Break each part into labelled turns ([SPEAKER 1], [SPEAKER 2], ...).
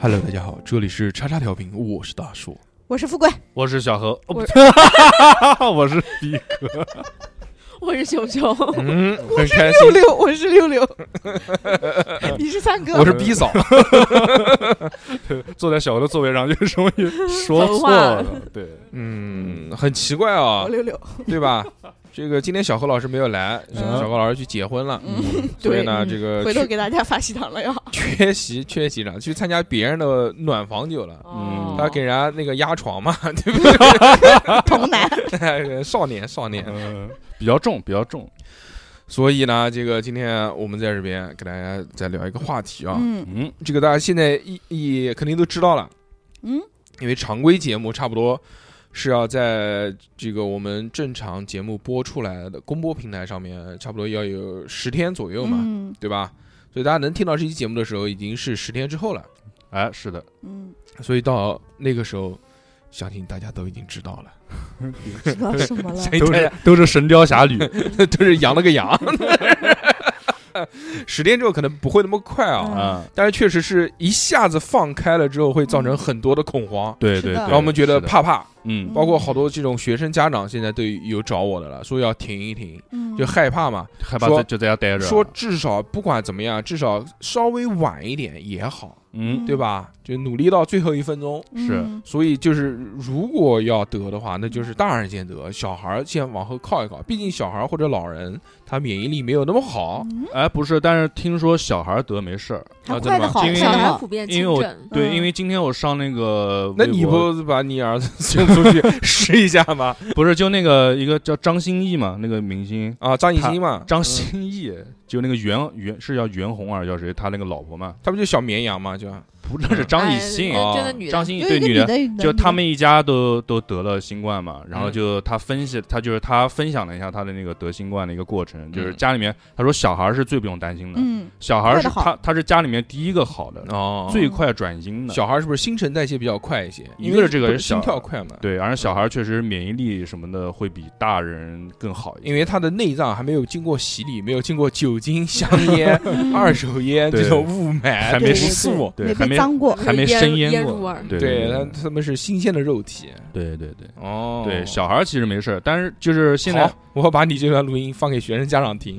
[SPEAKER 1] Hello，大家好，这里是叉叉调频，我是大树。
[SPEAKER 2] 我是富贵，
[SPEAKER 3] 我是小何，哦
[SPEAKER 2] 我
[SPEAKER 3] 不我是逼哥，
[SPEAKER 2] 我是熊熊，
[SPEAKER 3] 嗯，
[SPEAKER 1] 很开
[SPEAKER 2] 六
[SPEAKER 1] 心，
[SPEAKER 2] 六，我是六 六，你是三哥，
[SPEAKER 1] 我是逼嫂。
[SPEAKER 3] 坐在小何的座位上就容易说
[SPEAKER 2] 走
[SPEAKER 3] 错
[SPEAKER 2] 话
[SPEAKER 3] 了，对，
[SPEAKER 1] 嗯，很奇怪啊
[SPEAKER 2] 我，六六，
[SPEAKER 1] 对吧？这个今天小何老师没有来，
[SPEAKER 2] 嗯
[SPEAKER 1] 小何老师去结婚了，
[SPEAKER 2] 嗯，
[SPEAKER 1] 所以
[SPEAKER 2] 对
[SPEAKER 1] 呢，
[SPEAKER 2] 嗯
[SPEAKER 1] 这个
[SPEAKER 2] 回头
[SPEAKER 1] 缺
[SPEAKER 2] 给大家发喜糖了呀。
[SPEAKER 1] 缺席缺席了，去参加别人的暖房酒了。
[SPEAKER 2] 哦
[SPEAKER 3] 嗯
[SPEAKER 1] 他给人家那个压床 嘛，对不对？
[SPEAKER 2] 童男，
[SPEAKER 1] 少年少年，
[SPEAKER 3] 嗯，比较重，比较重，
[SPEAKER 1] 所以呢，这个今天我们在这边给大家再聊一个话题啊，
[SPEAKER 2] 嗯
[SPEAKER 3] 嗯，
[SPEAKER 1] 这个大家现在一一肯定都知道了，
[SPEAKER 2] 嗯，
[SPEAKER 1] 因为常规节目差不多是要在这个我们正常节目播出来的公播平台上面，差不多要有十天左右嘛，
[SPEAKER 2] 嗯
[SPEAKER 1] 对吧？所以大家能听到这期节目的时候，已经是十天之后了。
[SPEAKER 3] 哎，是的，
[SPEAKER 2] 嗯，
[SPEAKER 1] 所以到那个时候，相信大家都已经知道了，
[SPEAKER 2] 知道什么了
[SPEAKER 1] 相？信
[SPEAKER 3] 都
[SPEAKER 1] 大
[SPEAKER 3] 是
[SPEAKER 1] 家
[SPEAKER 3] 哎都是神雕侠侣，
[SPEAKER 1] 都是羊了个羊。 十天之后可能不会那么快啊，
[SPEAKER 3] 啊，
[SPEAKER 1] 但是确实是一下子放开了之后，会造成很多的恐慌，
[SPEAKER 3] 对
[SPEAKER 2] 是
[SPEAKER 3] 对，
[SPEAKER 2] 的
[SPEAKER 3] 嗯对
[SPEAKER 1] 让我们觉得，
[SPEAKER 3] 是的
[SPEAKER 1] 怕怕。
[SPEAKER 3] 嗯，
[SPEAKER 1] 包括好多这种学生家长现在都有找我的了，说要停一停，
[SPEAKER 2] 嗯
[SPEAKER 1] 就害怕嘛。
[SPEAKER 3] 害怕
[SPEAKER 1] 说
[SPEAKER 3] 在就在家待着，啊
[SPEAKER 1] 说，至少不管怎么样，至少稍微晚一点也好，
[SPEAKER 3] 嗯，
[SPEAKER 1] 对吧？就努力到最后一分钟。
[SPEAKER 3] 是
[SPEAKER 2] 嗯
[SPEAKER 1] 所以就是，如果要得的话，那就是大人先得，小孩儿先往后靠一靠。毕竟小孩儿或者老人，他免疫力没有那么好。
[SPEAKER 2] 嗯
[SPEAKER 3] 哎，不是，但是听说小孩得没事儿，
[SPEAKER 1] 啊
[SPEAKER 4] 还
[SPEAKER 1] 真的吗
[SPEAKER 4] 快的好，
[SPEAKER 3] 因为
[SPEAKER 4] 小
[SPEAKER 3] 因
[SPEAKER 4] 孩
[SPEAKER 3] 为
[SPEAKER 4] 普遍
[SPEAKER 3] 因为
[SPEAKER 4] 轻
[SPEAKER 3] 我
[SPEAKER 4] 症，
[SPEAKER 3] 对，
[SPEAKER 2] 嗯
[SPEAKER 3] 因为今天我上那个，
[SPEAKER 1] 那你不把你儿子 送出 去试一下吗？
[SPEAKER 3] 不嗯是就那个一个叫张歆艺嘛，那个明星。
[SPEAKER 1] 啊，张艺兴嘛，
[SPEAKER 3] 张
[SPEAKER 1] 嗯，
[SPEAKER 3] 歆艺就那个袁袁是叫袁弘还是叫谁？他那个老婆嘛，
[SPEAKER 1] 他不就小绵羊嘛，就
[SPEAKER 3] 不认识张艺
[SPEAKER 4] 哎
[SPEAKER 3] 兴，
[SPEAKER 1] 哦
[SPEAKER 4] 真的女的，
[SPEAKER 3] 张歆艺
[SPEAKER 2] 有
[SPEAKER 3] 对
[SPEAKER 2] 一个
[SPEAKER 3] 女
[SPEAKER 2] 的
[SPEAKER 3] 的，
[SPEAKER 2] 女的，
[SPEAKER 3] 就他们一家都都得了新冠嘛，然后
[SPEAKER 1] 嗯
[SPEAKER 3] 就他分析，他就是他分享了一下他的那个得新冠的一个过程，就是
[SPEAKER 1] 嗯
[SPEAKER 3] 家里面他说小孩儿是最不用担心的，
[SPEAKER 2] 嗯，
[SPEAKER 3] 小孩儿是
[SPEAKER 2] 快得好
[SPEAKER 3] 他他是家里面第一个好的，
[SPEAKER 1] 哦
[SPEAKER 3] 最快转阴的，
[SPEAKER 1] 小孩儿是不是新陈代谢比较快一些？
[SPEAKER 3] 一
[SPEAKER 1] 因
[SPEAKER 3] 个
[SPEAKER 1] 为
[SPEAKER 3] 是这个
[SPEAKER 1] 不是
[SPEAKER 3] 是
[SPEAKER 1] 心
[SPEAKER 3] 小
[SPEAKER 1] 跳快嘛，
[SPEAKER 3] 对，而且小孩儿确实免疫力什么的会比大人更好一
[SPEAKER 1] 因
[SPEAKER 3] 些，
[SPEAKER 1] 为他的内脏还没有经过洗礼，没有经过酒 精、香烟、
[SPEAKER 2] 嗯
[SPEAKER 1] 二手烟
[SPEAKER 3] 对
[SPEAKER 1] 这种雾霾、
[SPEAKER 3] 还没
[SPEAKER 1] 毒
[SPEAKER 3] 是
[SPEAKER 1] 素，
[SPEAKER 3] 对
[SPEAKER 2] 没
[SPEAKER 3] 还
[SPEAKER 2] 被
[SPEAKER 3] 没
[SPEAKER 2] 脏过，
[SPEAKER 3] 还没生
[SPEAKER 4] 腌
[SPEAKER 3] 腌
[SPEAKER 4] 腌入味
[SPEAKER 3] 过
[SPEAKER 4] 儿，
[SPEAKER 3] 对
[SPEAKER 1] 对，
[SPEAKER 3] 对
[SPEAKER 1] 他他们是新鲜的肉体。
[SPEAKER 3] 对对对
[SPEAKER 1] 哦
[SPEAKER 3] 对，小孩儿其实没事儿，但是就是现在
[SPEAKER 1] 好，我要把你这段录音放给学生家长听，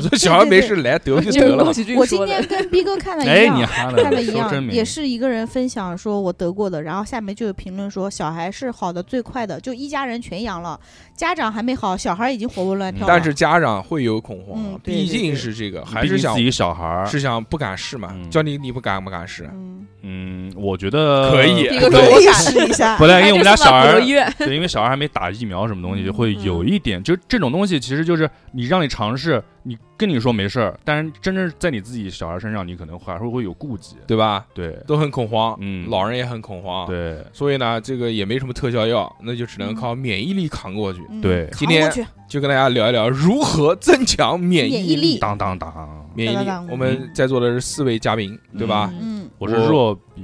[SPEAKER 1] 说小孩没事来得就
[SPEAKER 4] 就
[SPEAKER 1] 得
[SPEAKER 4] 是
[SPEAKER 1] 了
[SPEAKER 4] 宫
[SPEAKER 1] 嘛。
[SPEAKER 4] 崎骏
[SPEAKER 2] 我今
[SPEAKER 4] 说的
[SPEAKER 2] 天，跟逼哥看了
[SPEAKER 3] 哎
[SPEAKER 2] 一
[SPEAKER 3] 你
[SPEAKER 2] 样。
[SPEAKER 3] 哈
[SPEAKER 2] 看了
[SPEAKER 3] 了
[SPEAKER 2] 一
[SPEAKER 3] 说真
[SPEAKER 2] 样，
[SPEAKER 3] 没
[SPEAKER 2] 也是一个人分享说我得过的，然后下面就有评论说小孩是好的最快的，就一家人全阳了，家长还没好，小孩已经活蹦乱跳了。
[SPEAKER 1] 嗯但是家长会有恐慌啊
[SPEAKER 2] 嗯，对
[SPEAKER 1] 毕竟
[SPEAKER 2] 对
[SPEAKER 1] 是这个，还
[SPEAKER 3] 毕
[SPEAKER 1] 是
[SPEAKER 3] 竟
[SPEAKER 1] 想
[SPEAKER 3] 自己小孩儿，
[SPEAKER 1] 是想不敢试嘛？
[SPEAKER 3] 嗯
[SPEAKER 1] 叫你你不敢不敢试？
[SPEAKER 2] 嗯，
[SPEAKER 3] 嗯，我觉得
[SPEAKER 1] 可以
[SPEAKER 4] 第一
[SPEAKER 1] 对
[SPEAKER 4] 个说
[SPEAKER 2] 可
[SPEAKER 4] 我
[SPEAKER 2] 以
[SPEAKER 4] 敢
[SPEAKER 2] 试一 下
[SPEAKER 3] 不。对，因为
[SPEAKER 4] 哎
[SPEAKER 3] 我们
[SPEAKER 4] 这
[SPEAKER 3] 家
[SPEAKER 4] 是
[SPEAKER 3] 小
[SPEAKER 4] 不
[SPEAKER 3] 孩
[SPEAKER 4] 是
[SPEAKER 3] 儿
[SPEAKER 4] 孤儿院，
[SPEAKER 3] 对，因为小孩还没打疫苗什么东
[SPEAKER 2] 嗯
[SPEAKER 3] 西，就会有一点，就这种东西，其实就是你让你尝试，你跟你说没事儿，但是真正在你自己小孩身上，你可能还是会有顾忌。
[SPEAKER 1] 对吧？
[SPEAKER 3] 对，
[SPEAKER 1] 都很恐慌，
[SPEAKER 3] 嗯
[SPEAKER 1] 老人也很恐慌，。
[SPEAKER 3] 对，
[SPEAKER 1] 所以呢，这个也没什么特效药，那就只能靠免疫力扛过去。
[SPEAKER 2] 嗯
[SPEAKER 3] 对
[SPEAKER 2] 扛
[SPEAKER 1] 今天
[SPEAKER 2] 过去
[SPEAKER 1] 就跟大家聊一聊如何增强免
[SPEAKER 2] 免
[SPEAKER 1] 疫
[SPEAKER 2] 疫力
[SPEAKER 3] 当当当，
[SPEAKER 1] 免疫
[SPEAKER 2] 当
[SPEAKER 1] 力
[SPEAKER 2] 当当，
[SPEAKER 1] 我们在座的是四位嘉宾，对吧？
[SPEAKER 2] 嗯
[SPEAKER 3] 我是
[SPEAKER 1] 我
[SPEAKER 3] 弱比，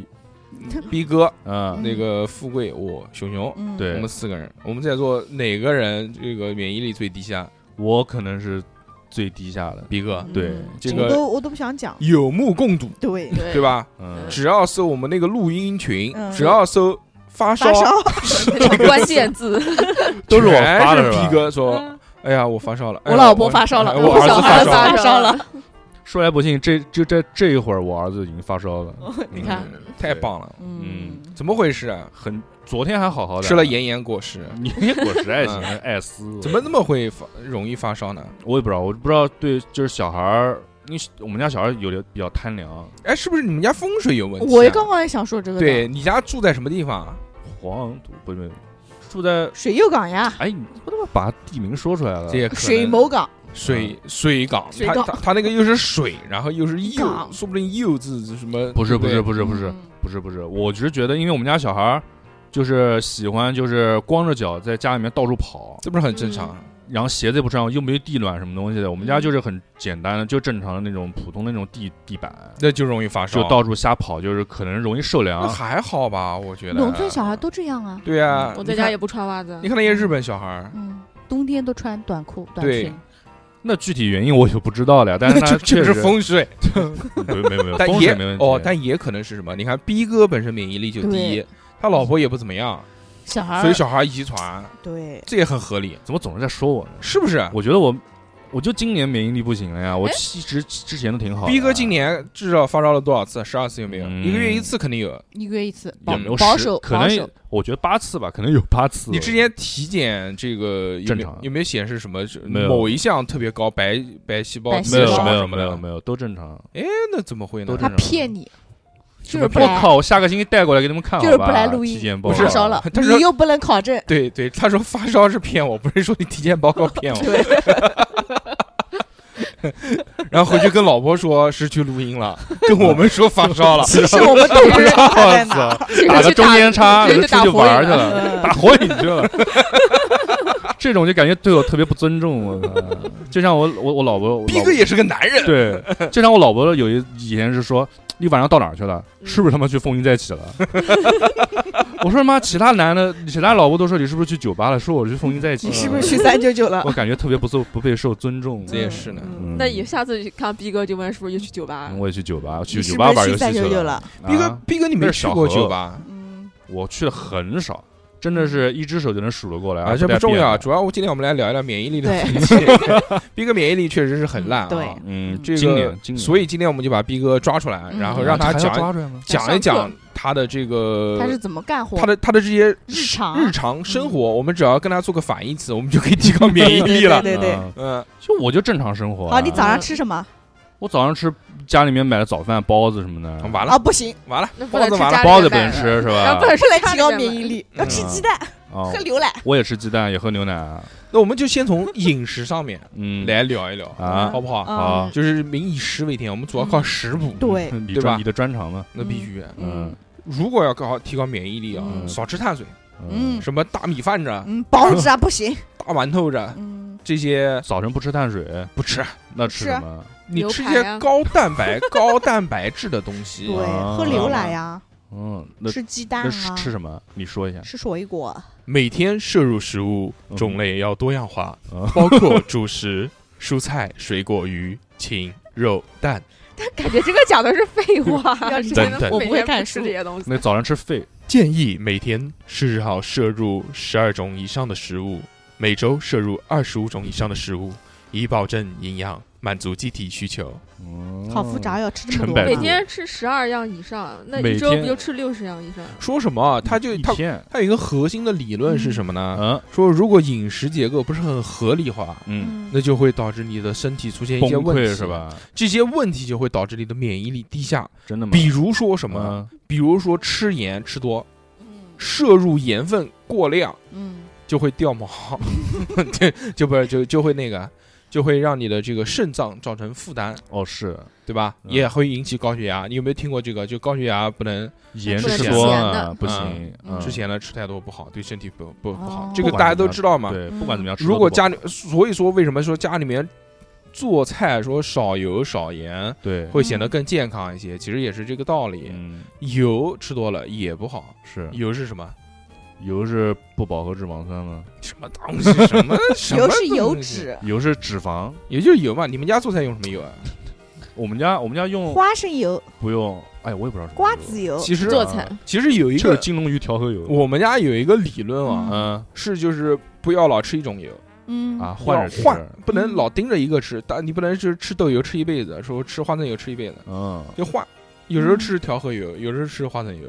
[SPEAKER 1] 逼哥、
[SPEAKER 3] 嗯，
[SPEAKER 1] 那个富贵、我、熊熊，
[SPEAKER 2] 嗯，
[SPEAKER 1] 我
[SPEAKER 3] 对
[SPEAKER 1] 们四个人，我们在座哪个人这个免疫力最低下？
[SPEAKER 3] 我可能是最低下的，
[SPEAKER 1] 逼哥
[SPEAKER 2] 嗯
[SPEAKER 3] 对
[SPEAKER 1] 这
[SPEAKER 2] 我
[SPEAKER 1] 个
[SPEAKER 2] 都我都不想讲。
[SPEAKER 1] 有目共睹，
[SPEAKER 2] 对，
[SPEAKER 4] 对
[SPEAKER 1] 对？吧？
[SPEAKER 3] 嗯，
[SPEAKER 1] 只要搜我们那个录音群，
[SPEAKER 2] 嗯
[SPEAKER 1] 只要搜发烧
[SPEAKER 2] 发，烧，
[SPEAKER 4] 关键字，
[SPEAKER 3] 都是我发的
[SPEAKER 1] 全是
[SPEAKER 3] 是吧
[SPEAKER 1] 逼哥说，哎呀，我发烧了，哎呀
[SPEAKER 2] 嗯我老婆发烧了
[SPEAKER 1] 哎我儿
[SPEAKER 2] 小
[SPEAKER 1] 子
[SPEAKER 2] 孩
[SPEAKER 1] 发烧了。
[SPEAKER 2] 儿发烧了。
[SPEAKER 3] 说来不信，这就在这一会儿，我儿子已经发烧了，
[SPEAKER 2] 你看
[SPEAKER 1] 嗯太棒了！
[SPEAKER 3] 嗯
[SPEAKER 1] 怎么回事啊？
[SPEAKER 3] 很，昨天还好好的，
[SPEAKER 1] 吃了炎炎果实，
[SPEAKER 3] 你 果实爱情
[SPEAKER 1] 嗯
[SPEAKER 3] 艾斯，
[SPEAKER 1] 怎么那么会发容易发烧呢？
[SPEAKER 3] 我也不知道，我不知道对，就是小孩儿，因为我们家小孩儿有点比较贪凉，
[SPEAKER 1] 哎，是不是你们家风水有问题啊？
[SPEAKER 2] 我也刚刚也想说这个，
[SPEAKER 1] 对，你家住在什么地方啊？
[SPEAKER 3] 黄土不是住在，
[SPEAKER 2] 水右港呀，
[SPEAKER 3] 哎，你不他妈把地名说出来了
[SPEAKER 1] 这，也可能
[SPEAKER 2] 水某港，
[SPEAKER 1] 水水港，
[SPEAKER 2] 水
[SPEAKER 1] 它
[SPEAKER 2] 港
[SPEAKER 1] 它它那个又是水，然后又是又，
[SPEAKER 2] 港
[SPEAKER 1] 说不定又字是什么？
[SPEAKER 3] 不是不是
[SPEAKER 1] 是，
[SPEAKER 3] 不是不是
[SPEAKER 2] 嗯
[SPEAKER 3] 不是不是，我只是觉得，因为我们家小孩儿就是喜欢就是光着脚在家里面到处跑，
[SPEAKER 1] 这不是很正常？啊
[SPEAKER 2] 嗯
[SPEAKER 3] 然后鞋子也不穿，又没有地暖什么东西的，我们家就是很简单的，就正常的那种普通的那种地地板，
[SPEAKER 1] 那就容易发烧。啊
[SPEAKER 3] 就到处啊瞎跑，就是可能容易受
[SPEAKER 1] 那
[SPEAKER 3] 凉。
[SPEAKER 1] 还好吧，我觉得。啊
[SPEAKER 2] 农村小孩都这样啊，
[SPEAKER 1] 对啊，
[SPEAKER 3] 嗯
[SPEAKER 4] 我在
[SPEAKER 1] 你看
[SPEAKER 4] 家也不穿袜子
[SPEAKER 2] 嗯
[SPEAKER 1] 你，看那些日本小孩儿，
[SPEAKER 2] 嗯，冬天都穿短裤短
[SPEAKER 1] 对
[SPEAKER 2] 裙，
[SPEAKER 3] 那具体原因我就不知道了呀，但是它
[SPEAKER 1] 就
[SPEAKER 3] 确
[SPEAKER 1] 就
[SPEAKER 3] 实
[SPEAKER 1] 是风水，
[SPEAKER 3] 没没没，
[SPEAKER 1] 但
[SPEAKER 3] 风
[SPEAKER 1] 也
[SPEAKER 3] 水没问题
[SPEAKER 1] 哦，但也可能是什么？你看逼哥本身免疫力就低
[SPEAKER 2] 对，
[SPEAKER 1] 他老婆也不怎么样，
[SPEAKER 2] 小孩儿，
[SPEAKER 1] 所以小孩遗传，
[SPEAKER 2] 对，
[SPEAKER 1] 这也很合理，
[SPEAKER 3] 怎么总是在说我呢？
[SPEAKER 1] 是不
[SPEAKER 4] 啊
[SPEAKER 1] 是？
[SPEAKER 3] 我觉得我，我就今年免疫力不行了呀，我
[SPEAKER 4] 哎
[SPEAKER 3] 一直之前都挺好的啊。
[SPEAKER 1] 逼哥今年至少发烧了多少次？十二次有没有？
[SPEAKER 3] 嗯
[SPEAKER 1] 一个月一次肯定有。
[SPEAKER 2] 一个月一次，
[SPEAKER 3] 也没有
[SPEAKER 4] 保
[SPEAKER 3] 十
[SPEAKER 4] 守
[SPEAKER 3] 可
[SPEAKER 4] 保
[SPEAKER 3] 能
[SPEAKER 4] 守
[SPEAKER 3] 我觉得八次吧，可能有八次。
[SPEAKER 1] 你之前体检这个有
[SPEAKER 3] 正
[SPEAKER 1] 没有
[SPEAKER 3] 常
[SPEAKER 1] 有没有显示什么是
[SPEAKER 3] 没有
[SPEAKER 1] 某一项特别高白白细胞
[SPEAKER 4] 白
[SPEAKER 1] 指
[SPEAKER 4] 细
[SPEAKER 3] 没有
[SPEAKER 1] 数
[SPEAKER 4] 胞
[SPEAKER 3] 没有
[SPEAKER 1] 什么
[SPEAKER 3] 没有
[SPEAKER 1] 的？哎
[SPEAKER 3] 没有都正常。
[SPEAKER 1] 那怎么会呢
[SPEAKER 3] 都？
[SPEAKER 4] 他
[SPEAKER 3] 正常
[SPEAKER 4] 骗你，就是不
[SPEAKER 3] 我
[SPEAKER 4] 来，
[SPEAKER 3] 靠！我下个星期带过来给你们看好吧，
[SPEAKER 4] 就是不来录
[SPEAKER 3] 体检
[SPEAKER 4] 音，
[SPEAKER 3] 报告
[SPEAKER 4] 发 烧了，
[SPEAKER 1] 他说
[SPEAKER 4] 你又不能考证，
[SPEAKER 1] 对对，他说发烧是骗我，不是说你体检报告骗 我。 然后回去跟老婆说是去录音了，跟我们说发烧了。
[SPEAKER 2] 其实我们都不知 道他在嗯哪儿。
[SPEAKER 4] 其实
[SPEAKER 3] 打
[SPEAKER 4] 去
[SPEAKER 3] 个中间差，
[SPEAKER 4] 其实
[SPEAKER 3] 人
[SPEAKER 4] 去
[SPEAKER 3] 家
[SPEAKER 4] 打
[SPEAKER 3] 出去
[SPEAKER 4] 火
[SPEAKER 3] 玩
[SPEAKER 4] 影
[SPEAKER 3] 去了，打火影去了。 这种就感觉对我特别不尊重，我操！就像我我我老婆，我
[SPEAKER 1] 逼
[SPEAKER 3] 老
[SPEAKER 1] 哥
[SPEAKER 3] 婆
[SPEAKER 1] 也是个男人，
[SPEAKER 3] 对，就像我老婆有一以前是说，你晚上到哪儿去了？是不是他妈去风云再起了？ 我说妈，其他男的，其他老婆都说你是不是去酒吧了？说我去风云再起
[SPEAKER 2] 你
[SPEAKER 3] 了，
[SPEAKER 2] 是不是去三九九了
[SPEAKER 3] 我？感觉特别不受不被受尊重。
[SPEAKER 1] 这也是呢。
[SPEAKER 2] 嗯
[SPEAKER 3] 嗯
[SPEAKER 4] 那以后下次看逼哥就问是不是又去酒吧
[SPEAKER 3] 嗯，我也去酒吧，去
[SPEAKER 2] 你是
[SPEAKER 3] 酒
[SPEAKER 2] 不
[SPEAKER 3] 吧玩
[SPEAKER 2] 是
[SPEAKER 3] 游
[SPEAKER 2] 去
[SPEAKER 3] 戏
[SPEAKER 2] 三
[SPEAKER 3] 去
[SPEAKER 2] 九九
[SPEAKER 3] 了。
[SPEAKER 2] 了？
[SPEAKER 1] 逼哥
[SPEAKER 3] 啊，
[SPEAKER 1] 逼哥，你没
[SPEAKER 3] 那是
[SPEAKER 1] 去
[SPEAKER 3] 小
[SPEAKER 1] 过
[SPEAKER 3] 何
[SPEAKER 1] 酒吧
[SPEAKER 2] 嗯，
[SPEAKER 3] 我去的很少，真的是一只手就能数得过来。
[SPEAKER 1] 啊？这
[SPEAKER 3] 不
[SPEAKER 1] 不
[SPEAKER 3] 带
[SPEAKER 1] 重
[SPEAKER 3] 变
[SPEAKER 1] 要，
[SPEAKER 3] 的
[SPEAKER 1] 主要我今天我们来聊一聊免疫力的
[SPEAKER 2] 对
[SPEAKER 1] 问题。 逼哥免疫力确实是很烂啊。
[SPEAKER 2] 对
[SPEAKER 3] 嗯，
[SPEAKER 1] 这个
[SPEAKER 3] 今年，今年
[SPEAKER 1] 所以今天我们就把逼哥抓出来，
[SPEAKER 4] 嗯
[SPEAKER 1] 然后
[SPEAKER 4] 我
[SPEAKER 1] 让他讲
[SPEAKER 3] 出来吗？
[SPEAKER 1] 讲一
[SPEAKER 4] 上
[SPEAKER 1] 讲他的这个
[SPEAKER 3] 呃
[SPEAKER 2] 他是怎么干活？
[SPEAKER 1] 他的他的这些
[SPEAKER 2] 日常嗯
[SPEAKER 1] 日常生活，我们只要跟他做个反义词，我们就可以提高免疫力了。
[SPEAKER 2] 对 对对
[SPEAKER 3] 嗯，
[SPEAKER 1] 嗯，
[SPEAKER 3] 就我就正常生活
[SPEAKER 2] 啊，你早上吃什么？
[SPEAKER 3] 我早上吃家里面买的早饭包子什么的，
[SPEAKER 1] 完
[SPEAKER 2] 啊，
[SPEAKER 1] 了
[SPEAKER 2] 不行，
[SPEAKER 1] 完了，
[SPEAKER 4] 那不
[SPEAKER 1] 包
[SPEAKER 4] 能
[SPEAKER 1] 子
[SPEAKER 4] 吃
[SPEAKER 1] 完了
[SPEAKER 4] 家，
[SPEAKER 3] 包
[SPEAKER 4] 里
[SPEAKER 3] 子
[SPEAKER 4] 面
[SPEAKER 3] 不能
[SPEAKER 4] 买的，
[SPEAKER 3] 吃是
[SPEAKER 4] 然
[SPEAKER 3] 吧
[SPEAKER 4] 后不？能吃
[SPEAKER 2] 来
[SPEAKER 4] 家
[SPEAKER 2] 提
[SPEAKER 4] 里
[SPEAKER 2] 高
[SPEAKER 4] 面
[SPEAKER 2] 免
[SPEAKER 4] 买
[SPEAKER 2] 疫
[SPEAKER 4] 的
[SPEAKER 2] 力，
[SPEAKER 1] 嗯
[SPEAKER 2] 要吃鸡蛋，
[SPEAKER 3] 啊
[SPEAKER 2] 喝，牛奶。
[SPEAKER 3] 我也吃鸡蛋，也喝牛奶，啊
[SPEAKER 1] 那我们就先从饮食上面
[SPEAKER 3] 嗯，
[SPEAKER 1] 来聊一聊，
[SPEAKER 3] 啊
[SPEAKER 1] 好不好？
[SPEAKER 3] 好
[SPEAKER 2] 嗯，
[SPEAKER 1] 就是民以食为天，我们主要靠食补，
[SPEAKER 2] 对，
[SPEAKER 3] 你
[SPEAKER 1] 对吧
[SPEAKER 3] 专你的专长嘛，
[SPEAKER 1] 那必须。
[SPEAKER 3] 嗯
[SPEAKER 1] 如果要搞提高免疫力啊，
[SPEAKER 2] 嗯
[SPEAKER 1] 少吃碳水，
[SPEAKER 2] 嗯
[SPEAKER 1] 什么大米饭着、
[SPEAKER 2] 嗯，包子啊不 行，
[SPEAKER 1] 大馒头着
[SPEAKER 2] 嗯，
[SPEAKER 1] 这些
[SPEAKER 3] 早晨不吃碳水，
[SPEAKER 1] 不吃，
[SPEAKER 3] 那吃
[SPEAKER 2] 是
[SPEAKER 3] 什么？
[SPEAKER 1] 你
[SPEAKER 4] 牛
[SPEAKER 1] 吃一
[SPEAKER 4] 排
[SPEAKER 1] 些
[SPEAKER 4] 啊
[SPEAKER 1] 高蛋 白、高蛋白质的东
[SPEAKER 2] 对，
[SPEAKER 1] 西。
[SPEAKER 3] 啊
[SPEAKER 2] 喝牛奶呀，
[SPEAKER 3] 嗯，那
[SPEAKER 2] 吃鸡蛋
[SPEAKER 3] 那吃
[SPEAKER 2] 啊，
[SPEAKER 3] 吃什么？哦你说一下。
[SPEAKER 2] 吃水果，
[SPEAKER 1] 每天摄入食物
[SPEAKER 3] 嗯
[SPEAKER 1] 种类要多样化，
[SPEAKER 3] 嗯
[SPEAKER 1] 包括主食、 蔬菜、水果、鱼、禽、肉、蛋。
[SPEAKER 4] 感觉这个讲的是废话
[SPEAKER 2] 要，
[SPEAKER 4] 是
[SPEAKER 2] 真
[SPEAKER 4] 真
[SPEAKER 1] 的
[SPEAKER 4] 的
[SPEAKER 2] 我
[SPEAKER 4] 每
[SPEAKER 2] 不会
[SPEAKER 4] 天
[SPEAKER 2] 看
[SPEAKER 4] 吃
[SPEAKER 2] 书
[SPEAKER 4] 这些东西。
[SPEAKER 3] 那早上吃肺，
[SPEAKER 1] 建议每天至少摄入十二种以上的食物，每周摄入二十五种以上的食物，以保证营养，满足机体需求。
[SPEAKER 3] 嗯
[SPEAKER 2] 好复杂，要吃这么
[SPEAKER 3] 成
[SPEAKER 2] 多
[SPEAKER 3] 百
[SPEAKER 2] 啊。
[SPEAKER 4] 每
[SPEAKER 3] 度
[SPEAKER 4] 天吃十二样以上，那
[SPEAKER 3] 每
[SPEAKER 4] 一周
[SPEAKER 3] 天
[SPEAKER 4] 不就吃六十样以上？
[SPEAKER 1] 说什么啊？他就
[SPEAKER 3] 一
[SPEAKER 1] 他
[SPEAKER 3] 天，
[SPEAKER 1] 他有一个核心的理论是什么呢？
[SPEAKER 3] 嗯
[SPEAKER 1] 说如果饮食结构不是很合理化，
[SPEAKER 3] 嗯，
[SPEAKER 1] 那就会导致你的身体出
[SPEAKER 2] 嗯
[SPEAKER 1] 现一
[SPEAKER 3] 崩
[SPEAKER 1] 些问题，
[SPEAKER 3] 溃是？吧？
[SPEAKER 1] 这些问题就会导致你的免疫力低下，
[SPEAKER 3] 真的吗？嗯
[SPEAKER 1] 比如说什
[SPEAKER 3] 什
[SPEAKER 1] 么？比如说吃盐吃多，
[SPEAKER 2] 嗯
[SPEAKER 1] 摄入盐分过量
[SPEAKER 2] 嗯，
[SPEAKER 1] 就会掉 毛，就就不是就就会那个，就会让你的这个肾脏造成负担，
[SPEAKER 3] 哦，是
[SPEAKER 1] 对吧？
[SPEAKER 3] 嗯
[SPEAKER 1] 也会引起高血压。你有没有听过这个？就高血压不能
[SPEAKER 3] 盐
[SPEAKER 1] 不能
[SPEAKER 3] 吃
[SPEAKER 1] 吃
[SPEAKER 3] 多
[SPEAKER 4] 咸
[SPEAKER 3] 了
[SPEAKER 4] 的
[SPEAKER 3] 不行
[SPEAKER 1] 嗯，
[SPEAKER 3] 嗯
[SPEAKER 1] 吃咸了，吃太多不好，对身体不不不好
[SPEAKER 2] 哦。
[SPEAKER 1] 这个
[SPEAKER 3] 不管
[SPEAKER 1] 大家
[SPEAKER 3] 怎
[SPEAKER 1] 都
[SPEAKER 3] 么样
[SPEAKER 1] 知道嘛。
[SPEAKER 3] 对，
[SPEAKER 2] 嗯
[SPEAKER 3] 不管怎么样，吃
[SPEAKER 1] 如
[SPEAKER 3] 多
[SPEAKER 1] 果
[SPEAKER 3] 都不
[SPEAKER 1] 家
[SPEAKER 3] 好
[SPEAKER 1] 里，所以说为什么说家里面做菜说少油少盐
[SPEAKER 3] 对，
[SPEAKER 1] 会
[SPEAKER 2] 嗯
[SPEAKER 1] 显得更健康一些？其实也是这个道理。
[SPEAKER 3] 嗯，
[SPEAKER 1] 油吃多了也不好。
[SPEAKER 3] 是
[SPEAKER 2] 嗯
[SPEAKER 1] 油是什么？
[SPEAKER 3] 油是不饱和脂肪酸吗？
[SPEAKER 1] 什么东西？什 么什么？
[SPEAKER 2] 油是油，脂，
[SPEAKER 3] 油是脂肪。
[SPEAKER 1] 也就是油嘛。你们家做菜用什么油啊？
[SPEAKER 3] 我们家我们家用
[SPEAKER 2] 花生油、
[SPEAKER 3] 不用？哎，我也不知道什么
[SPEAKER 2] 瓜
[SPEAKER 3] 油
[SPEAKER 2] 子油，
[SPEAKER 1] 其实
[SPEAKER 4] 做菜
[SPEAKER 1] 其实有一
[SPEAKER 3] 就是
[SPEAKER 1] 个，
[SPEAKER 3] 金龙鱼调和油。
[SPEAKER 1] 我们家有一个理论啊，
[SPEAKER 3] 嗯
[SPEAKER 1] 是就是不要老吃一种油
[SPEAKER 2] 嗯
[SPEAKER 3] 啊，换着
[SPEAKER 1] 要
[SPEAKER 3] 吃
[SPEAKER 1] 换，不能
[SPEAKER 2] 嗯
[SPEAKER 1] 老盯着一个吃，但你不能是吃豆油吃一辈子，说吃花生油吃一辈子，
[SPEAKER 3] 嗯，
[SPEAKER 1] 就换。有时候吃调和油，有时候吃花生油。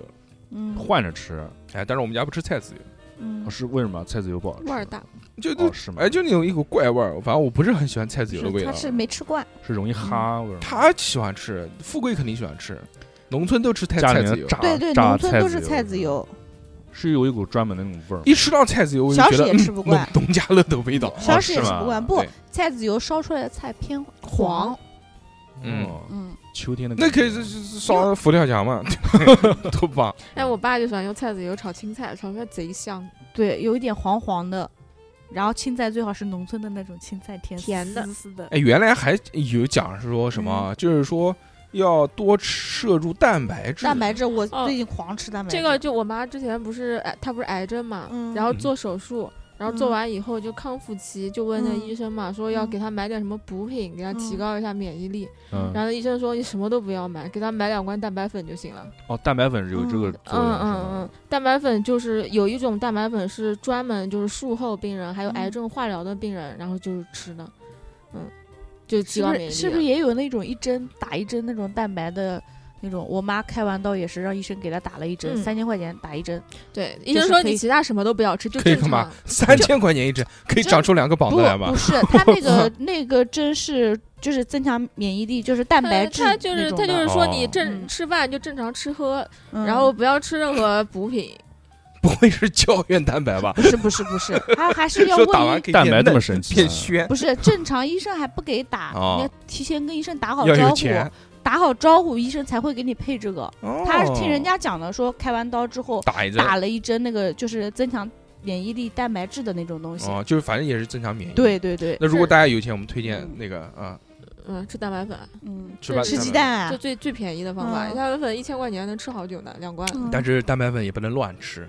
[SPEAKER 2] 嗯
[SPEAKER 3] 换着吃。
[SPEAKER 1] 哎，但是我们家不吃菜籽油，
[SPEAKER 2] 嗯
[SPEAKER 3] 哦是为什么菜籽油不好吃？
[SPEAKER 4] 味儿大，
[SPEAKER 1] 就
[SPEAKER 3] 哦
[SPEAKER 1] 就。
[SPEAKER 3] 是吗？
[SPEAKER 1] 哎，就那种一股怪味儿，反正我不是很喜欢菜籽油的
[SPEAKER 2] 是
[SPEAKER 1] 味
[SPEAKER 2] 他
[SPEAKER 1] 道。啊
[SPEAKER 2] 是没吃惯，
[SPEAKER 3] 是容易哈味儿吗。
[SPEAKER 1] 他喜欢吃，富贵肯定喜欢吃，农村都吃菜
[SPEAKER 3] 家
[SPEAKER 1] 菜
[SPEAKER 3] 里
[SPEAKER 1] 籽
[SPEAKER 3] 面
[SPEAKER 1] 油，
[SPEAKER 3] 炸
[SPEAKER 2] 对对，
[SPEAKER 3] 啊炸
[SPEAKER 2] 农村都是菜籽
[SPEAKER 3] 籽油，嗯
[SPEAKER 2] 油，
[SPEAKER 3] 是有一股专门的那种味儿吗。
[SPEAKER 1] 一吃到菜籽油我就
[SPEAKER 2] 小
[SPEAKER 1] 觉
[SPEAKER 2] 史
[SPEAKER 1] 得
[SPEAKER 2] 也吃不
[SPEAKER 1] 嗯农
[SPEAKER 2] 惯嗯
[SPEAKER 1] 农家乐的味道。
[SPEAKER 2] 小史
[SPEAKER 3] 哦
[SPEAKER 2] 也
[SPEAKER 3] 是
[SPEAKER 2] 吃
[SPEAKER 3] 吗
[SPEAKER 2] 不惯，不
[SPEAKER 1] 对，
[SPEAKER 2] 菜籽油烧出来的菜偏
[SPEAKER 4] 黄
[SPEAKER 2] 黄，
[SPEAKER 1] 嗯
[SPEAKER 3] 哦，
[SPEAKER 2] 嗯，
[SPEAKER 3] 秋天的
[SPEAKER 1] 那
[SPEAKER 3] 感觉
[SPEAKER 1] 可以是是是烧佛跳墙 嘛，多棒！
[SPEAKER 4] 哎，我爸就喜欢用菜籽油炒青菜，炒出来贼香，
[SPEAKER 2] 对，有一点黄黄的。然后青菜最好是农村的那种青菜，甜
[SPEAKER 4] 甜的
[SPEAKER 2] 丝丝的。
[SPEAKER 1] 哎，原来还有讲是说什
[SPEAKER 2] 嗯
[SPEAKER 1] 么，就是说要多吃摄入蛋白质，
[SPEAKER 2] 蛋白质，我
[SPEAKER 4] 哦
[SPEAKER 2] 最近狂吃蛋白质。
[SPEAKER 4] 哎这个就我妈之前不是癌，她不是癌症嘛，
[SPEAKER 2] 嗯
[SPEAKER 4] 然后做手术，然后做完以后就康复期，就问那
[SPEAKER 2] 嗯
[SPEAKER 4] 医生嘛，说要
[SPEAKER 2] 嗯
[SPEAKER 4] 给他买点什么补品，给他
[SPEAKER 2] 嗯
[SPEAKER 4] 提高一下免疫力。
[SPEAKER 3] 嗯，
[SPEAKER 4] 然后医生说你什么都不要买，给他买两罐蛋白粉就行了。
[SPEAKER 3] 哦，蛋白粉是有这个作
[SPEAKER 4] 嗯
[SPEAKER 3] 用，
[SPEAKER 4] 嗯嗯，蛋白粉就是有一种蛋白粉是专门就是术后病人还有
[SPEAKER 2] 嗯
[SPEAKER 4] 癌症化疗的病人，然后就是吃的，嗯，就提
[SPEAKER 5] 是
[SPEAKER 4] 高
[SPEAKER 5] 不
[SPEAKER 4] 免疫
[SPEAKER 5] 是是
[SPEAKER 4] 力。
[SPEAKER 5] 不是也有那种一针打一针那种蛋白的那种？我妈开完刀也是让医生给她打了一针，
[SPEAKER 4] 嗯
[SPEAKER 5] 三千块钱打一针。
[SPEAKER 4] 对，医
[SPEAKER 5] 就
[SPEAKER 4] 生
[SPEAKER 5] 是
[SPEAKER 4] 说
[SPEAKER 5] 可
[SPEAKER 4] 你
[SPEAKER 5] 以
[SPEAKER 4] 其他什么都不要吃，就
[SPEAKER 1] 可以
[SPEAKER 4] 正
[SPEAKER 1] 干嘛
[SPEAKER 4] 常。？
[SPEAKER 1] 三千块钱一针，可以长出两个膀
[SPEAKER 2] 不
[SPEAKER 1] 子来吗
[SPEAKER 2] 不？ 是，它那个那个针是就是增强免疫力，就是蛋
[SPEAKER 4] 他
[SPEAKER 2] 白质
[SPEAKER 4] 他就是他就是说你
[SPEAKER 1] 哦
[SPEAKER 4] 正、
[SPEAKER 5] 嗯
[SPEAKER 4] 吃饭就正常吃喝，
[SPEAKER 2] 嗯
[SPEAKER 4] 然后不要吃任何补品。
[SPEAKER 1] 不会是胶原蛋白吧？
[SPEAKER 2] 不是不是不是， 它还是要
[SPEAKER 1] 说 打
[SPEAKER 2] 问
[SPEAKER 1] 完
[SPEAKER 2] 医，
[SPEAKER 1] 可以
[SPEAKER 3] 蛋白
[SPEAKER 1] 变
[SPEAKER 3] 这么
[SPEAKER 1] 嫩
[SPEAKER 3] 神奇
[SPEAKER 1] 变
[SPEAKER 3] 啊，
[SPEAKER 1] 暄，
[SPEAKER 2] 不是正常医生还不给打，
[SPEAKER 1] 哦
[SPEAKER 2] 你要提前跟医生打好
[SPEAKER 1] 要
[SPEAKER 2] 招
[SPEAKER 1] 有
[SPEAKER 2] 呼，
[SPEAKER 1] 钱。
[SPEAKER 2] 打好招呼，医生才会给你配这个。他是听人
[SPEAKER 1] 哦
[SPEAKER 2] 家讲的，说开完刀之后
[SPEAKER 1] 打一针，
[SPEAKER 2] 打了一针那个就是增强免疫力蛋白质的那种东西。
[SPEAKER 1] 哦，就是反正也是增强免疫。。
[SPEAKER 2] 对对对，
[SPEAKER 1] 那如果
[SPEAKER 4] 是
[SPEAKER 1] 大家有钱，我们推荐
[SPEAKER 2] 嗯
[SPEAKER 1] 那个啊，
[SPEAKER 4] 嗯，吃蛋白粉，
[SPEAKER 2] 嗯，
[SPEAKER 1] 吃吧
[SPEAKER 4] 是
[SPEAKER 2] 吃
[SPEAKER 4] 的
[SPEAKER 2] 鸡
[SPEAKER 1] 蛋白
[SPEAKER 2] 蛋啊
[SPEAKER 4] 就，最最便宜的方法。
[SPEAKER 2] 嗯
[SPEAKER 4] 蛋白粉一千块钱能吃好久呢，两罐，
[SPEAKER 2] 嗯
[SPEAKER 1] 但是蛋白粉也不能乱吃，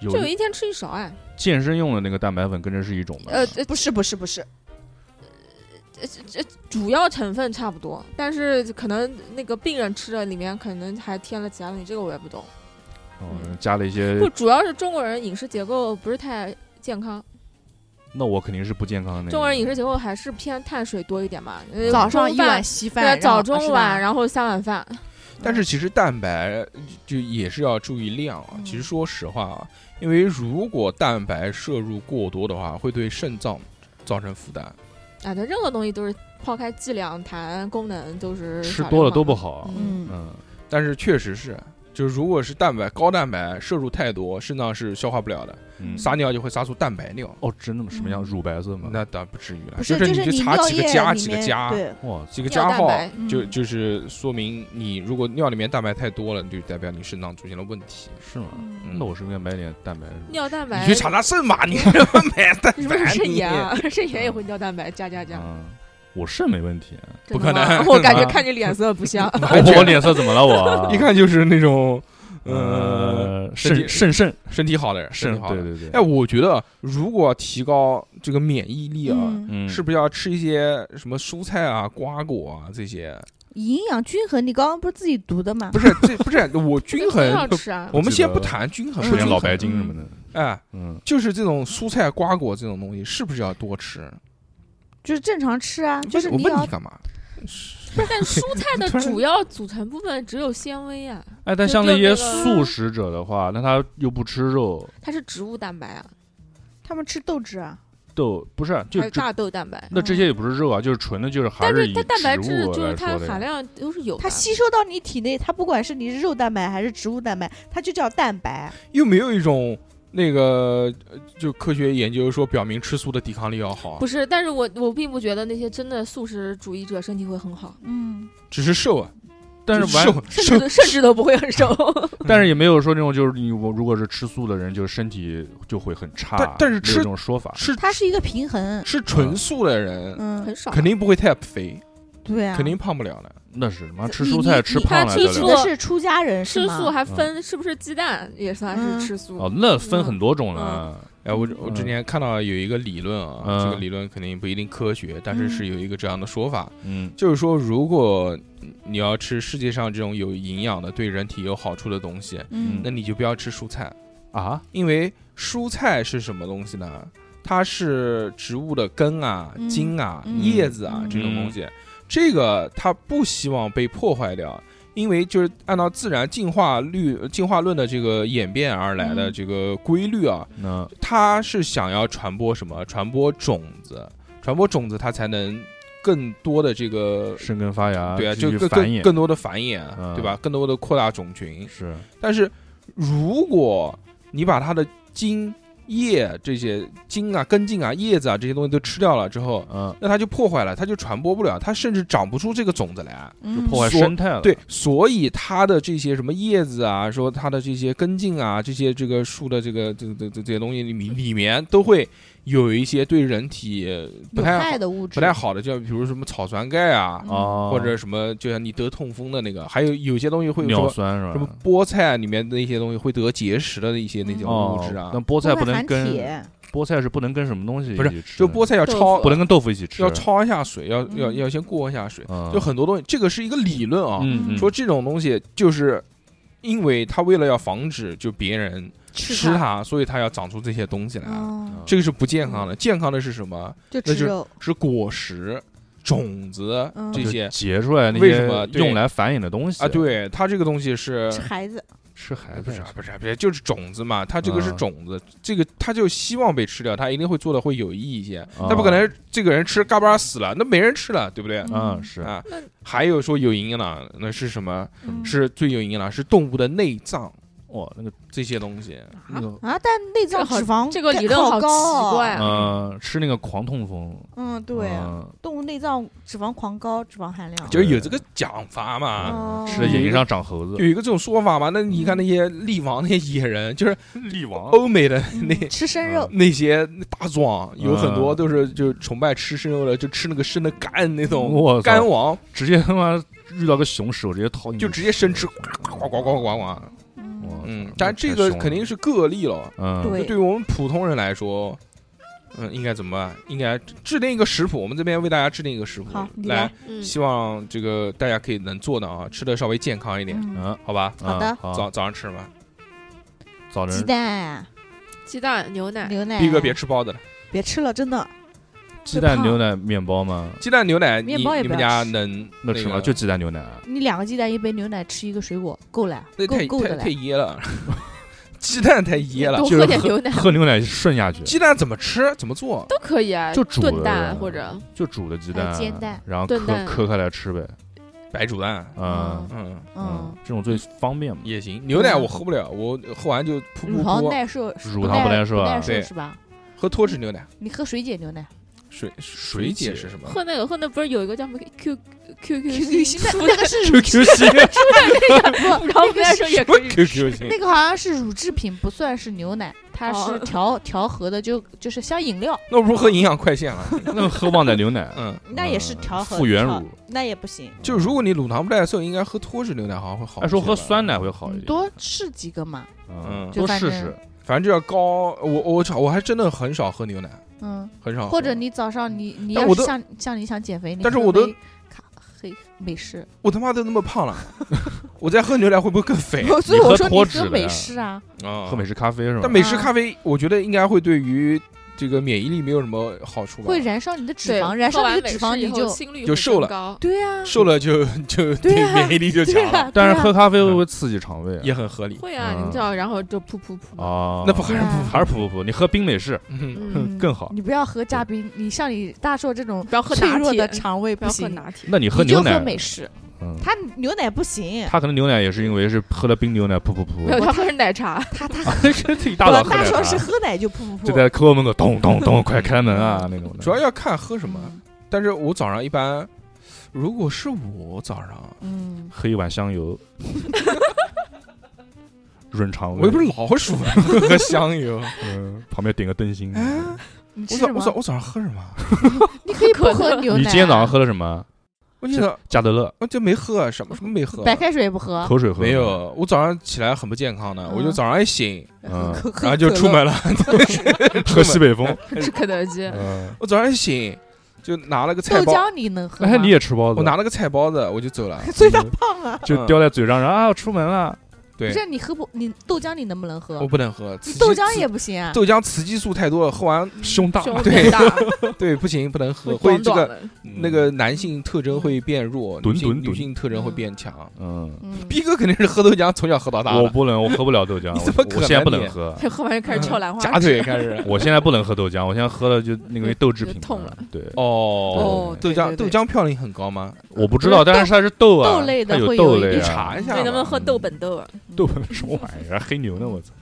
[SPEAKER 3] 有
[SPEAKER 4] 就有一天吃一勺哎。
[SPEAKER 3] 健身用的那个蛋白粉跟这是一种的。
[SPEAKER 4] 呃，这
[SPEAKER 2] 不是不是不是，
[SPEAKER 4] 主要成分差不多，但是可能那个病人吃的里面可能还添了其他东西，这个我也不懂。
[SPEAKER 3] 嗯，加了一些，
[SPEAKER 4] 不，主要是中国人饮食结构不是太健康，
[SPEAKER 3] 那我肯定是不健康的那个。
[SPEAKER 4] 中国人饮食结构还是偏碳水多一点嘛。呃
[SPEAKER 5] 早上
[SPEAKER 4] 中
[SPEAKER 5] 一
[SPEAKER 4] 饭
[SPEAKER 5] 碗稀饭，
[SPEAKER 4] 对，
[SPEAKER 5] 然后
[SPEAKER 4] 早中晚，，然后三碗饭。
[SPEAKER 1] 但是其实蛋白就也是要注意量啊。
[SPEAKER 2] 嗯
[SPEAKER 1] 其实说实话啊，因为如果蛋白摄入过多的话，会对肾脏造成负担。
[SPEAKER 4] 啊，对，任何东西都是抛开剂量谈功能，都是
[SPEAKER 3] 吃
[SPEAKER 4] 少
[SPEAKER 3] 多了
[SPEAKER 4] 量
[SPEAKER 3] 都不
[SPEAKER 4] 化
[SPEAKER 3] 好。
[SPEAKER 2] 嗯，
[SPEAKER 3] 嗯，
[SPEAKER 1] 但是确实是，就是如果是蛋白高蛋白摄入太多，肾脏是消化不了的，
[SPEAKER 3] 嗯
[SPEAKER 1] 撒尿就会撒出蛋白尿。
[SPEAKER 3] 哦，真的吗？什么样？
[SPEAKER 2] 嗯
[SPEAKER 3] 乳白色吗？
[SPEAKER 1] 那当然不至于了，
[SPEAKER 2] 不
[SPEAKER 1] 是
[SPEAKER 2] 就是
[SPEAKER 1] 就查
[SPEAKER 2] 尿
[SPEAKER 1] 几个
[SPEAKER 2] 液
[SPEAKER 1] 加
[SPEAKER 2] 里
[SPEAKER 1] 几个
[SPEAKER 2] 面
[SPEAKER 1] 加
[SPEAKER 2] 对，
[SPEAKER 3] 哇，
[SPEAKER 1] 几个
[SPEAKER 4] 尿
[SPEAKER 1] 加
[SPEAKER 4] 蛋
[SPEAKER 1] 号，
[SPEAKER 4] 白
[SPEAKER 1] 就
[SPEAKER 2] 嗯
[SPEAKER 1] 就是说明你如果尿里面蛋白太多了，就代表你肾脏出现了问题。
[SPEAKER 3] 是吗？
[SPEAKER 2] 嗯
[SPEAKER 1] 嗯
[SPEAKER 3] 那我是不是应该买点蛋白？
[SPEAKER 4] 尿蛋白，
[SPEAKER 1] 你去查查肾吧，你他 妈买蛋
[SPEAKER 4] 什么
[SPEAKER 1] 白
[SPEAKER 4] 是肾
[SPEAKER 1] 你
[SPEAKER 4] 炎啊？肾炎也会尿蛋白，加加加，
[SPEAKER 3] 嗯，我肾没问 题，
[SPEAKER 4] 真
[SPEAKER 1] 不
[SPEAKER 4] 的
[SPEAKER 1] 可
[SPEAKER 4] 吗
[SPEAKER 1] 能
[SPEAKER 4] 我感
[SPEAKER 3] 嗯
[SPEAKER 4] 觉看你脸色不像。
[SPEAKER 1] 完全
[SPEAKER 3] 我脸色怎么了？我
[SPEAKER 1] 一看就是那种，呃，
[SPEAKER 3] 呃，
[SPEAKER 1] 身体
[SPEAKER 3] 肾肾肾
[SPEAKER 1] 身体好的人，身体
[SPEAKER 3] 肾，
[SPEAKER 1] 好的
[SPEAKER 3] 对
[SPEAKER 1] 人。
[SPEAKER 3] 对对。
[SPEAKER 1] 哎，我觉得如果提高这个免疫力啊，
[SPEAKER 2] 嗯，
[SPEAKER 3] 嗯，
[SPEAKER 1] 是不是要吃一些什么蔬菜啊、瓜果啊这些？
[SPEAKER 2] 营养均衡，你刚刚不是自己读的吗
[SPEAKER 1] 不？是，这不是我均
[SPEAKER 4] 真
[SPEAKER 1] 衡
[SPEAKER 4] 要。吃啊！
[SPEAKER 1] 我们先
[SPEAKER 3] 这
[SPEAKER 1] 不
[SPEAKER 3] 个
[SPEAKER 1] 谈均衡
[SPEAKER 3] 吃
[SPEAKER 1] 不
[SPEAKER 3] 点
[SPEAKER 1] 均
[SPEAKER 3] 老
[SPEAKER 1] 衡
[SPEAKER 3] 白金什么的？
[SPEAKER 1] 哎，
[SPEAKER 3] 嗯，
[SPEAKER 1] 就是这种蔬菜、瓜果这种东西，是不是要多吃？
[SPEAKER 2] 就是正常吃啊，就是
[SPEAKER 1] 我
[SPEAKER 2] 你
[SPEAKER 1] 问
[SPEAKER 2] 要
[SPEAKER 1] 你 干嘛？
[SPEAKER 4] 但蔬 菜的主要组成部分只有纤维啊，
[SPEAKER 3] 哎，但
[SPEAKER 4] 就
[SPEAKER 3] 像
[SPEAKER 4] 就
[SPEAKER 3] 那些
[SPEAKER 4] 那个
[SPEAKER 3] 素食者的话，那他又不吃肉，
[SPEAKER 4] 它是植物蛋白啊，
[SPEAKER 2] 他们吃豆汁啊，
[SPEAKER 3] 豆不是啊就
[SPEAKER 4] 还有
[SPEAKER 3] 只
[SPEAKER 4] 大豆蛋白。
[SPEAKER 1] 嗯
[SPEAKER 3] 那这些也不是肉啊，就是纯的，就是还
[SPEAKER 4] 但
[SPEAKER 3] 是
[SPEAKER 4] 是
[SPEAKER 3] 以
[SPEAKER 4] 它蛋白
[SPEAKER 3] 植
[SPEAKER 4] 质
[SPEAKER 3] 物
[SPEAKER 4] 就是
[SPEAKER 3] 来
[SPEAKER 4] 它
[SPEAKER 3] 说的呀
[SPEAKER 4] 含量都是有的
[SPEAKER 2] 它。吸收到你体内，它不管是你是肉蛋白还是植物蛋白，它就叫蛋白。
[SPEAKER 1] 又没有一种那个呃就科学研究说表明吃素的抵抗力要好啊
[SPEAKER 4] 不，是，但是我我并不觉得那些真的素食主义者身体会很好，
[SPEAKER 2] 嗯，
[SPEAKER 1] 只是瘦啊，
[SPEAKER 3] 但
[SPEAKER 1] 就是
[SPEAKER 3] 完
[SPEAKER 1] 瘦
[SPEAKER 4] 甚
[SPEAKER 1] 瘦
[SPEAKER 4] 至甚至都不会 很瘦。
[SPEAKER 3] 但 是也没有说那种就是你我如果是吃素的人，就是身体就会很差，
[SPEAKER 1] 但但是
[SPEAKER 3] 没有
[SPEAKER 1] 吃
[SPEAKER 3] 这种说法，
[SPEAKER 1] 吃
[SPEAKER 2] 它是一个平衡。
[SPEAKER 1] 吃纯素的人
[SPEAKER 2] 嗯
[SPEAKER 4] 很，少，
[SPEAKER 1] 肯定不会太肥，
[SPEAKER 2] 对啊，
[SPEAKER 1] 肯定胖不了的。
[SPEAKER 3] 那是妈
[SPEAKER 4] 你
[SPEAKER 3] 吃
[SPEAKER 4] 你
[SPEAKER 3] 蔬菜
[SPEAKER 4] 你
[SPEAKER 3] 吃
[SPEAKER 4] 你
[SPEAKER 3] 胖了
[SPEAKER 4] 他
[SPEAKER 3] 得
[SPEAKER 4] 吃
[SPEAKER 2] 指
[SPEAKER 4] 素
[SPEAKER 3] 了
[SPEAKER 2] 的是出家人是
[SPEAKER 4] 吃
[SPEAKER 2] 吗？
[SPEAKER 4] 素还
[SPEAKER 1] 嗯
[SPEAKER 4] 分是不是鸡蛋也算
[SPEAKER 2] 嗯
[SPEAKER 4] 是吃素。
[SPEAKER 3] 哦，那分很多种了，
[SPEAKER 1] 哎，我我之
[SPEAKER 3] 嗯
[SPEAKER 1] 前看到有一个理论啊，
[SPEAKER 3] 嗯
[SPEAKER 1] 这个理论肯定不一定科学，但是是有一个这样的说法，
[SPEAKER 3] 嗯
[SPEAKER 1] 就是说如果你要吃世界上这种有营养的、对人体有好处的东西，
[SPEAKER 2] 嗯
[SPEAKER 1] 那你就不要吃蔬菜，
[SPEAKER 3] 啊，
[SPEAKER 1] 因为蔬菜是什么东西呢？它是植物的根啊、
[SPEAKER 2] 嗯
[SPEAKER 1] 茎啊、
[SPEAKER 2] 嗯
[SPEAKER 1] 叶子啊
[SPEAKER 2] 嗯
[SPEAKER 1] 这种东西，这个它不希望被破坏掉，因为就是按照自然进化律、进化论的这个演变而来的
[SPEAKER 2] 嗯
[SPEAKER 1] 这个规律啊，
[SPEAKER 3] 那
[SPEAKER 1] 它是想要传播什么？传播种子，传播种子，它才能更多的这个。
[SPEAKER 3] 生根发芽，
[SPEAKER 1] 对啊，
[SPEAKER 3] 继
[SPEAKER 1] 就
[SPEAKER 3] 续
[SPEAKER 1] 更
[SPEAKER 3] 繁
[SPEAKER 1] 更
[SPEAKER 3] 衍
[SPEAKER 1] 更多的繁衍，
[SPEAKER 3] 嗯
[SPEAKER 1] 对吧？更多的扩大种群，
[SPEAKER 3] 是
[SPEAKER 1] 但是如果你把它的茎、叶这些茎啊、根茎啊、叶子啊这些东西都吃掉了之后，
[SPEAKER 3] 嗯，
[SPEAKER 1] 那它就破坏了，它就传播不了，它甚至长不出这个种子来。
[SPEAKER 3] 就
[SPEAKER 2] 嗯
[SPEAKER 3] 破坏
[SPEAKER 1] 所
[SPEAKER 3] 生态了，
[SPEAKER 1] 对，所以它的这些什么叶子啊，说它的这些根茎啊，这些这个树的这个这个这个这这些东西里面里面都会有一些对人体呃不
[SPEAKER 2] 有
[SPEAKER 1] 太
[SPEAKER 2] 害
[SPEAKER 1] 好
[SPEAKER 2] 的物质，
[SPEAKER 1] 不太好的，就比如什么草酸钙啊，
[SPEAKER 3] 啊，
[SPEAKER 1] 或者什么，就像你得痛风的那个，还有有些东西会有什
[SPEAKER 3] 尿
[SPEAKER 1] 么
[SPEAKER 3] 酸是
[SPEAKER 1] 什么
[SPEAKER 3] 吧？
[SPEAKER 1] 菠菜里面的一些东西会得结石的一些那
[SPEAKER 2] 嗯
[SPEAKER 1] 种
[SPEAKER 3] 哦
[SPEAKER 1] 物质啊，
[SPEAKER 3] 但
[SPEAKER 2] 不会
[SPEAKER 3] 菠菜不能
[SPEAKER 2] 含
[SPEAKER 3] 跟
[SPEAKER 2] 铁，
[SPEAKER 3] 菠菜是不能跟什么东西一
[SPEAKER 1] 不是
[SPEAKER 3] 起吃
[SPEAKER 1] 就
[SPEAKER 3] 的，
[SPEAKER 1] 菠菜要
[SPEAKER 2] 豆
[SPEAKER 1] 焯，
[SPEAKER 2] 腐
[SPEAKER 3] 不能跟豆腐一起吃，
[SPEAKER 1] 要焯一下水，要要
[SPEAKER 2] 嗯
[SPEAKER 1] 要先过一下水，
[SPEAKER 3] 嗯，
[SPEAKER 1] 就很多东西，这个是一个理论啊，
[SPEAKER 3] 嗯嗯
[SPEAKER 1] 说这种东西就是因为他为了要防止就别人吃
[SPEAKER 6] 它，
[SPEAKER 1] 它，所以它要长出这些东西来，
[SPEAKER 2] 嗯
[SPEAKER 3] 嗯
[SPEAKER 6] 哦，
[SPEAKER 1] 这个是不健康的。健康的是什么？
[SPEAKER 6] 就
[SPEAKER 1] 那
[SPEAKER 6] 吃
[SPEAKER 1] 就
[SPEAKER 6] 肉，
[SPEAKER 1] 是果实、种子
[SPEAKER 6] 嗯
[SPEAKER 1] 这
[SPEAKER 3] 就
[SPEAKER 1] 些
[SPEAKER 3] 结出来那
[SPEAKER 1] 为
[SPEAKER 3] 些
[SPEAKER 1] 什么对
[SPEAKER 3] 用来繁衍的东西
[SPEAKER 1] 啊。，对，它这个东西是
[SPEAKER 6] 吃孩子，
[SPEAKER 3] 吃孩
[SPEAKER 1] 不
[SPEAKER 3] 子
[SPEAKER 1] 是
[SPEAKER 3] 呀
[SPEAKER 1] 不是不是，就是种子嘛，它这个是
[SPEAKER 3] 嗯
[SPEAKER 1] 种子，这个它就希望被吃掉，它一定会做的会有意义一些，
[SPEAKER 3] 哦
[SPEAKER 1] 它啊不可能这个人吃嘎巴死了，那没人吃了，对不对？
[SPEAKER 3] 嗯是
[SPEAKER 1] 啊
[SPEAKER 4] 那，
[SPEAKER 1] 还有说有营养，那是什么？
[SPEAKER 4] 嗯
[SPEAKER 1] 是最有营养，是动物的内脏
[SPEAKER 3] 哇那个
[SPEAKER 1] 这些东西。
[SPEAKER 3] 那个
[SPEAKER 6] 啊，但内脏
[SPEAKER 4] 这个好
[SPEAKER 6] 脂肪
[SPEAKER 4] 这个
[SPEAKER 6] 感
[SPEAKER 4] 理论好
[SPEAKER 6] 高哦
[SPEAKER 4] 奇怪，啊！
[SPEAKER 3] 呃吃那个狂痛风，
[SPEAKER 6] 嗯，对，
[SPEAKER 2] 啊
[SPEAKER 3] 嗯
[SPEAKER 6] 动物内脏脂肪狂高，脂肪含量
[SPEAKER 1] 就是有这个讲法嘛，
[SPEAKER 6] 哦
[SPEAKER 3] 吃的
[SPEAKER 2] 嗯
[SPEAKER 3] 眼睛上长猴子
[SPEAKER 1] 有，一个这种说法嘛。那你看那些力王那些野人，就是
[SPEAKER 3] 力王
[SPEAKER 1] 欧美的 那
[SPEAKER 6] 吃生
[SPEAKER 3] 嗯嗯
[SPEAKER 6] 肉，
[SPEAKER 1] 那些大壮，有很多
[SPEAKER 3] 嗯
[SPEAKER 1] 都是就崇拜吃生肉的，就吃那个生的干那种
[SPEAKER 3] 我操
[SPEAKER 1] 干王，
[SPEAKER 3] 直接他妈遇到个熊屎，我直接掏你
[SPEAKER 1] 就直接生吃，呱呱呱呱呱呱。
[SPEAKER 3] 哦
[SPEAKER 6] 嗯，
[SPEAKER 1] 嗯，但这个肯定
[SPEAKER 3] 是
[SPEAKER 1] 是个例了。
[SPEAKER 3] 嗯
[SPEAKER 6] 对
[SPEAKER 1] 就对于我们普通人来说，嗯，应该怎么办？应该制定一个食谱。我们这边为大家制定一个食谱
[SPEAKER 6] 好，你
[SPEAKER 1] 来
[SPEAKER 6] 来，
[SPEAKER 4] 嗯，
[SPEAKER 1] 希望这个大家可以能做到啊，吃的稍微健康一点，
[SPEAKER 6] 嗯
[SPEAKER 3] 嗯
[SPEAKER 1] 好吧？
[SPEAKER 6] 好的
[SPEAKER 3] 早
[SPEAKER 1] 早早上吃什么？
[SPEAKER 3] 早
[SPEAKER 6] 鸡
[SPEAKER 3] 晨
[SPEAKER 6] 蛋、
[SPEAKER 4] 鸡蛋、牛奶，
[SPEAKER 6] 牛奶，
[SPEAKER 1] 逼哥别吃包子了，
[SPEAKER 6] 别吃了，真的，
[SPEAKER 3] 鸡蛋
[SPEAKER 6] 会胖
[SPEAKER 3] 牛奶面包吗？
[SPEAKER 1] 鸡蛋牛奶，你
[SPEAKER 6] 面包也
[SPEAKER 1] 你
[SPEAKER 6] 不
[SPEAKER 1] 们
[SPEAKER 6] 要
[SPEAKER 1] 家
[SPEAKER 6] 吃
[SPEAKER 1] 能
[SPEAKER 3] 那
[SPEAKER 1] 个
[SPEAKER 3] 吃吗？就鸡蛋牛奶啊，
[SPEAKER 2] 你两个鸡蛋，一杯牛奶，吃一个水果，够了，
[SPEAKER 1] 那
[SPEAKER 2] 够
[SPEAKER 1] 太
[SPEAKER 2] 够
[SPEAKER 1] 太
[SPEAKER 2] 的
[SPEAKER 1] 太
[SPEAKER 2] 了。
[SPEAKER 1] 噎了， 鸡蛋太噎了
[SPEAKER 4] 多。
[SPEAKER 3] 就是
[SPEAKER 4] 喝点牛奶
[SPEAKER 3] 喝牛奶顺下去，
[SPEAKER 1] 鸡蛋怎么吃？怎么做？
[SPEAKER 4] 都可以啊，
[SPEAKER 3] 就煮
[SPEAKER 4] 炖
[SPEAKER 3] 了
[SPEAKER 4] 蛋或者
[SPEAKER 3] 就煮的鸡
[SPEAKER 2] 还
[SPEAKER 3] 蛋，
[SPEAKER 2] 有煎蛋
[SPEAKER 3] 然后
[SPEAKER 4] 炖
[SPEAKER 3] 磕
[SPEAKER 4] 蛋
[SPEAKER 3] 磕开来吃呗，
[SPEAKER 1] 白煮蛋，
[SPEAKER 3] 嗯
[SPEAKER 1] 嗯，
[SPEAKER 2] 嗯，
[SPEAKER 3] 这种最方便嘛。
[SPEAKER 1] 也行。牛奶我喝不了，我喝完就噗噗
[SPEAKER 2] 乳糖
[SPEAKER 1] 噗。
[SPEAKER 2] 耐受，
[SPEAKER 3] 乳糖不耐受
[SPEAKER 2] 不
[SPEAKER 3] 啊
[SPEAKER 2] 耐
[SPEAKER 1] 对
[SPEAKER 2] 受是吧？
[SPEAKER 1] 喝脱脂牛奶，
[SPEAKER 2] 你喝水解 牛奶，
[SPEAKER 1] 水水解是什么？
[SPEAKER 4] 喝那个喝那不是有一个叫什么 Q Q Q 心
[SPEAKER 2] 那那个是
[SPEAKER 3] Q Q 系
[SPEAKER 2] 不
[SPEAKER 4] 然后不耐受也可以
[SPEAKER 1] QQ 型
[SPEAKER 2] 那个好像是乳制品，不算是牛奶，它是
[SPEAKER 4] 哦
[SPEAKER 2] 调调和的，就就是像饮料，
[SPEAKER 1] 那我不是喝营养快线了？
[SPEAKER 3] 那个喝旺仔牛奶，
[SPEAKER 1] 嗯，
[SPEAKER 6] 那也是调和
[SPEAKER 3] 复原
[SPEAKER 6] 调
[SPEAKER 3] 乳。
[SPEAKER 6] 那也不行，
[SPEAKER 1] 就如果你乳糖不耐受，应该喝脱脂牛奶好像会好。
[SPEAKER 3] 按说喝酸奶，会好一
[SPEAKER 2] 你嗯
[SPEAKER 3] 点，
[SPEAKER 2] 多试几个嘛。
[SPEAKER 1] 嗯
[SPEAKER 3] 嗯，
[SPEAKER 2] 就
[SPEAKER 3] 多
[SPEAKER 2] 反
[SPEAKER 3] 试
[SPEAKER 2] 正
[SPEAKER 3] 试。
[SPEAKER 1] 反正就要高。我我操，我还真的很少喝牛奶，
[SPEAKER 2] 嗯，
[SPEAKER 1] 很
[SPEAKER 3] 哦
[SPEAKER 1] 少喝。
[SPEAKER 2] 或者你早上你你
[SPEAKER 1] 但
[SPEAKER 2] 要
[SPEAKER 1] 我
[SPEAKER 2] 是
[SPEAKER 1] 都
[SPEAKER 2] 像像你想减肥，你
[SPEAKER 1] 但是
[SPEAKER 2] 喝
[SPEAKER 1] 我都
[SPEAKER 2] 杯咖黑美式，
[SPEAKER 1] 我他妈都那么胖了， 我再喝牛奶会不会更 肥
[SPEAKER 2] 所以
[SPEAKER 3] 哎喝
[SPEAKER 2] 我说你
[SPEAKER 3] 脱脂
[SPEAKER 2] 喝
[SPEAKER 3] 了
[SPEAKER 2] 美
[SPEAKER 3] 呀
[SPEAKER 2] 式啊，
[SPEAKER 1] 啊？
[SPEAKER 3] 喝美式咖啡是吗
[SPEAKER 1] 但？美式咖啡，我觉得应该会对于这个免疫力没有什么好处吧？
[SPEAKER 2] 会燃烧你的脂
[SPEAKER 4] 对
[SPEAKER 2] 肪，燃
[SPEAKER 4] 喝
[SPEAKER 2] 烧
[SPEAKER 4] 完
[SPEAKER 2] 你的
[SPEAKER 4] 美
[SPEAKER 2] 脂
[SPEAKER 4] 式
[SPEAKER 2] 肪
[SPEAKER 4] 以
[SPEAKER 2] 你
[SPEAKER 4] 后
[SPEAKER 2] 就
[SPEAKER 4] 心率
[SPEAKER 1] 就
[SPEAKER 4] 会
[SPEAKER 1] 瘦
[SPEAKER 4] 更
[SPEAKER 1] 了
[SPEAKER 4] 高
[SPEAKER 2] 对啊，
[SPEAKER 1] 瘦了就就
[SPEAKER 2] 对啊
[SPEAKER 1] 免疫力就
[SPEAKER 2] 对
[SPEAKER 1] 强
[SPEAKER 2] 啊
[SPEAKER 1] 了，，
[SPEAKER 3] 但是
[SPEAKER 2] 对啊
[SPEAKER 3] 喝咖啡会不会刺激肠胃啊？
[SPEAKER 1] 也很合理
[SPEAKER 4] 会啊，
[SPEAKER 3] 嗯
[SPEAKER 4] 你知道，然后就噗噗噗嘛，
[SPEAKER 3] 哦，
[SPEAKER 1] 那不还是不
[SPEAKER 3] 还是普普普，你喝冰美式
[SPEAKER 1] 啊嗯，
[SPEAKER 4] 嗯，
[SPEAKER 3] 更好。
[SPEAKER 2] 你不要喝加冰，你像你大硕这种
[SPEAKER 4] 不 要喝
[SPEAKER 2] 脆
[SPEAKER 4] 拿
[SPEAKER 2] 弱的
[SPEAKER 4] 铁，
[SPEAKER 2] 肠胃
[SPEAKER 4] 不
[SPEAKER 2] 不
[SPEAKER 4] 要喝
[SPEAKER 2] 行，
[SPEAKER 4] 拿铁，
[SPEAKER 3] 那你喝
[SPEAKER 2] 你就
[SPEAKER 3] 牛
[SPEAKER 2] 喝
[SPEAKER 3] 奶，
[SPEAKER 2] 美式，
[SPEAKER 3] 嗯，
[SPEAKER 6] 他牛奶不行，
[SPEAKER 3] 他可能牛奶也是因为是喝了冰牛奶，噗噗
[SPEAKER 4] 没有，
[SPEAKER 3] 噗，
[SPEAKER 4] 他喝是奶茶，
[SPEAKER 6] 他 他
[SPEAKER 3] 啊，这这一大早喝啊
[SPEAKER 6] 大
[SPEAKER 3] 奶
[SPEAKER 6] 硕
[SPEAKER 3] 茶
[SPEAKER 6] 是，喝奶就噗噗
[SPEAKER 3] 就
[SPEAKER 6] 噗，
[SPEAKER 3] 在客户门口咚咚咚，快开门啊那种的。
[SPEAKER 1] 主要要看喝什么。
[SPEAKER 2] 嗯
[SPEAKER 1] 但是我早上一般，如果是我早上，
[SPEAKER 2] 嗯，
[SPEAKER 3] 喝一碗香油， 润肠胃。
[SPEAKER 1] 我又不是老鼠，啊喝 香油。
[SPEAKER 3] 嗯，旁边点个灯芯。
[SPEAKER 2] 你 吃
[SPEAKER 1] 我早我
[SPEAKER 2] 什
[SPEAKER 1] 早
[SPEAKER 2] 么？
[SPEAKER 1] 我早上喝什么？
[SPEAKER 2] 你可以不
[SPEAKER 4] 可
[SPEAKER 2] 喝
[SPEAKER 4] 乐
[SPEAKER 2] 牛奶啊，
[SPEAKER 3] 你今天早上喝了什么？
[SPEAKER 1] 我记得
[SPEAKER 3] 加德乐，
[SPEAKER 1] 我就没喝，什么什么没喝。
[SPEAKER 2] 白开水也不喝，
[SPEAKER 3] 口水喝了吗
[SPEAKER 1] 没。有，我早上起来很不健康的，
[SPEAKER 2] 嗯
[SPEAKER 1] 我就早上一醒，
[SPEAKER 3] 嗯，
[SPEAKER 6] 可可
[SPEAKER 1] 然后就出，门了。
[SPEAKER 3] 喝西北风。
[SPEAKER 4] 是肯德基，
[SPEAKER 3] 嗯，
[SPEAKER 1] 我早上一醒，就拿了个
[SPEAKER 2] 豆
[SPEAKER 1] 菜包，
[SPEAKER 2] 浆你能喝吗？
[SPEAKER 3] 哎，你也吃包子？
[SPEAKER 1] 我 拿了个菜包子，我就走了。
[SPEAKER 6] 所以
[SPEAKER 3] 嗯
[SPEAKER 6] 他胖啊，
[SPEAKER 1] 嗯
[SPEAKER 3] 就叼在嘴上，然后啊，我出门了。
[SPEAKER 2] 不
[SPEAKER 1] 对，
[SPEAKER 2] 是你喝不？你豆浆你能不能喝
[SPEAKER 1] 我？不能喝，雌
[SPEAKER 2] 你
[SPEAKER 1] 激
[SPEAKER 2] 豆浆也
[SPEAKER 1] 雌
[SPEAKER 2] 不行啊。
[SPEAKER 1] 豆浆雌激素太多了，喝完
[SPEAKER 3] 胸大
[SPEAKER 4] 胸
[SPEAKER 1] 对
[SPEAKER 4] 很大，
[SPEAKER 1] 对不行，不能喝，会
[SPEAKER 4] 短
[SPEAKER 1] 这
[SPEAKER 4] 短
[SPEAKER 1] 个
[SPEAKER 4] 的，
[SPEAKER 1] 那个男性特征会变弱，
[SPEAKER 3] 蹲
[SPEAKER 1] 女性
[SPEAKER 3] 蹲蹲
[SPEAKER 1] 女性特征会变强。
[SPEAKER 3] 嗯，
[SPEAKER 2] 嗯，
[SPEAKER 1] 逼哥肯定是喝豆浆从小喝到大
[SPEAKER 3] 我
[SPEAKER 1] 的，
[SPEAKER 3] 不能，我喝不了豆浆。
[SPEAKER 1] 你怎么
[SPEAKER 3] 我
[SPEAKER 1] 可能
[SPEAKER 3] 我现在不
[SPEAKER 1] 你
[SPEAKER 3] 能喝。
[SPEAKER 4] 就喝完就开始翘兰
[SPEAKER 3] 嗯
[SPEAKER 4] 花
[SPEAKER 1] 夹腿开 始。
[SPEAKER 3] 我现在不能喝豆浆，我现在喝了就那个豆制品
[SPEAKER 4] 就痛了。
[SPEAKER 3] 对，
[SPEAKER 1] 哦豆
[SPEAKER 4] 哦，对
[SPEAKER 1] 浆
[SPEAKER 4] 对
[SPEAKER 1] 豆
[SPEAKER 4] 对
[SPEAKER 1] 浆嘌呤很高吗？
[SPEAKER 3] 我不知道，但是它是豆啊，
[SPEAKER 2] 豆类的
[SPEAKER 3] 它有
[SPEAKER 2] 会
[SPEAKER 3] 豆
[SPEAKER 2] 有一
[SPEAKER 3] 类
[SPEAKER 1] 你
[SPEAKER 2] 点
[SPEAKER 3] 啊。
[SPEAKER 1] 查一下
[SPEAKER 4] 所
[SPEAKER 1] 吧，
[SPEAKER 4] 以能不能喝豆本豆啊？
[SPEAKER 3] 豆粉什么玩意儿？黑牛呢？我操！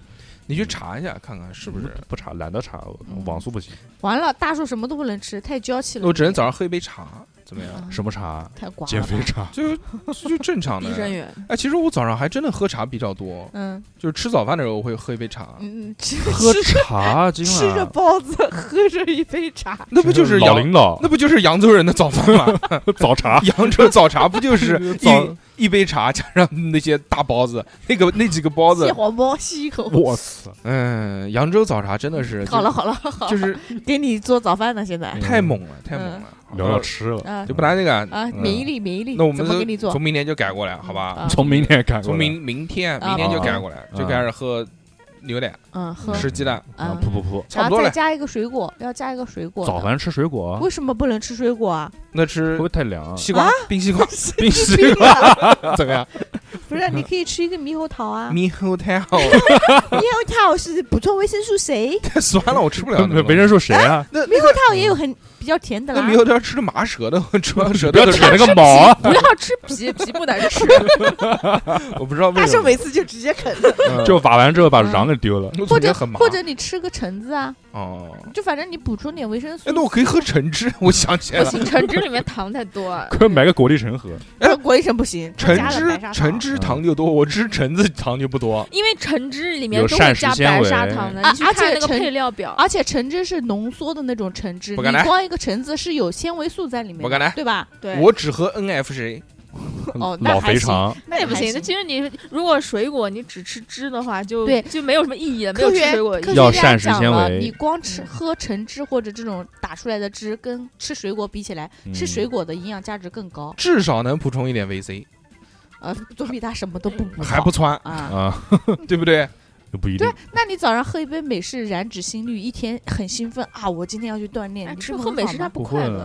[SPEAKER 1] 你去查一下看看是不是？
[SPEAKER 3] 不查？懒得查，我
[SPEAKER 2] 嗯
[SPEAKER 3] 网速不行。嗯
[SPEAKER 2] 完了，大树什么都不能吃，太娇气了。
[SPEAKER 1] 我只能
[SPEAKER 2] 你嗯
[SPEAKER 1] 早上喝一杯茶，怎么
[SPEAKER 4] 嗯
[SPEAKER 1] 样？
[SPEAKER 3] 什么茶？
[SPEAKER 7] 太寡
[SPEAKER 3] 减
[SPEAKER 7] 了
[SPEAKER 3] 肥
[SPEAKER 7] 吧。
[SPEAKER 3] 茶。
[SPEAKER 1] 就就就正常
[SPEAKER 4] 碧参
[SPEAKER 1] 的。
[SPEAKER 4] 园，
[SPEAKER 1] 哎，其实我早上还真的喝茶比较多，
[SPEAKER 7] 嗯
[SPEAKER 1] 就是吃早饭的时候我会喝一杯茶。
[SPEAKER 7] 嗯，吃
[SPEAKER 3] 喝
[SPEAKER 7] 吃
[SPEAKER 3] 茶，今
[SPEAKER 7] 吃着
[SPEAKER 3] 晚
[SPEAKER 7] 包子，喝着一杯茶，
[SPEAKER 1] 那不就是
[SPEAKER 3] 老
[SPEAKER 1] 扬
[SPEAKER 3] 领 导
[SPEAKER 1] 那不就是扬州人的早饭 吗？
[SPEAKER 3] 早 茶？
[SPEAKER 1] 扬州早茶不就是
[SPEAKER 3] 早
[SPEAKER 1] 一一杯茶加上那些大包子， 那个那几个包
[SPEAKER 7] 蟹
[SPEAKER 1] 子，
[SPEAKER 7] 黄包吸一口。
[SPEAKER 3] 我操！
[SPEAKER 1] 嗯，扬州早茶真的是就
[SPEAKER 2] 好了好了好了，
[SPEAKER 1] 就是
[SPEAKER 2] 给你做早饭呢，现在
[SPEAKER 1] 太猛了，太猛了，
[SPEAKER 4] 嗯
[SPEAKER 3] 聊聊 吃了，
[SPEAKER 2] 啊
[SPEAKER 1] 就不来那个，
[SPEAKER 2] 啊，免疫力免疫力，
[SPEAKER 1] 嗯那我们
[SPEAKER 2] 怎么
[SPEAKER 1] 就
[SPEAKER 2] 给你做？
[SPEAKER 1] 从明年就改过来，好吧？
[SPEAKER 2] 啊
[SPEAKER 3] 从明天开始，
[SPEAKER 1] 从明明天明天就改过来，
[SPEAKER 3] 嗯
[SPEAKER 1] 就开始喝牛奶，
[SPEAKER 2] 嗯喝，
[SPEAKER 1] 吃鸡蛋，
[SPEAKER 2] 啊
[SPEAKER 3] 啊，噗噗噗，
[SPEAKER 1] 差
[SPEAKER 7] 然
[SPEAKER 1] 不
[SPEAKER 7] 后再
[SPEAKER 1] 多了。啊
[SPEAKER 7] 加一个水果，要加一个水果的。
[SPEAKER 3] 早饭吃水果，
[SPEAKER 7] 为什么不能吃水果 啊？
[SPEAKER 1] 那
[SPEAKER 3] 会
[SPEAKER 1] 吃
[SPEAKER 3] 不会太凉啊？
[SPEAKER 1] 西瓜
[SPEAKER 7] 啊，
[SPEAKER 1] 冰西瓜，
[SPEAKER 3] 冰
[SPEAKER 7] 吃
[SPEAKER 3] 淇
[SPEAKER 7] 冰啊
[SPEAKER 1] 怎么样？
[SPEAKER 7] 不是，你可以吃一个猕猴桃啊。猕
[SPEAKER 1] 猕猴桃
[SPEAKER 7] 猴桃是补充维生素 C，
[SPEAKER 1] 太酸了，我吃不了。
[SPEAKER 3] 淋，没人说谁啊？
[SPEAKER 1] 那那
[SPEAKER 7] 猕
[SPEAKER 1] 个
[SPEAKER 7] 猴桃也有很比较甜的
[SPEAKER 1] 那
[SPEAKER 7] 啦。
[SPEAKER 1] 猕猴桃吃麻舌的， 我吃完舌
[SPEAKER 3] 不要
[SPEAKER 1] 头都
[SPEAKER 3] 扯那个毛啊！
[SPEAKER 4] 不要吃皮，皮不能 吃。
[SPEAKER 1] 我不知道为
[SPEAKER 7] 他
[SPEAKER 1] 什
[SPEAKER 7] 是
[SPEAKER 1] 么，
[SPEAKER 7] 每次就直接啃的。
[SPEAKER 1] 嗯
[SPEAKER 3] 就挖完之后把瓤给 丢了。
[SPEAKER 1] 我总
[SPEAKER 2] 或
[SPEAKER 1] 觉
[SPEAKER 2] 者
[SPEAKER 1] 得很麻
[SPEAKER 2] 或者你吃个橙子啊，
[SPEAKER 1] 哦。
[SPEAKER 2] 就反正你补充点维生素
[SPEAKER 1] 哎，。那我可以喝橙汁， 我想起来
[SPEAKER 4] 不
[SPEAKER 1] 了，
[SPEAKER 4] 行，橙汁里面糖太多啊。
[SPEAKER 3] 快买个果粒橙喝，
[SPEAKER 1] 哎
[SPEAKER 7] 果一生不行，
[SPEAKER 1] 橙
[SPEAKER 7] 加了白
[SPEAKER 1] 汁
[SPEAKER 7] 砂糖
[SPEAKER 1] 橙汁糖就多，我吃橙子糖就不多。
[SPEAKER 4] 因为橙汁里面
[SPEAKER 3] 有
[SPEAKER 4] 都
[SPEAKER 3] 膳
[SPEAKER 4] 会
[SPEAKER 3] 食
[SPEAKER 4] 加
[SPEAKER 3] 纤
[SPEAKER 4] 白
[SPEAKER 3] 维
[SPEAKER 4] 砂糖的，
[SPEAKER 2] 啊
[SPEAKER 4] 你去
[SPEAKER 2] 而且啊
[SPEAKER 4] 看那个
[SPEAKER 2] 橙
[SPEAKER 4] 配料表，
[SPEAKER 2] 而且橙汁是浓缩的那种橙汁，
[SPEAKER 1] 不敢来
[SPEAKER 2] 你光一个橙子是有纤维素在里面的，
[SPEAKER 1] 不敢来
[SPEAKER 2] 对吧？对，
[SPEAKER 1] 我只喝 NFJ，
[SPEAKER 2] 哦，那
[SPEAKER 3] 老
[SPEAKER 2] 还
[SPEAKER 3] 肥
[SPEAKER 2] 行。
[SPEAKER 3] 肠，
[SPEAKER 4] 那也不
[SPEAKER 2] 还
[SPEAKER 4] 行。
[SPEAKER 2] 行
[SPEAKER 4] 那其实你如果水果你只吃汁的话，就
[SPEAKER 2] 对
[SPEAKER 4] 就没有什么意义了，没
[SPEAKER 2] 科
[SPEAKER 4] 有吃
[SPEAKER 2] 学
[SPEAKER 4] 水果的意
[SPEAKER 2] 科
[SPEAKER 4] 义。
[SPEAKER 3] 要
[SPEAKER 2] 学家
[SPEAKER 3] 膳食
[SPEAKER 2] 讲
[SPEAKER 3] 纤
[SPEAKER 2] 了，
[SPEAKER 3] 维
[SPEAKER 2] 你光吃
[SPEAKER 4] 嗯
[SPEAKER 2] 喝橙汁或者这种打出来的汁，跟吃水果比起来，
[SPEAKER 3] 嗯
[SPEAKER 2] 吃水
[SPEAKER 1] 嗯
[SPEAKER 2] 果的营养价值更高，
[SPEAKER 1] 至少能补充一点 VC，
[SPEAKER 2] 呃，总比它什么都不补
[SPEAKER 1] 还不
[SPEAKER 2] 好
[SPEAKER 1] 窜，
[SPEAKER 2] 啊。
[SPEAKER 3] 啊，
[SPEAKER 1] 对不对？
[SPEAKER 3] 又不一定
[SPEAKER 2] 对。，啊那你早上喝一杯美式燃脂心率，一天很兴奋啊！我今天要去锻炼，
[SPEAKER 4] 哎，
[SPEAKER 2] 你
[SPEAKER 4] 吃
[SPEAKER 2] 不是
[SPEAKER 4] 喝
[SPEAKER 2] 很
[SPEAKER 4] 美
[SPEAKER 2] 好
[SPEAKER 4] 式它
[SPEAKER 2] 吗
[SPEAKER 4] 不快乐。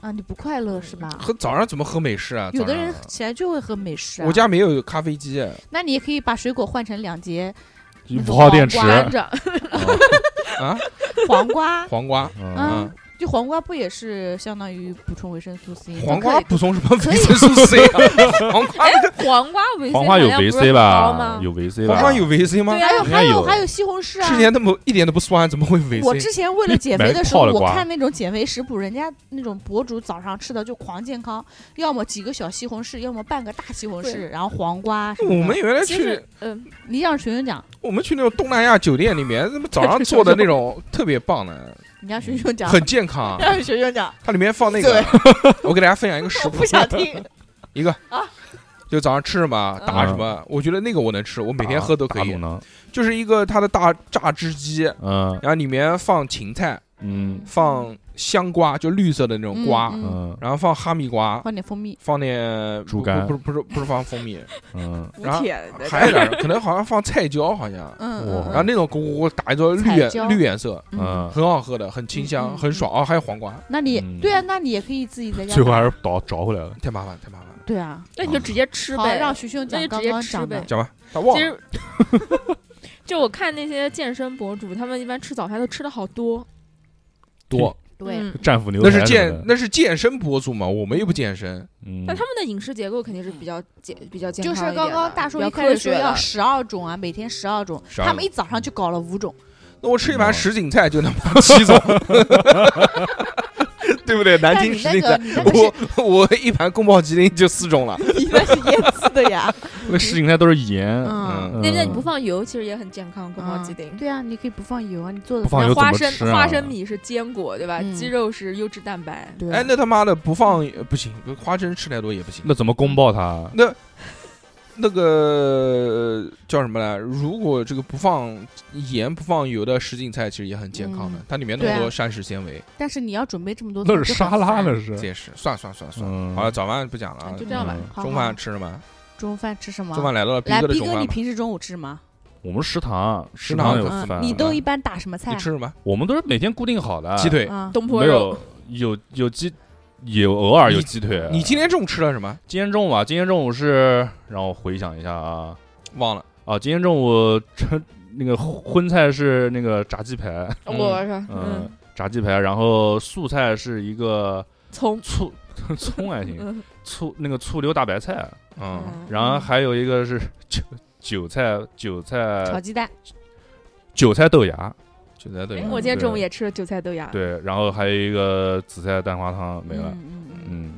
[SPEAKER 2] 啊？你不快乐是吧？
[SPEAKER 1] 喝早上怎么喝美式啊？
[SPEAKER 2] 有的
[SPEAKER 1] 早上
[SPEAKER 2] 人起来就会喝美式、啊，
[SPEAKER 1] 我家没有咖啡机，
[SPEAKER 2] 那你也可以把水果换成两节
[SPEAKER 3] 五号电池，
[SPEAKER 4] 关着，
[SPEAKER 2] 黄瓜
[SPEAKER 1] 黄瓜，
[SPEAKER 2] 啊
[SPEAKER 1] 嗯，
[SPEAKER 2] 就黄瓜不也是相当于补充维生素 C？
[SPEAKER 1] 黄
[SPEAKER 4] 可
[SPEAKER 1] 瓜
[SPEAKER 4] 以
[SPEAKER 1] 补充什么维生素 C 啊？黄瓜
[SPEAKER 4] 哎，黄瓜维 C
[SPEAKER 3] 黄瓜有维 C
[SPEAKER 4] 含量不是很高
[SPEAKER 3] 吧？
[SPEAKER 4] 吗？
[SPEAKER 3] 有维 C 吧？
[SPEAKER 1] 黄瓜有维 C 吗
[SPEAKER 4] 对？
[SPEAKER 2] 还有
[SPEAKER 3] 应该
[SPEAKER 2] 还有
[SPEAKER 3] 有
[SPEAKER 2] 还有西红柿
[SPEAKER 1] 吃
[SPEAKER 2] 啊
[SPEAKER 1] 起！来那么一点都不酸，怎么会维
[SPEAKER 2] 我
[SPEAKER 1] C？
[SPEAKER 2] 之前为了减肥的时候，
[SPEAKER 3] 买个泡的
[SPEAKER 2] 我
[SPEAKER 3] 瓜
[SPEAKER 2] 看那种减肥食谱，人家那种博主早上吃的就狂健康，要么几个小西红柿，要么半个大西红柿，
[SPEAKER 4] 对
[SPEAKER 2] 然后黄瓜什么的。
[SPEAKER 1] 我们原来
[SPEAKER 4] 其
[SPEAKER 1] 去
[SPEAKER 4] 实，嗯，
[SPEAKER 2] 你让熊熊讲，
[SPEAKER 1] 我们去那种东南亚酒店里面，那么早上做的那种特别棒的，
[SPEAKER 2] 你让熊熊讲，
[SPEAKER 1] 很健康啊。
[SPEAKER 2] 让熊熊讲，
[SPEAKER 1] 它里面放那个，我给大家分享一个食
[SPEAKER 2] 我
[SPEAKER 1] 谱
[SPEAKER 2] 不，想 听。
[SPEAKER 1] 一个
[SPEAKER 2] 啊
[SPEAKER 1] 就早上吃什么
[SPEAKER 2] 嗯
[SPEAKER 1] 打什么，我觉得那个我能吃，我每天喝都可以。
[SPEAKER 3] 呢。
[SPEAKER 1] 就是一个它的大榨汁机，然
[SPEAKER 3] 嗯
[SPEAKER 1] 后里面放芹菜，
[SPEAKER 3] 嗯
[SPEAKER 1] 放香瓜，就绿色的那种瓜，
[SPEAKER 2] 嗯
[SPEAKER 3] 嗯
[SPEAKER 1] 然后放哈密瓜，
[SPEAKER 2] 放点蜂蜜，
[SPEAKER 1] 放点
[SPEAKER 3] 猪肝
[SPEAKER 1] 不不不是不是放蜂 蜜，
[SPEAKER 3] 嗯，
[SPEAKER 4] 补
[SPEAKER 1] 然后
[SPEAKER 4] 铁的
[SPEAKER 1] 还有点儿可能好像放菜椒，好像，
[SPEAKER 2] 嗯，
[SPEAKER 3] 哇
[SPEAKER 2] 嗯
[SPEAKER 1] 然后那种咕咕咕打一桌绿
[SPEAKER 2] 菜椒
[SPEAKER 1] 颜绿颜色，
[SPEAKER 2] 嗯
[SPEAKER 3] 嗯
[SPEAKER 1] 很好喝的，很清香，
[SPEAKER 2] 嗯
[SPEAKER 1] 很爽啊！还有黄瓜，
[SPEAKER 2] 那你
[SPEAKER 3] 嗯
[SPEAKER 2] 对啊，那你也可以自己在家
[SPEAKER 3] 最后
[SPEAKER 2] 打
[SPEAKER 3] 还是倒找回来了。
[SPEAKER 1] 太麻烦，太麻烦了，
[SPEAKER 2] 对啊，
[SPEAKER 4] 那你就直接吃
[SPEAKER 2] 好，
[SPEAKER 4] 呗。
[SPEAKER 2] 让熊熊讲
[SPEAKER 4] 那就
[SPEAKER 2] 刚
[SPEAKER 4] 直接
[SPEAKER 2] 刚
[SPEAKER 4] 吃
[SPEAKER 2] 讲的
[SPEAKER 4] 呗，
[SPEAKER 1] 讲吧，他忘
[SPEAKER 4] 其
[SPEAKER 1] 了，
[SPEAKER 4] 实， 就我看那些健身博主，他们一般吃早饭都吃的好多。
[SPEAKER 1] 多
[SPEAKER 2] 对，
[SPEAKER 4] 嗯
[SPEAKER 3] 战斧牛
[SPEAKER 1] 那
[SPEAKER 3] 排
[SPEAKER 1] 是
[SPEAKER 3] 什么
[SPEAKER 1] 健
[SPEAKER 3] 的
[SPEAKER 1] 那是健身博主嘛，我们又不健身，
[SPEAKER 3] 嗯
[SPEAKER 4] 但他们的饮食结构肯定是比较健、比较健
[SPEAKER 2] 就
[SPEAKER 4] 康
[SPEAKER 2] 是
[SPEAKER 4] 一点
[SPEAKER 2] 刚刚
[SPEAKER 4] 的
[SPEAKER 2] 大叔
[SPEAKER 4] 比
[SPEAKER 2] 一
[SPEAKER 4] 较
[SPEAKER 2] 开
[SPEAKER 4] 科
[SPEAKER 2] 始说
[SPEAKER 4] 学的
[SPEAKER 2] 要十二种啊，每天十二种，
[SPEAKER 1] 12
[SPEAKER 2] 他们一早上就搞了五种，
[SPEAKER 1] 那我吃一盘
[SPEAKER 3] 嗯
[SPEAKER 1] 什锦菜就能 把七种，对不对？南
[SPEAKER 2] 但
[SPEAKER 1] 京
[SPEAKER 2] 你
[SPEAKER 1] 什
[SPEAKER 2] 那
[SPEAKER 1] 锦
[SPEAKER 2] 个
[SPEAKER 1] 菜。
[SPEAKER 2] 你那个是
[SPEAKER 1] 我我一盘宫保鸡丁就四种了，
[SPEAKER 2] 你那是腌制的呀，
[SPEAKER 3] 那个什锦菜都是盐，
[SPEAKER 2] 嗯，
[SPEAKER 4] 那那
[SPEAKER 3] 嗯
[SPEAKER 4] 你不放油，其实也很健康，宫保鸡丁。
[SPEAKER 2] 对啊，你可以不放油啊，你做的
[SPEAKER 3] 不放
[SPEAKER 4] 然
[SPEAKER 3] 油
[SPEAKER 4] 后
[SPEAKER 3] 怎
[SPEAKER 4] 花
[SPEAKER 3] 么
[SPEAKER 4] 生、
[SPEAKER 3] 吃啊
[SPEAKER 4] 花生米是坚果，对吧？
[SPEAKER 2] 嗯
[SPEAKER 4] 鸡肉是优质蛋白。
[SPEAKER 2] 对啊
[SPEAKER 1] 哎，那他妈的不放呃不行，花生吃太多也不行。
[SPEAKER 3] 那怎么公报它？
[SPEAKER 1] 那那个叫什么来？如果这个不放盐、不放油的什锦菜，其实也很健康的，
[SPEAKER 2] 嗯
[SPEAKER 1] 它里面那么
[SPEAKER 2] 对
[SPEAKER 1] 多
[SPEAKER 2] 啊
[SPEAKER 1] 膳食纤维。
[SPEAKER 2] 但是你要准备这么多，
[SPEAKER 3] 那是沙
[SPEAKER 2] 了，
[SPEAKER 3] 拉那是
[SPEAKER 1] 这。也是，算了算了算了算了。
[SPEAKER 3] 嗯，
[SPEAKER 1] 好了，早饭不讲了啊
[SPEAKER 2] 就。这样吧
[SPEAKER 3] 嗯。
[SPEAKER 2] 好
[SPEAKER 1] 中
[SPEAKER 2] 好
[SPEAKER 1] 饭吃什么？
[SPEAKER 2] 中饭吃什么？
[SPEAKER 1] 中饭来到了逼
[SPEAKER 2] 来，
[SPEAKER 1] 哥的
[SPEAKER 2] 逼
[SPEAKER 1] 中
[SPEAKER 2] 哥，
[SPEAKER 1] 饭
[SPEAKER 2] 你
[SPEAKER 1] 吧。
[SPEAKER 2] 平时中午吃什么？
[SPEAKER 3] 我们食堂食
[SPEAKER 1] 堂
[SPEAKER 3] 有
[SPEAKER 1] 有
[SPEAKER 2] 嗯
[SPEAKER 3] 饭，
[SPEAKER 2] 你都一般打什么菜
[SPEAKER 1] 你？吃什么？
[SPEAKER 3] 我们都是每天固定好的
[SPEAKER 1] 鸡腿。
[SPEAKER 2] 啊，
[SPEAKER 4] 东坡
[SPEAKER 3] 没
[SPEAKER 4] 嗯肉
[SPEAKER 3] 有有有鸡，有偶尔有
[SPEAKER 2] 嗯
[SPEAKER 3] 鸡腿。
[SPEAKER 1] 你今天中午吃了什么？
[SPEAKER 3] 今天中午啊，今天中午是让我回想一下啊
[SPEAKER 1] 忘了。
[SPEAKER 3] 啊，今天中午吃那个荤菜是那个炸鸡排，
[SPEAKER 1] 嗯
[SPEAKER 4] 我是
[SPEAKER 3] 嗯，
[SPEAKER 4] 嗯，
[SPEAKER 3] 炸鸡排，然后素菜是一个
[SPEAKER 4] 葱，
[SPEAKER 3] 醋 葱还行，
[SPEAKER 4] 嗯
[SPEAKER 3] 醋那个醋溜大白菜，
[SPEAKER 1] 嗯，
[SPEAKER 3] 然后还有一个是韭韭菜韭
[SPEAKER 2] 炒
[SPEAKER 3] 菜
[SPEAKER 2] 鸡蛋，
[SPEAKER 3] 韭菜豆芽，
[SPEAKER 1] 就在对
[SPEAKER 4] 哎
[SPEAKER 1] 面。
[SPEAKER 4] 我今天中午也吃了韭菜豆芽。
[SPEAKER 3] 对，然后还有一个紫菜蛋花汤没了，
[SPEAKER 2] 嗯嗯嗯，
[SPEAKER 3] 嗯，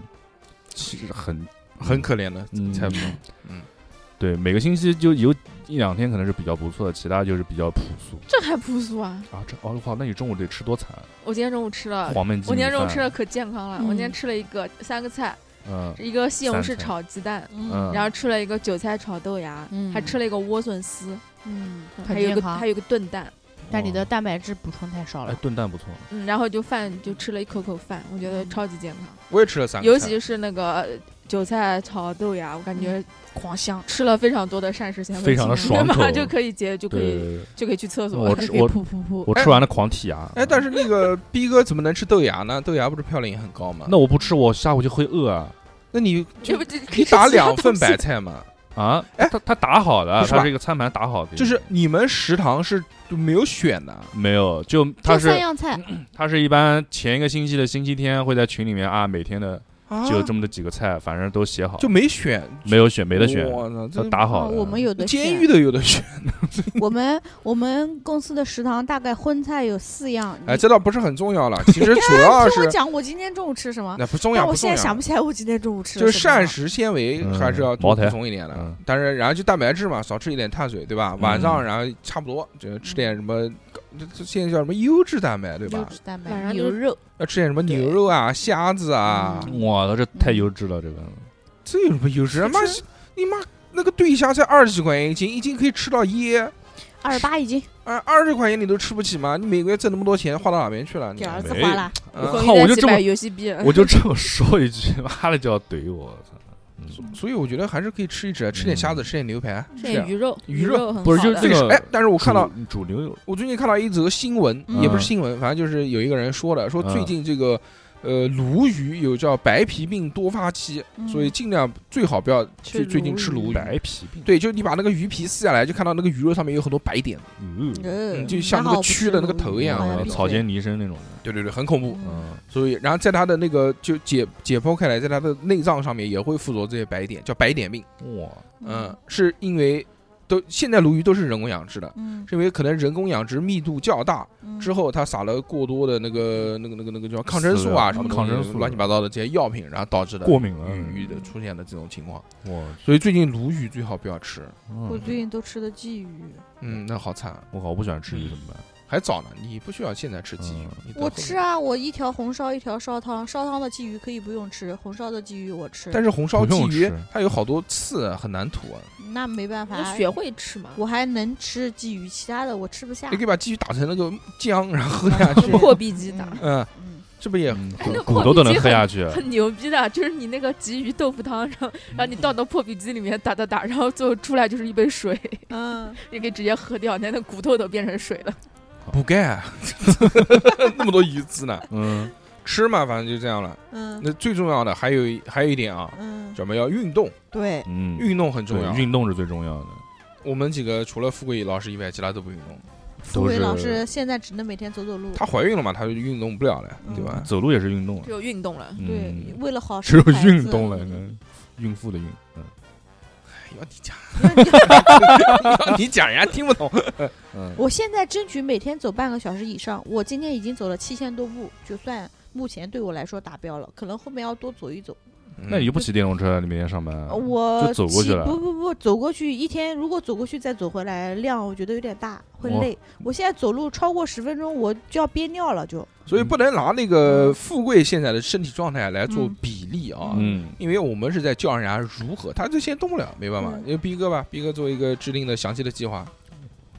[SPEAKER 3] 其实很
[SPEAKER 1] 很可怜的
[SPEAKER 3] 嗯
[SPEAKER 1] 菜谱。
[SPEAKER 3] 对，每个星期就有一两天可能是比较不错的，其他就是比较朴素
[SPEAKER 4] 这还朴素啊！
[SPEAKER 3] 啊。这哦，哇，那你中午得吃多惨？
[SPEAKER 4] 我今天中午吃了，
[SPEAKER 3] 黄焖鸡米饭。
[SPEAKER 4] 我今天中午吃的可健康了。
[SPEAKER 8] 嗯
[SPEAKER 4] 我今天吃了一个三个菜，
[SPEAKER 3] 嗯
[SPEAKER 4] 一个西红柿
[SPEAKER 3] 三菜
[SPEAKER 4] 炒鸡蛋，
[SPEAKER 3] 嗯，
[SPEAKER 4] 然后吃了一个韭菜炒豆芽，
[SPEAKER 8] 嗯
[SPEAKER 4] 还吃了一个莴笋丝，
[SPEAKER 8] 嗯，
[SPEAKER 4] 还
[SPEAKER 8] 很
[SPEAKER 4] 有一
[SPEAKER 8] 健
[SPEAKER 4] 个
[SPEAKER 8] 康
[SPEAKER 4] 还，有一个炖蛋。
[SPEAKER 2] 但你的
[SPEAKER 3] 哇
[SPEAKER 2] 蛋白质补充太少
[SPEAKER 3] 哦哎
[SPEAKER 2] 了。
[SPEAKER 3] 炖蛋不错，
[SPEAKER 4] 嗯，然后就饭就吃了一口口饭，我觉得超级健康，
[SPEAKER 1] 我也吃了三个
[SPEAKER 4] 尤
[SPEAKER 1] 菜，
[SPEAKER 4] 其是那个呃韭菜炒豆芽，我感觉
[SPEAKER 8] 狂香，
[SPEAKER 4] 吃了非常多的膳食纤维素，
[SPEAKER 3] 非常的爽
[SPEAKER 4] 马
[SPEAKER 3] 口
[SPEAKER 4] 上就可以解，就可以
[SPEAKER 3] 对，
[SPEAKER 4] 就可以去厕所
[SPEAKER 3] 我
[SPEAKER 4] 了。
[SPEAKER 3] 吃
[SPEAKER 8] 给
[SPEAKER 3] 我
[SPEAKER 8] 噗噗噗，
[SPEAKER 3] 我吃完了狂剔啊牙。
[SPEAKER 1] 哎，但是那 个逼哥怎么能吃豆芽呢？豆芽不是嘌呤很高吗？
[SPEAKER 3] 啊那我不吃，我下午就会饿啊
[SPEAKER 1] 那你
[SPEAKER 4] 这
[SPEAKER 1] 就
[SPEAKER 4] 不这可
[SPEAKER 1] 你
[SPEAKER 4] 以
[SPEAKER 1] 打
[SPEAKER 4] 吃
[SPEAKER 1] 两份
[SPEAKER 4] 东西
[SPEAKER 1] 白菜嘛？
[SPEAKER 3] 啊！
[SPEAKER 1] 哎
[SPEAKER 3] 他他打好的，
[SPEAKER 1] 不是吧
[SPEAKER 3] 他是一个餐盘打好的，
[SPEAKER 1] 就是你们食堂是就没有选的，
[SPEAKER 3] 没有，就他
[SPEAKER 2] 就三
[SPEAKER 3] 是
[SPEAKER 2] 样菜，
[SPEAKER 3] 他是一般前一个星期的星期天会在群里面啊，每天的
[SPEAKER 1] 啊
[SPEAKER 3] 就这么的几个菜，反正都写好，
[SPEAKER 1] 就没选，
[SPEAKER 3] 没有选没得选，
[SPEAKER 1] 我操，
[SPEAKER 3] 他
[SPEAKER 1] 这
[SPEAKER 3] 打
[SPEAKER 2] 啊
[SPEAKER 3] 好的。
[SPEAKER 2] 我们有的
[SPEAKER 1] 监
[SPEAKER 2] 选
[SPEAKER 1] 狱都有的选。
[SPEAKER 2] 我们我们公司的食堂大概荤菜有四样。
[SPEAKER 1] 哎，
[SPEAKER 2] 你啊
[SPEAKER 1] 这倒不是很重要
[SPEAKER 2] 嗯
[SPEAKER 1] 了，其实主要
[SPEAKER 2] 听
[SPEAKER 1] 是
[SPEAKER 2] 我讲，我今天中午吃什么？
[SPEAKER 1] 那不重
[SPEAKER 2] 但
[SPEAKER 1] 要，不
[SPEAKER 2] 我
[SPEAKER 1] 重
[SPEAKER 2] 现在想
[SPEAKER 1] 要
[SPEAKER 2] 不。起来我今天中午吃了
[SPEAKER 1] 就是
[SPEAKER 2] 什么
[SPEAKER 1] 膳
[SPEAKER 2] 了
[SPEAKER 1] 食纤维
[SPEAKER 3] 嗯
[SPEAKER 1] 还是要多
[SPEAKER 3] 茅台
[SPEAKER 1] 补充一点的
[SPEAKER 3] 嗯，
[SPEAKER 1] 但是然后就蛋白质嘛，少吃一点碳水，对吧？晚上然后差不多就吃点什么，这这现在叫什么优质蛋白，对
[SPEAKER 2] 优
[SPEAKER 1] 吧？
[SPEAKER 2] 质蛋
[SPEAKER 4] 晚
[SPEAKER 2] 白、
[SPEAKER 4] 上就
[SPEAKER 2] 牛
[SPEAKER 4] 是
[SPEAKER 2] 肉，
[SPEAKER 1] 要吃点什么牛肉啊、虾子啊，
[SPEAKER 2] 嗯
[SPEAKER 3] 哇，他这太优质了，这个
[SPEAKER 1] 这有什么优质？他妈，你妈那个对虾才二十几块钱一斤，一斤可以吃到噎。
[SPEAKER 2] 二十八一斤，
[SPEAKER 1] 啊，二十块钱你都吃不起吗？你每个月挣那么多钱，花到哪边去了？你
[SPEAKER 2] 给儿子
[SPEAKER 3] 没
[SPEAKER 2] 花了。
[SPEAKER 1] 嗯
[SPEAKER 3] 靠啊我就这么
[SPEAKER 4] 游戏币，
[SPEAKER 3] 我啊就这么说一句，妈的就要怼我，操嗯
[SPEAKER 1] 所以我觉得还是可以吃一啊吃，吃点虾子，吃点牛排。
[SPEAKER 4] 吃点鱼肉，
[SPEAKER 1] 鱼肉
[SPEAKER 4] 肉很
[SPEAKER 3] 不是
[SPEAKER 4] 好
[SPEAKER 3] 就
[SPEAKER 4] 的
[SPEAKER 3] 这个
[SPEAKER 1] 哎，但是我看到
[SPEAKER 3] 主主流有
[SPEAKER 1] 我最近看到一则新闻，
[SPEAKER 2] 嗯
[SPEAKER 1] 也不是新闻，反正就是有一个人说的，说最近这个。呃，鲈鱼有叫白皮病多发期，
[SPEAKER 2] 嗯
[SPEAKER 1] 所以尽量最好不要
[SPEAKER 4] 吃
[SPEAKER 1] 去最近
[SPEAKER 4] 鲈
[SPEAKER 1] 吃鲈
[SPEAKER 4] 鱼
[SPEAKER 1] 鱼。
[SPEAKER 3] 白皮病，
[SPEAKER 1] 对，就是你把那个鱼皮撕下来，就看到那个鱼肉上面有很多白点，
[SPEAKER 3] 嗯，
[SPEAKER 1] 嗯，
[SPEAKER 2] 嗯
[SPEAKER 1] 就像那个蛆的那个头一样啊
[SPEAKER 2] 嗯
[SPEAKER 1] 的
[SPEAKER 2] 好
[SPEAKER 3] 嗯
[SPEAKER 2] 像
[SPEAKER 3] 草间弥生那种的，
[SPEAKER 1] 对对对，很恐怖。
[SPEAKER 3] 嗯，
[SPEAKER 1] 所以，然后在它的那个就解解剖开来，在它的内脏上面也会附着这些白点，叫白点病。
[SPEAKER 3] 哇，
[SPEAKER 1] 嗯，是因为都现在鲈鱼都是人工养殖的，
[SPEAKER 2] 嗯
[SPEAKER 1] 是因为可能人工养殖密度较大，
[SPEAKER 2] 嗯
[SPEAKER 1] 之后他撒了过多的那个那个那个那个叫抗生素啊
[SPEAKER 3] 饲料嗯
[SPEAKER 1] 什么东西
[SPEAKER 3] 抗生素
[SPEAKER 1] 乱七八糟的这些药品，然后导致的
[SPEAKER 3] 过敏嗯了，嗯
[SPEAKER 1] 鱼鱼的出现的这种情况。
[SPEAKER 3] 我
[SPEAKER 1] 所以最近鲈鱼最好不要吃，
[SPEAKER 2] 我
[SPEAKER 3] 嗯
[SPEAKER 2] 最近都吃的鲫鱼，
[SPEAKER 1] 嗯，那好惨，
[SPEAKER 3] 我靠，我不喜欢吃鱼怎么办？
[SPEAKER 1] 还早呢，你不需要现在吃鲫鱼
[SPEAKER 3] 嗯，
[SPEAKER 1] 你等
[SPEAKER 2] 我
[SPEAKER 1] 后面
[SPEAKER 2] 吃。啊，我一条红烧，一条烧汤，烧汤的鲫鱼可以不用吃，红烧的鲫鱼我吃，
[SPEAKER 1] 但是红烧
[SPEAKER 3] 不用
[SPEAKER 1] 鲫鱼
[SPEAKER 3] 吃
[SPEAKER 1] 它有好多刺，很难吐啊。
[SPEAKER 2] 那没办
[SPEAKER 4] 你
[SPEAKER 2] 法，
[SPEAKER 4] 学会吃嘛，
[SPEAKER 2] 我还能吃鲫鱼，其他的我吃不下
[SPEAKER 1] 你。可以把鲫鱼打成那个浆，然后喝下去。
[SPEAKER 4] 破壁机打。
[SPEAKER 1] 嗯，
[SPEAKER 2] 嗯，
[SPEAKER 1] 这不也
[SPEAKER 3] 嗯
[SPEAKER 4] 那
[SPEAKER 3] 骨
[SPEAKER 4] 破
[SPEAKER 3] 头
[SPEAKER 4] 壁
[SPEAKER 3] 都能
[SPEAKER 4] 机
[SPEAKER 3] 喝下去，
[SPEAKER 4] 很牛逼的，就是你那个鲫鱼豆腐汤，然后然后你倒到破壁机里面打打打，然后最后出来就是一杯水，
[SPEAKER 2] 嗯，
[SPEAKER 4] 你可以直接喝掉，那那骨头都变成水了。
[SPEAKER 1] 补钙啊？ 那么多鱼刺呢？
[SPEAKER 3] 嗯，
[SPEAKER 1] 吃嘛，反正就这样了。
[SPEAKER 2] 嗯
[SPEAKER 1] 那最重要的还有一还有一点啊，
[SPEAKER 2] 嗯，
[SPEAKER 1] 咱们要运动，
[SPEAKER 2] 对，
[SPEAKER 3] 嗯，
[SPEAKER 1] 运动很重
[SPEAKER 3] 对
[SPEAKER 1] 要。
[SPEAKER 3] 运动是最重要的，
[SPEAKER 1] 我们几个除了富贵老师以外，其他都不运动。
[SPEAKER 3] 嗯
[SPEAKER 2] 付
[SPEAKER 3] 都
[SPEAKER 2] 伟
[SPEAKER 3] 是
[SPEAKER 2] 老师现在只能每天走走路，
[SPEAKER 1] 她怀孕了嘛，她就运动不了了，
[SPEAKER 2] 嗯
[SPEAKER 1] 对吧？
[SPEAKER 3] 走路也是运动啊
[SPEAKER 4] 只，有运动了，
[SPEAKER 2] 对，
[SPEAKER 3] 嗯，
[SPEAKER 2] 为了好
[SPEAKER 3] 只有
[SPEAKER 2] 生孩
[SPEAKER 3] 运
[SPEAKER 2] 子
[SPEAKER 3] 动了，嗯孕妇的孕，嗯
[SPEAKER 1] 哎呦，你讲， 你讲，人家听不懂。
[SPEAKER 3] 嗯，
[SPEAKER 2] 我现在争取每天走半个小时以上，我今天已经走了七千多步，就算目前对我来说达标了，可能后面要多走一走。
[SPEAKER 3] 那
[SPEAKER 1] 嗯
[SPEAKER 3] 你就不骑电动车了，你每天上班，
[SPEAKER 2] 我
[SPEAKER 3] 啊就走过去
[SPEAKER 2] 骑
[SPEAKER 3] 了
[SPEAKER 2] 不不不，走过去一天，如果走过去再走回来，量我觉得有点大，会
[SPEAKER 3] 哦
[SPEAKER 2] 累。我现在走路超过十分钟，我就要憋尿了，就
[SPEAKER 1] 所以不能拿那个富贵现在的身体状态来做比例啊。
[SPEAKER 3] 嗯，
[SPEAKER 1] 因为我们是在教人家如何，他这现在动不了，没办法。
[SPEAKER 2] 嗯
[SPEAKER 1] 因为逼哥吧，逼哥做一个制定的详细的计划，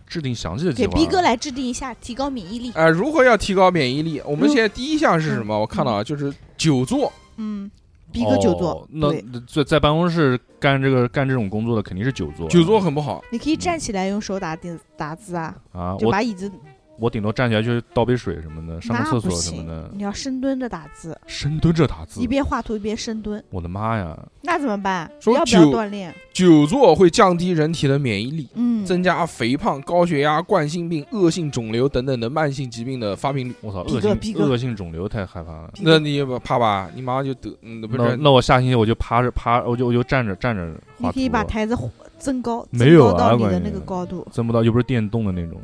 [SPEAKER 3] 制定详细的计
[SPEAKER 2] 给
[SPEAKER 3] 划，啊
[SPEAKER 2] 逼哥来制定一下提高免疫力。
[SPEAKER 1] 啊，如何要提高免疫力？我们现在第一项是什么？
[SPEAKER 3] 嗯
[SPEAKER 1] 我看到啊，就是久坐，
[SPEAKER 2] 嗯，逼哥久坐
[SPEAKER 3] 哦，那
[SPEAKER 2] 对，
[SPEAKER 3] 在在办公室干这个干这种工作的肯定是久坐，啊
[SPEAKER 1] 久坐很不好。
[SPEAKER 2] 你可以站起来用手打点打字啊，
[SPEAKER 3] 嗯啊，
[SPEAKER 2] 就
[SPEAKER 3] 我
[SPEAKER 2] 把椅子
[SPEAKER 3] 我顶多站起来去倒杯水什么的，上个
[SPEAKER 2] 那
[SPEAKER 3] 厕
[SPEAKER 2] 不
[SPEAKER 3] 所什么的
[SPEAKER 2] 行，，你要深蹲着打字，
[SPEAKER 3] 深蹲着打字
[SPEAKER 2] 一，边画图一边深蹲，
[SPEAKER 3] 我的妈呀！
[SPEAKER 2] 那怎么办？
[SPEAKER 1] 说
[SPEAKER 2] 要不要
[SPEAKER 1] 久
[SPEAKER 2] 锻炼？
[SPEAKER 1] 久坐会降低人体的免疫力，
[SPEAKER 2] 嗯，
[SPEAKER 1] 增加肥胖、高血压、冠心病、恶性肿瘤等等的慢性疾病的发病率。
[SPEAKER 3] 我操，
[SPEAKER 2] 逼
[SPEAKER 3] 恶
[SPEAKER 2] 哥
[SPEAKER 3] 性
[SPEAKER 2] 逼哥
[SPEAKER 3] 恶性肿瘤太害怕了。
[SPEAKER 2] 嗯
[SPEAKER 1] 那你也不怕吧？你马上就得，嗯，不
[SPEAKER 3] 那
[SPEAKER 1] 是，
[SPEAKER 3] 那我下星期我就趴着趴，我就我就站着站着
[SPEAKER 2] 你
[SPEAKER 3] 画
[SPEAKER 2] 可以把
[SPEAKER 3] 图，啊
[SPEAKER 2] 台子增高，
[SPEAKER 3] 没有
[SPEAKER 2] 增高
[SPEAKER 3] 啊
[SPEAKER 2] 到你的
[SPEAKER 3] 关
[SPEAKER 2] 那
[SPEAKER 3] 键
[SPEAKER 2] 个高度，
[SPEAKER 3] 增不到又不是电动的那种，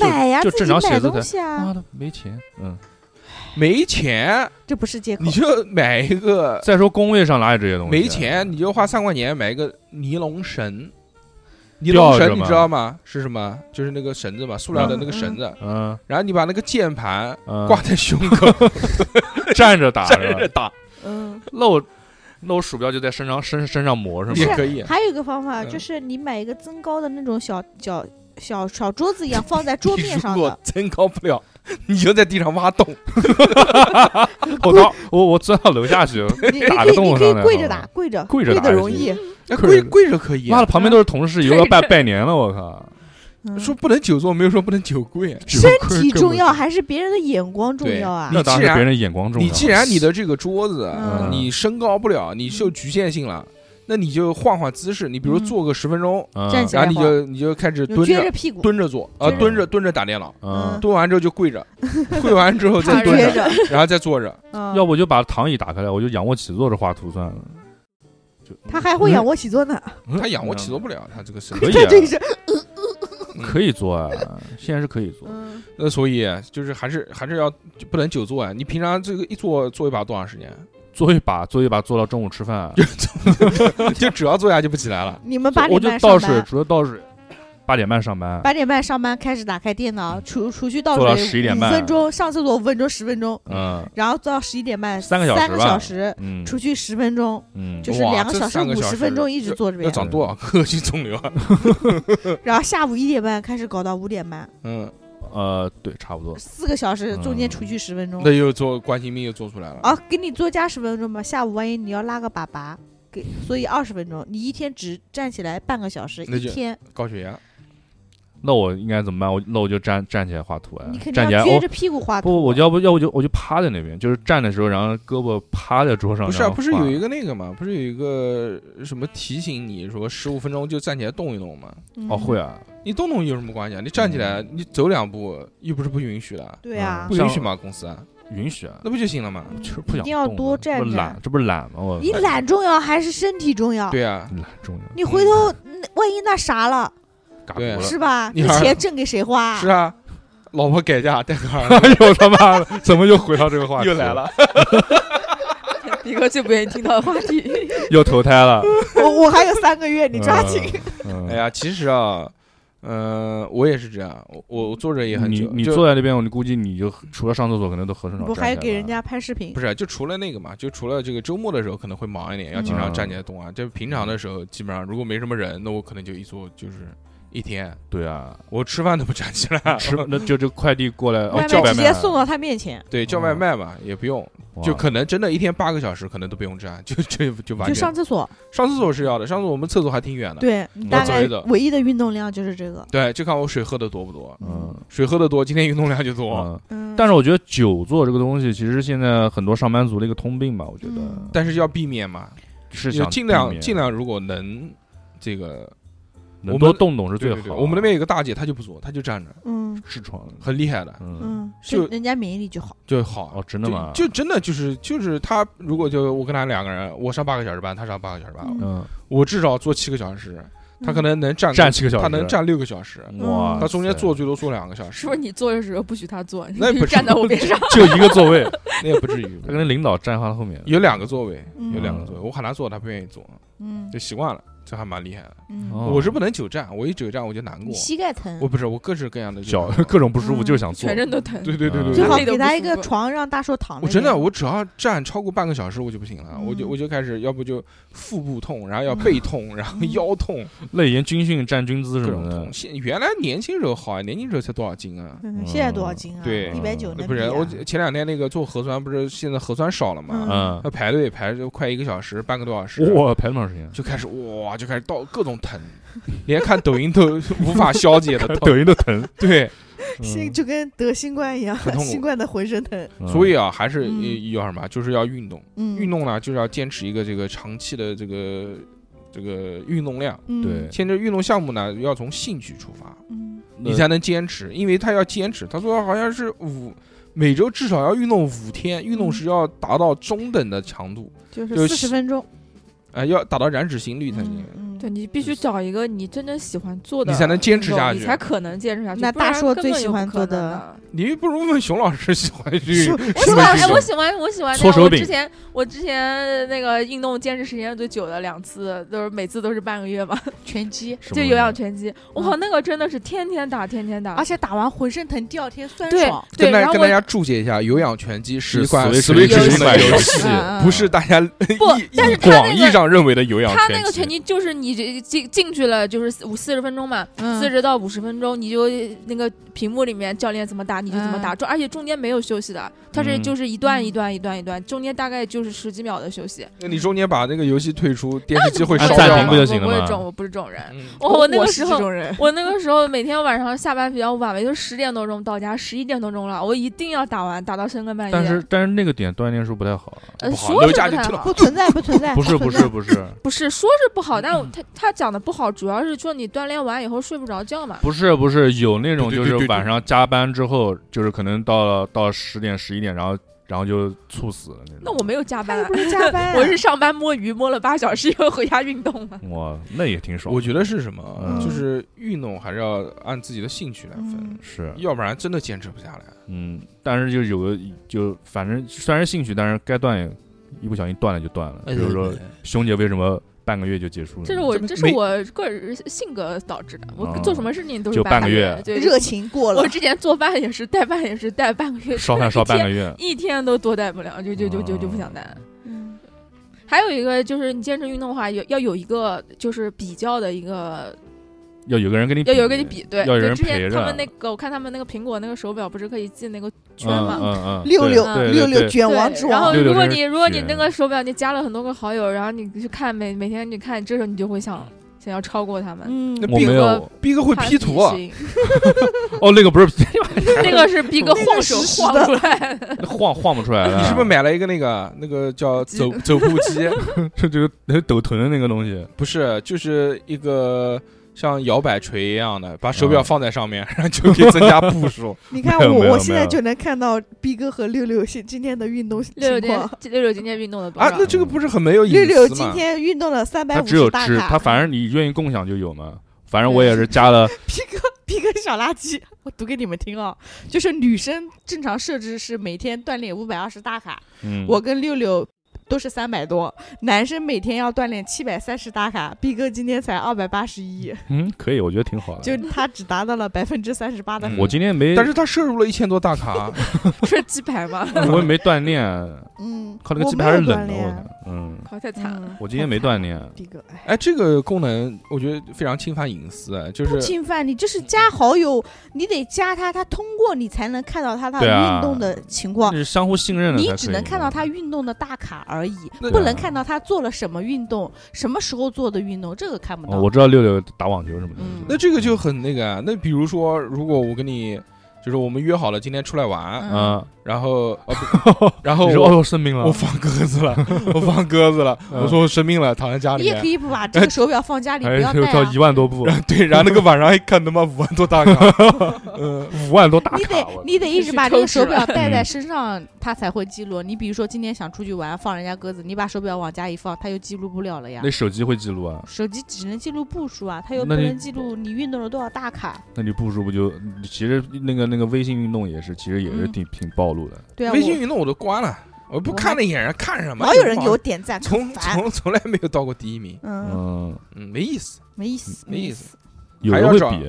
[SPEAKER 2] 买呀，
[SPEAKER 3] 就
[SPEAKER 2] 自己
[SPEAKER 3] 正常
[SPEAKER 2] 买
[SPEAKER 3] 写字
[SPEAKER 2] 东
[SPEAKER 3] 台
[SPEAKER 2] 西啊
[SPEAKER 3] 妈。的没钱，嗯，
[SPEAKER 1] 没钱
[SPEAKER 2] 这不是借口
[SPEAKER 1] 你。就买一个，
[SPEAKER 3] 再说工位上哪有这些东西？啊
[SPEAKER 1] 没钱你就花三块钱买一个尼龙绳。尼
[SPEAKER 3] 吊
[SPEAKER 1] 龙
[SPEAKER 3] 着
[SPEAKER 1] 绳你
[SPEAKER 3] 吗
[SPEAKER 1] 知道吗？是什么？就是那个绳子嘛，塑料的那个
[SPEAKER 2] 嗯
[SPEAKER 1] 绳子。
[SPEAKER 3] 嗯，
[SPEAKER 1] 然后你把那个键盘
[SPEAKER 3] 嗯
[SPEAKER 1] 挂在胸口，
[SPEAKER 3] 站 着打
[SPEAKER 1] 站着
[SPEAKER 3] 是吧？
[SPEAKER 1] 打
[SPEAKER 2] 嗯，
[SPEAKER 3] 那我那我鼠标就在身上身身上磨 是
[SPEAKER 1] 也
[SPEAKER 3] 吗？
[SPEAKER 1] 可以。
[SPEAKER 2] 还有一个方法
[SPEAKER 1] 嗯
[SPEAKER 2] 就是你买一个增高的那种小小小小桌子一样放在桌
[SPEAKER 1] 你
[SPEAKER 2] 面上
[SPEAKER 1] 如
[SPEAKER 2] 的
[SPEAKER 1] 果，增高不了，你就在地上挖洞。
[SPEAKER 3] 我到我我钻到楼下去，
[SPEAKER 2] 你你
[SPEAKER 3] 打
[SPEAKER 2] 可
[SPEAKER 3] 个
[SPEAKER 2] 以
[SPEAKER 3] 洞
[SPEAKER 2] 你可
[SPEAKER 3] 上来
[SPEAKER 2] 以跪着
[SPEAKER 3] 好吧
[SPEAKER 2] 打，跪着
[SPEAKER 3] 跪着打
[SPEAKER 2] 的
[SPEAKER 3] 还
[SPEAKER 2] 容
[SPEAKER 3] 行
[SPEAKER 2] 易。
[SPEAKER 1] 哎
[SPEAKER 3] 可
[SPEAKER 1] 跪
[SPEAKER 3] 以
[SPEAKER 1] 跪着可以啊
[SPEAKER 3] 妈的，旁边都是同事，以后要拜拜年了，我靠！
[SPEAKER 2] 嗯
[SPEAKER 1] 说不能久坐，没有说不能久跪。
[SPEAKER 2] 身体重要还是别人的眼光重
[SPEAKER 1] 对
[SPEAKER 2] 要啊？
[SPEAKER 1] 你
[SPEAKER 3] 那当
[SPEAKER 1] 既
[SPEAKER 3] 然
[SPEAKER 1] 然
[SPEAKER 3] 是别人眼光重要。
[SPEAKER 1] 你既然你的这个桌子
[SPEAKER 2] 嗯
[SPEAKER 1] 你升高不了，你是有局限性了，那你就换换姿势。你比如
[SPEAKER 2] 嗯
[SPEAKER 1] 坐个十分钟，
[SPEAKER 3] 嗯
[SPEAKER 2] 站起来
[SPEAKER 1] 然后你就你就开始
[SPEAKER 2] 有
[SPEAKER 1] 蹲
[SPEAKER 2] 撅
[SPEAKER 1] 着
[SPEAKER 2] 着屁股，
[SPEAKER 1] 蹲着坐啊，
[SPEAKER 3] 撅着
[SPEAKER 1] 蹲着蹲着打电脑，
[SPEAKER 3] 嗯，
[SPEAKER 1] 蹲完之后就跪着，跪完之后再
[SPEAKER 4] 躺着
[SPEAKER 1] 蹲
[SPEAKER 2] 撅
[SPEAKER 1] 着，
[SPEAKER 2] 着，
[SPEAKER 1] 然后再坐着。
[SPEAKER 2] 嗯
[SPEAKER 3] 要不就把躺椅打开来，我就仰卧起坐这画图算了。就
[SPEAKER 2] 他还会仰卧起坐呢。
[SPEAKER 3] 嗯
[SPEAKER 1] 他仰卧起坐不了，他这个身
[SPEAKER 3] 可
[SPEAKER 1] 体。嗯
[SPEAKER 3] 以
[SPEAKER 2] 他这个
[SPEAKER 3] 啊，
[SPEAKER 2] 是，
[SPEAKER 3] 可以做啊，现在是可以做。
[SPEAKER 2] 嗯，
[SPEAKER 1] 那所以就是还是还是要就不能久坐啊。你平常这个一坐坐一把多长时间？
[SPEAKER 3] 坐一把，坐一把，坐到中午吃饭。
[SPEAKER 1] 啊 就只要坐下就不起来了。
[SPEAKER 2] 你们八
[SPEAKER 3] 我
[SPEAKER 2] 点
[SPEAKER 3] 就
[SPEAKER 2] 半
[SPEAKER 3] 倒
[SPEAKER 2] 上
[SPEAKER 3] 水，
[SPEAKER 2] 班，
[SPEAKER 3] 除了倒水，八点半上班。
[SPEAKER 2] 八点半上班开始打开电脑，除除去倒
[SPEAKER 3] 做到
[SPEAKER 2] 水
[SPEAKER 3] 11
[SPEAKER 2] 五
[SPEAKER 3] 半
[SPEAKER 2] 分钟，上厕所五分钟十分钟，
[SPEAKER 3] 嗯
[SPEAKER 2] 然后做到十一点半，
[SPEAKER 3] 三个小
[SPEAKER 2] 三
[SPEAKER 3] 时
[SPEAKER 2] 个
[SPEAKER 3] 吧
[SPEAKER 2] 小时，
[SPEAKER 3] 嗯
[SPEAKER 2] 除去十分钟，
[SPEAKER 3] 嗯，
[SPEAKER 2] 就是
[SPEAKER 1] 哇
[SPEAKER 2] 两个
[SPEAKER 1] 这
[SPEAKER 2] 小时
[SPEAKER 1] 三个
[SPEAKER 2] 五
[SPEAKER 1] 小
[SPEAKER 2] 十
[SPEAKER 1] 时
[SPEAKER 2] 分钟一直坐这
[SPEAKER 1] 要
[SPEAKER 2] 边，
[SPEAKER 1] 长多少个 恶性肿瘤啊？
[SPEAKER 2] 然后下午一点半开始搞到五点半，
[SPEAKER 1] 嗯，
[SPEAKER 3] 呃，对，差不多。
[SPEAKER 2] 四个小时中间
[SPEAKER 3] 嗯
[SPEAKER 2] 除去十分钟
[SPEAKER 1] 那，又做冠心病又做出来了。
[SPEAKER 2] 啊，给你做加十分钟吧。下午万一你要拉个粑粑，给所以二十分钟，你一天只站起来半个小时，
[SPEAKER 1] 那
[SPEAKER 2] 一
[SPEAKER 1] 就
[SPEAKER 2] 天
[SPEAKER 1] 高血压，
[SPEAKER 3] 那我应该怎么办？我那我就站站起来画图啊
[SPEAKER 2] 你肯，定
[SPEAKER 3] 站起来
[SPEAKER 2] 要撅
[SPEAKER 3] 我
[SPEAKER 2] 着屁股画图。啊
[SPEAKER 3] 不，我要不要不就我就趴在那边，就是站的时候，然后胳膊趴在桌上。
[SPEAKER 1] 不是啊，
[SPEAKER 3] 然后
[SPEAKER 1] 不是有一
[SPEAKER 3] 画
[SPEAKER 1] 个那个嘛，不是有一个什么提醒你说十五分钟就站起来动一动嘛？
[SPEAKER 2] 嗯
[SPEAKER 3] 哦会。啊，
[SPEAKER 1] 你动动有什么关系啊？你站起
[SPEAKER 3] 嗯
[SPEAKER 1] 来，你走两步又不是不允许的，
[SPEAKER 2] 对啊
[SPEAKER 1] 不，允许嘛，公司啊
[SPEAKER 3] 允许啊，
[SPEAKER 1] 那不就行了嘛？
[SPEAKER 3] 就是不想
[SPEAKER 2] 嗯一定要
[SPEAKER 3] 动
[SPEAKER 2] 多
[SPEAKER 3] 啊这
[SPEAKER 2] 站着
[SPEAKER 3] 不懒，这不是懒吗？我
[SPEAKER 2] 你懒重要还是身体重要？
[SPEAKER 1] 对啊，
[SPEAKER 3] 懒重要，
[SPEAKER 2] 你回头那万一那啥了，
[SPEAKER 3] 嘎
[SPEAKER 1] 对
[SPEAKER 3] 脖了
[SPEAKER 2] 是吧？
[SPEAKER 1] 呃 你
[SPEAKER 2] 这
[SPEAKER 1] 还
[SPEAKER 2] 钱挣给谁花 啊
[SPEAKER 1] 是？啊，老婆改嫁带个儿
[SPEAKER 3] 哎呦他妈的，怎 么又回到这个话
[SPEAKER 1] 子
[SPEAKER 3] 题？
[SPEAKER 1] 又来，了，
[SPEAKER 4] 比哥最不愿意听到的话题。
[SPEAKER 3] 又投胎 了，
[SPEAKER 2] 我我还有三个月，你抓紧。
[SPEAKER 3] 嗯。
[SPEAKER 1] 哎
[SPEAKER 3] 哎呀，
[SPEAKER 1] 呀，其实啊，嗯，我也是这样，我我我坐着也很
[SPEAKER 3] 你
[SPEAKER 1] 久，
[SPEAKER 3] 你
[SPEAKER 1] 就
[SPEAKER 3] 坐在那边，我估计你就除了上厕所，可能都合身少。
[SPEAKER 2] 不还给人家拍视频
[SPEAKER 1] 啊不？是，就除了那个嘛，就除了这个周末的时候可能会忙一点，要经常站起来动啊。就平常的时候，基本上如果没什么人，那我可能就一坐就是一天，
[SPEAKER 3] 对啊，
[SPEAKER 1] 我吃饭都不站起来。
[SPEAKER 3] 吃那就就快递过来，哦
[SPEAKER 9] 外
[SPEAKER 3] 叫
[SPEAKER 9] 卖
[SPEAKER 3] 外
[SPEAKER 9] 直接
[SPEAKER 1] 啊
[SPEAKER 3] 卖
[SPEAKER 9] 送到他面前，
[SPEAKER 1] 对，叫
[SPEAKER 3] 哦
[SPEAKER 1] 外卖嘛，也不用，就可能真的一天八个小时，可能都不用站，就就就完全
[SPEAKER 2] 就上厕所，
[SPEAKER 1] 上厕所是要的，上厕所我们厕所还挺远的。
[SPEAKER 2] 对你大
[SPEAKER 1] 走
[SPEAKER 2] 概
[SPEAKER 1] 一走
[SPEAKER 2] 唯一的运动量就是这个。
[SPEAKER 1] 对，就看我水喝的多不多，
[SPEAKER 3] 嗯
[SPEAKER 1] 水喝的多，今天运动量就多。
[SPEAKER 3] 嗯。
[SPEAKER 2] 嗯，
[SPEAKER 3] 但是我觉得久坐这个东西，其实现在很多上班族的一个通病吧，我觉得
[SPEAKER 2] 嗯
[SPEAKER 1] 但是要避免嘛，
[SPEAKER 3] 是
[SPEAKER 1] 就
[SPEAKER 3] 想
[SPEAKER 1] 尽
[SPEAKER 3] 避
[SPEAKER 1] 量
[SPEAKER 3] 免
[SPEAKER 1] 尽量，如果能这个
[SPEAKER 3] 能
[SPEAKER 1] 我
[SPEAKER 3] 多
[SPEAKER 1] 们
[SPEAKER 3] 动动是
[SPEAKER 1] 对
[SPEAKER 3] 最
[SPEAKER 1] 对对
[SPEAKER 3] 好。啊
[SPEAKER 1] 我们那边有个大姐，她就不坐，她就站着，
[SPEAKER 2] 嗯
[SPEAKER 3] 痔疮，
[SPEAKER 1] 很厉害的，
[SPEAKER 3] 嗯，
[SPEAKER 2] 嗯，
[SPEAKER 1] 就
[SPEAKER 2] 就人家免疫力就好。
[SPEAKER 1] 就好。啊
[SPEAKER 3] 哦，真的吗？
[SPEAKER 1] 就就真的就是就是他，如果就我跟他两个人，我上八个小时班，他上八个小时班，
[SPEAKER 2] 嗯
[SPEAKER 3] 嗯，
[SPEAKER 1] 我至少坐七个小时，他可能能站
[SPEAKER 3] 站七个小时，
[SPEAKER 1] 他能站六个小时，
[SPEAKER 2] 嗯
[SPEAKER 3] 哇，
[SPEAKER 1] 他中间坐最多坐两个小时
[SPEAKER 4] 是不，是你坐的时候不许他坐，你
[SPEAKER 1] 那
[SPEAKER 4] 必
[SPEAKER 1] 不
[SPEAKER 4] 须
[SPEAKER 1] 是
[SPEAKER 4] 站在我边上？
[SPEAKER 3] 就 一个座位，
[SPEAKER 1] 那也不至 于
[SPEAKER 3] 他。跟领导站他后面，
[SPEAKER 1] 有两个座位，
[SPEAKER 2] 嗯
[SPEAKER 1] 有两个座位，我喊他坐，他不愿意坐，
[SPEAKER 2] 嗯
[SPEAKER 1] 就习惯了，这还蛮厉害的。
[SPEAKER 2] 嗯，
[SPEAKER 3] 哦
[SPEAKER 1] 我是不能久站，我一久站我就难过
[SPEAKER 2] 你，膝盖疼
[SPEAKER 1] 我。不是我各式各样的就
[SPEAKER 3] 脚
[SPEAKER 1] 难过
[SPEAKER 3] 各种不舒服，就是想坐
[SPEAKER 4] 嗯全。身都疼。
[SPEAKER 1] 对对对对，
[SPEAKER 3] 嗯
[SPEAKER 2] 最
[SPEAKER 1] 对
[SPEAKER 2] 好
[SPEAKER 4] 哪里
[SPEAKER 2] 给
[SPEAKER 4] 都不
[SPEAKER 2] 他
[SPEAKER 4] 舒
[SPEAKER 2] 一个
[SPEAKER 4] 服
[SPEAKER 2] 床，让大硕躺着。
[SPEAKER 1] 我真的，我只要站超过半个小时，我就不行了，我就
[SPEAKER 2] 嗯
[SPEAKER 1] 我就开始，要不就腹部痛，然后要背痛，然后
[SPEAKER 2] 嗯
[SPEAKER 1] 腰痛，
[SPEAKER 3] 那以前军训站军姿
[SPEAKER 1] 各
[SPEAKER 3] 什
[SPEAKER 1] 种
[SPEAKER 3] 么
[SPEAKER 1] 痛。
[SPEAKER 3] 的，
[SPEAKER 1] 现原来年轻时候好啊，年轻时候才多少斤啊？
[SPEAKER 2] 嗯现在多少斤啊？
[SPEAKER 1] 对
[SPEAKER 2] 一百九啊呢。
[SPEAKER 1] 那不是我前两天那个做核酸，不是现在核酸少了嘛？
[SPEAKER 3] 嗯，
[SPEAKER 1] 那排队排就快一个小时，半个多小时，
[SPEAKER 3] 哇，排那么长时间，
[SPEAKER 1] 就开始哇，就开始到各种疼， 连看抖音都无法消解的疼。
[SPEAKER 3] 抖音都疼。
[SPEAKER 1] 对，
[SPEAKER 2] 心就跟得新冠一样
[SPEAKER 1] 嗯很，痛苦
[SPEAKER 2] 新冠的浑身疼。
[SPEAKER 3] 嗯
[SPEAKER 1] 所以啊，还是
[SPEAKER 2] 嗯
[SPEAKER 1] 呃要什么，就是要运动。
[SPEAKER 2] 嗯，
[SPEAKER 1] 运动呢，就是要坚持一个这个长期的这个这个运动量。
[SPEAKER 2] 嗯
[SPEAKER 3] 对，
[SPEAKER 1] 现在运动项目呢，要从兴趣出发，
[SPEAKER 2] 嗯
[SPEAKER 1] 你才能坚持，因为他要坚持。他说好像是五。每周至
[SPEAKER 2] 嗯
[SPEAKER 1] 少要运动五天，运动是要达到中等的强度，
[SPEAKER 2] 就是
[SPEAKER 1] 就
[SPEAKER 2] 四
[SPEAKER 1] 是
[SPEAKER 2] 十分钟。
[SPEAKER 1] 哎，要达到燃脂心率才行
[SPEAKER 2] 嗯。嗯
[SPEAKER 4] 对你必须找一个你真正喜欢做的
[SPEAKER 1] 你
[SPEAKER 4] 运动，
[SPEAKER 1] 才能坚持下
[SPEAKER 4] 你
[SPEAKER 1] 去
[SPEAKER 4] 才可能坚持下去。
[SPEAKER 2] 那
[SPEAKER 4] 不然
[SPEAKER 2] 大硕
[SPEAKER 4] 根
[SPEAKER 2] 最
[SPEAKER 4] 本
[SPEAKER 2] 喜
[SPEAKER 4] 有不
[SPEAKER 2] 欢
[SPEAKER 4] 可
[SPEAKER 2] 做
[SPEAKER 4] 能
[SPEAKER 2] 的
[SPEAKER 4] 的
[SPEAKER 1] 你不如问熊老师喜欢去
[SPEAKER 2] 熊
[SPEAKER 4] 我喜
[SPEAKER 1] 什
[SPEAKER 4] 欢，
[SPEAKER 1] 么
[SPEAKER 4] 哎，
[SPEAKER 1] 运动
[SPEAKER 4] 我喜欢，我喜欢那
[SPEAKER 3] 搓
[SPEAKER 4] 个。
[SPEAKER 3] 手
[SPEAKER 4] 我
[SPEAKER 3] 柄
[SPEAKER 4] 之前，我之前那个运动坚持时间最久的两次，都是每次都是半个月嘛，
[SPEAKER 10] 拳击，
[SPEAKER 3] 什
[SPEAKER 4] 就
[SPEAKER 3] 么
[SPEAKER 4] 有氧拳击。我靠，那个真的是天天打，天天
[SPEAKER 2] 啊
[SPEAKER 4] 打
[SPEAKER 10] 而。且打完浑身疼，第二天酸
[SPEAKER 4] 对
[SPEAKER 10] 啊爽。
[SPEAKER 4] 对，
[SPEAKER 1] 跟大
[SPEAKER 4] 然
[SPEAKER 1] 家
[SPEAKER 4] 后
[SPEAKER 1] 跟大
[SPEAKER 4] 我
[SPEAKER 1] 家注解一下，有氧拳击是一
[SPEAKER 3] 是
[SPEAKER 1] 款
[SPEAKER 3] Switch
[SPEAKER 4] 游
[SPEAKER 3] 是一
[SPEAKER 4] 戏
[SPEAKER 3] 款游戏
[SPEAKER 4] 嗯嗯，
[SPEAKER 1] 不是大家
[SPEAKER 4] 不
[SPEAKER 1] 一
[SPEAKER 4] 但
[SPEAKER 1] 一
[SPEAKER 4] 是他
[SPEAKER 11] 广
[SPEAKER 4] 那
[SPEAKER 11] 义
[SPEAKER 4] 个
[SPEAKER 11] 上认为的有氧
[SPEAKER 4] 他那个拳
[SPEAKER 11] 击，
[SPEAKER 4] 击就是你这进进去了就是五四十分钟嘛，四
[SPEAKER 10] 嗯，
[SPEAKER 4] 十到五十分钟，你就那个屏幕里面教练怎么打你就怎么
[SPEAKER 10] 嗯
[SPEAKER 4] 打，中而且中间没有休息的，它是
[SPEAKER 11] 嗯
[SPEAKER 4] 就是一段一段一段一段，中间大概就是十几秒的休息。
[SPEAKER 1] 那你中间把那个游戏退出，电视机会
[SPEAKER 4] 我
[SPEAKER 1] 烧
[SPEAKER 4] 不
[SPEAKER 3] 暂
[SPEAKER 1] 掉
[SPEAKER 3] 停不
[SPEAKER 1] 吗？
[SPEAKER 3] 就行了
[SPEAKER 4] 我不是
[SPEAKER 3] 吗
[SPEAKER 4] 这种，我不是这种人。
[SPEAKER 1] 嗯
[SPEAKER 4] 我
[SPEAKER 2] 哦
[SPEAKER 4] 我那
[SPEAKER 10] 我
[SPEAKER 4] 个时
[SPEAKER 10] 是这
[SPEAKER 4] 候，
[SPEAKER 10] 种人，
[SPEAKER 4] 我那个时候每天晚上下班比较晚嘛，也就十点多钟到家，十一点多钟了，我一定要打完，打到深更半夜。
[SPEAKER 3] 但是但是那个点锻炼是不太好，
[SPEAKER 4] 呃，
[SPEAKER 11] 不好
[SPEAKER 4] 说
[SPEAKER 11] 楼
[SPEAKER 4] 是
[SPEAKER 11] 下
[SPEAKER 4] 不
[SPEAKER 11] 就
[SPEAKER 4] 太
[SPEAKER 11] 听到
[SPEAKER 4] 好
[SPEAKER 2] 不，存在，不存在，
[SPEAKER 3] 不是不
[SPEAKER 2] 存在
[SPEAKER 3] 是不 是
[SPEAKER 4] 不是说是不好，但
[SPEAKER 3] 嗯
[SPEAKER 4] 我他他讲的不好，主要是说你锻炼完以后睡不着觉嘛。
[SPEAKER 3] 不是不是有那种
[SPEAKER 11] 对对
[SPEAKER 3] 就是
[SPEAKER 11] 对对对
[SPEAKER 3] 晚上加班之后，就是可能到了到十点十一点，然后然后就猝死了那种。
[SPEAKER 4] 那我没有加
[SPEAKER 2] 他
[SPEAKER 4] 班
[SPEAKER 2] 又，不是加班，啊
[SPEAKER 4] 我是上班摸鱼摸了八小时以后回家运动嘛。
[SPEAKER 3] 哇，那也挺爽。
[SPEAKER 1] 我觉得是什么
[SPEAKER 3] 嗯？
[SPEAKER 1] 就是运动还是要按自己的兴趣来分
[SPEAKER 2] 嗯，
[SPEAKER 3] 是
[SPEAKER 1] 要不然真的坚持不下来。
[SPEAKER 3] 嗯，但是就有个就反正虽然兴趣，但是该断也一不小心断了就断了。
[SPEAKER 1] 哎
[SPEAKER 3] 比如说熊姐为什么半个月就结束了？
[SPEAKER 4] 这是我
[SPEAKER 1] 这么
[SPEAKER 4] 这是
[SPEAKER 1] 没
[SPEAKER 4] 我个人性格导致的，我
[SPEAKER 3] 哦
[SPEAKER 4] 做什么事情都是
[SPEAKER 3] 就半个
[SPEAKER 4] 个
[SPEAKER 3] 月
[SPEAKER 4] 对，
[SPEAKER 2] 热情过了
[SPEAKER 4] 我，之前做饭也是带饭也是带半个月，
[SPEAKER 3] 烧饭烧半
[SPEAKER 4] 个。
[SPEAKER 3] 个月，哦
[SPEAKER 4] 一天都多带不了，就就就就就不想带。
[SPEAKER 2] 嗯
[SPEAKER 4] 还有一个就是你坚持运动的话，有要有一个就是比较的一个，
[SPEAKER 3] 要有个人跟你
[SPEAKER 4] 要有人跟你，比对。
[SPEAKER 3] 要有人
[SPEAKER 4] 就之
[SPEAKER 3] 陪
[SPEAKER 4] 前
[SPEAKER 3] 着
[SPEAKER 4] 他们那个，我看他们那个苹果那个手表不是可以进那个圈
[SPEAKER 3] 嗯
[SPEAKER 4] 嘛？
[SPEAKER 3] 嗯嗯，
[SPEAKER 2] 六六
[SPEAKER 3] 对
[SPEAKER 2] 六六
[SPEAKER 3] 对
[SPEAKER 2] 卷
[SPEAKER 4] 对
[SPEAKER 2] 王之
[SPEAKER 4] 然后
[SPEAKER 2] 王，
[SPEAKER 3] 对对
[SPEAKER 4] 如果
[SPEAKER 3] 对
[SPEAKER 4] 你如果你
[SPEAKER 3] 卷
[SPEAKER 4] 那个手表你加了很多个好友，然后你去看每每天你看，这时候你就会想想要超过 他们。
[SPEAKER 2] 嗯
[SPEAKER 1] 那
[SPEAKER 3] 我
[SPEAKER 1] 逼
[SPEAKER 3] 没
[SPEAKER 1] 哥
[SPEAKER 3] 有
[SPEAKER 1] 逼哥会 P 图啊，
[SPEAKER 4] 攀比心
[SPEAKER 3] 哦，那个不是
[SPEAKER 4] 那个是逼哥
[SPEAKER 2] 那个
[SPEAKER 4] 晃 手
[SPEAKER 2] 实时
[SPEAKER 4] 晃
[SPEAKER 2] 的
[SPEAKER 4] 出来的，
[SPEAKER 3] 晃晃不出来了。
[SPEAKER 1] 你是不 是买了一个那个那个叫走走步机？
[SPEAKER 3] 是这个抖臀的那个东西？
[SPEAKER 1] 不是，就是一个像摇摆锤一样的，把手
[SPEAKER 3] 嗯
[SPEAKER 1] 表放在上面，然后就可以增加步数。
[SPEAKER 2] 你看
[SPEAKER 3] 没有没
[SPEAKER 2] 我，
[SPEAKER 3] 有
[SPEAKER 2] 我现
[SPEAKER 3] 没
[SPEAKER 2] 在
[SPEAKER 3] 有
[SPEAKER 2] 就能看到逼哥和六六现今天的运动
[SPEAKER 4] 六六
[SPEAKER 2] 情
[SPEAKER 4] 今
[SPEAKER 2] 况。
[SPEAKER 4] 天六六今天运动了多
[SPEAKER 1] 啊
[SPEAKER 4] 少，
[SPEAKER 1] 那？这个不是很没有意思
[SPEAKER 2] 六
[SPEAKER 1] 吗？
[SPEAKER 2] 六今天运动了三百
[SPEAKER 3] 它
[SPEAKER 2] 五
[SPEAKER 3] 只有
[SPEAKER 2] 十大
[SPEAKER 3] 只它
[SPEAKER 2] 卡，
[SPEAKER 3] 反正你愿意共享就有嘛。反正我也是加了，
[SPEAKER 10] 逼哥逼哥小垃圾，我读给你们听啊，就是女生正常设置是每天锻炼五百二十大卡，
[SPEAKER 3] 嗯，
[SPEAKER 10] 我跟六六都是三百多，男生每天要锻炼七百三十大卡，逼哥今天才二百八十一，
[SPEAKER 3] 嗯可以，我觉得挺好的。
[SPEAKER 10] 就他只达到了百分之三十八的
[SPEAKER 11] 嗯
[SPEAKER 3] 我今天没，
[SPEAKER 1] 但是他摄入了一千多大卡，
[SPEAKER 4] 是鸡排 吗？
[SPEAKER 3] 我也没锻炼，
[SPEAKER 2] 嗯，
[SPEAKER 3] 靠那个
[SPEAKER 2] 我
[SPEAKER 3] 鸡
[SPEAKER 2] 没
[SPEAKER 3] 排还
[SPEAKER 2] 有
[SPEAKER 3] 是冷
[SPEAKER 2] 锻
[SPEAKER 3] 的，
[SPEAKER 2] 炼
[SPEAKER 3] 我
[SPEAKER 2] 啊
[SPEAKER 3] 操，嗯，
[SPEAKER 4] 靠，太惨了！
[SPEAKER 2] 嗯，
[SPEAKER 3] 我今天没锻炼，
[SPEAKER 2] 逼哥，哎，
[SPEAKER 1] 哎，这个功能我觉得非常侵犯隐私，哎就
[SPEAKER 2] 不
[SPEAKER 1] 是
[SPEAKER 2] 侵犯你，就是加好友，你得加他，他通过你才能看到他的
[SPEAKER 3] 对啊
[SPEAKER 2] 运动的情况
[SPEAKER 3] 那。是相互信任的，
[SPEAKER 10] 你只能看到
[SPEAKER 3] 哦
[SPEAKER 10] 他运动的大卡而已，
[SPEAKER 1] 那
[SPEAKER 10] 不
[SPEAKER 3] 啊
[SPEAKER 10] 能看到他做了什么运动，什么时候做的运动，这个看不到。
[SPEAKER 3] 哦，我知道六六打网球什么的。
[SPEAKER 10] 嗯
[SPEAKER 1] 那这个就很那个。啊那比如说，如果我跟你就是我们约好了今天出来
[SPEAKER 2] 嗯
[SPEAKER 10] 嗯
[SPEAKER 1] 玩，
[SPEAKER 3] 啊，
[SPEAKER 1] 然后哦 不然后
[SPEAKER 3] 你说
[SPEAKER 1] 我
[SPEAKER 3] 哦，生病了
[SPEAKER 1] 我，放鸽子 了，我放鸽子了，
[SPEAKER 3] 嗯
[SPEAKER 1] 我说我生病了，躺在家
[SPEAKER 10] 你
[SPEAKER 1] 里
[SPEAKER 10] 也
[SPEAKER 1] 面
[SPEAKER 10] 可。以不把这个手表放家里，不
[SPEAKER 3] 哎
[SPEAKER 10] 要，
[SPEAKER 3] 就
[SPEAKER 10] 带
[SPEAKER 3] 到
[SPEAKER 10] 啊
[SPEAKER 3] 一。万多 步，
[SPEAKER 1] 然后对，然后那个晚上一看他妈五万多大卡，嗯，
[SPEAKER 3] 五万多大
[SPEAKER 10] 你
[SPEAKER 3] 卡，
[SPEAKER 10] 得
[SPEAKER 3] 我
[SPEAKER 10] 你得一
[SPEAKER 4] 真
[SPEAKER 10] 直
[SPEAKER 4] 是
[SPEAKER 10] 把这
[SPEAKER 4] 抽
[SPEAKER 10] 个
[SPEAKER 4] 脂
[SPEAKER 10] 手表戴在
[SPEAKER 3] 嗯
[SPEAKER 10] 身上，它才会记录。你比如说今天想出去玩，放人家鸽子，你把手表往家一放，它又记录不了了呀
[SPEAKER 3] 那。手机会记录啊，
[SPEAKER 10] 手机只能记录步数啊，它又
[SPEAKER 3] 那
[SPEAKER 10] 不
[SPEAKER 3] 你
[SPEAKER 10] 能记录你运动了多少大卡。
[SPEAKER 3] 那你步数不就？其实那个那个微信运动也是，其实也是
[SPEAKER 10] 嗯
[SPEAKER 3] 挺挺暴露的。
[SPEAKER 10] 对啊，
[SPEAKER 1] 微信
[SPEAKER 10] 我
[SPEAKER 1] 运动我都关了，我不看那一眼，人看什么？
[SPEAKER 2] 老有人给我点赞，可
[SPEAKER 1] 从
[SPEAKER 2] 烦，
[SPEAKER 1] 从从来没有到过第一名，
[SPEAKER 2] 嗯，
[SPEAKER 3] 嗯，
[SPEAKER 1] 嗯，没意思。
[SPEAKER 2] 没意思，
[SPEAKER 1] 没意
[SPEAKER 2] 思。
[SPEAKER 3] 有
[SPEAKER 1] 还
[SPEAKER 3] 人
[SPEAKER 1] 要
[SPEAKER 3] 会
[SPEAKER 1] 找
[SPEAKER 3] 比，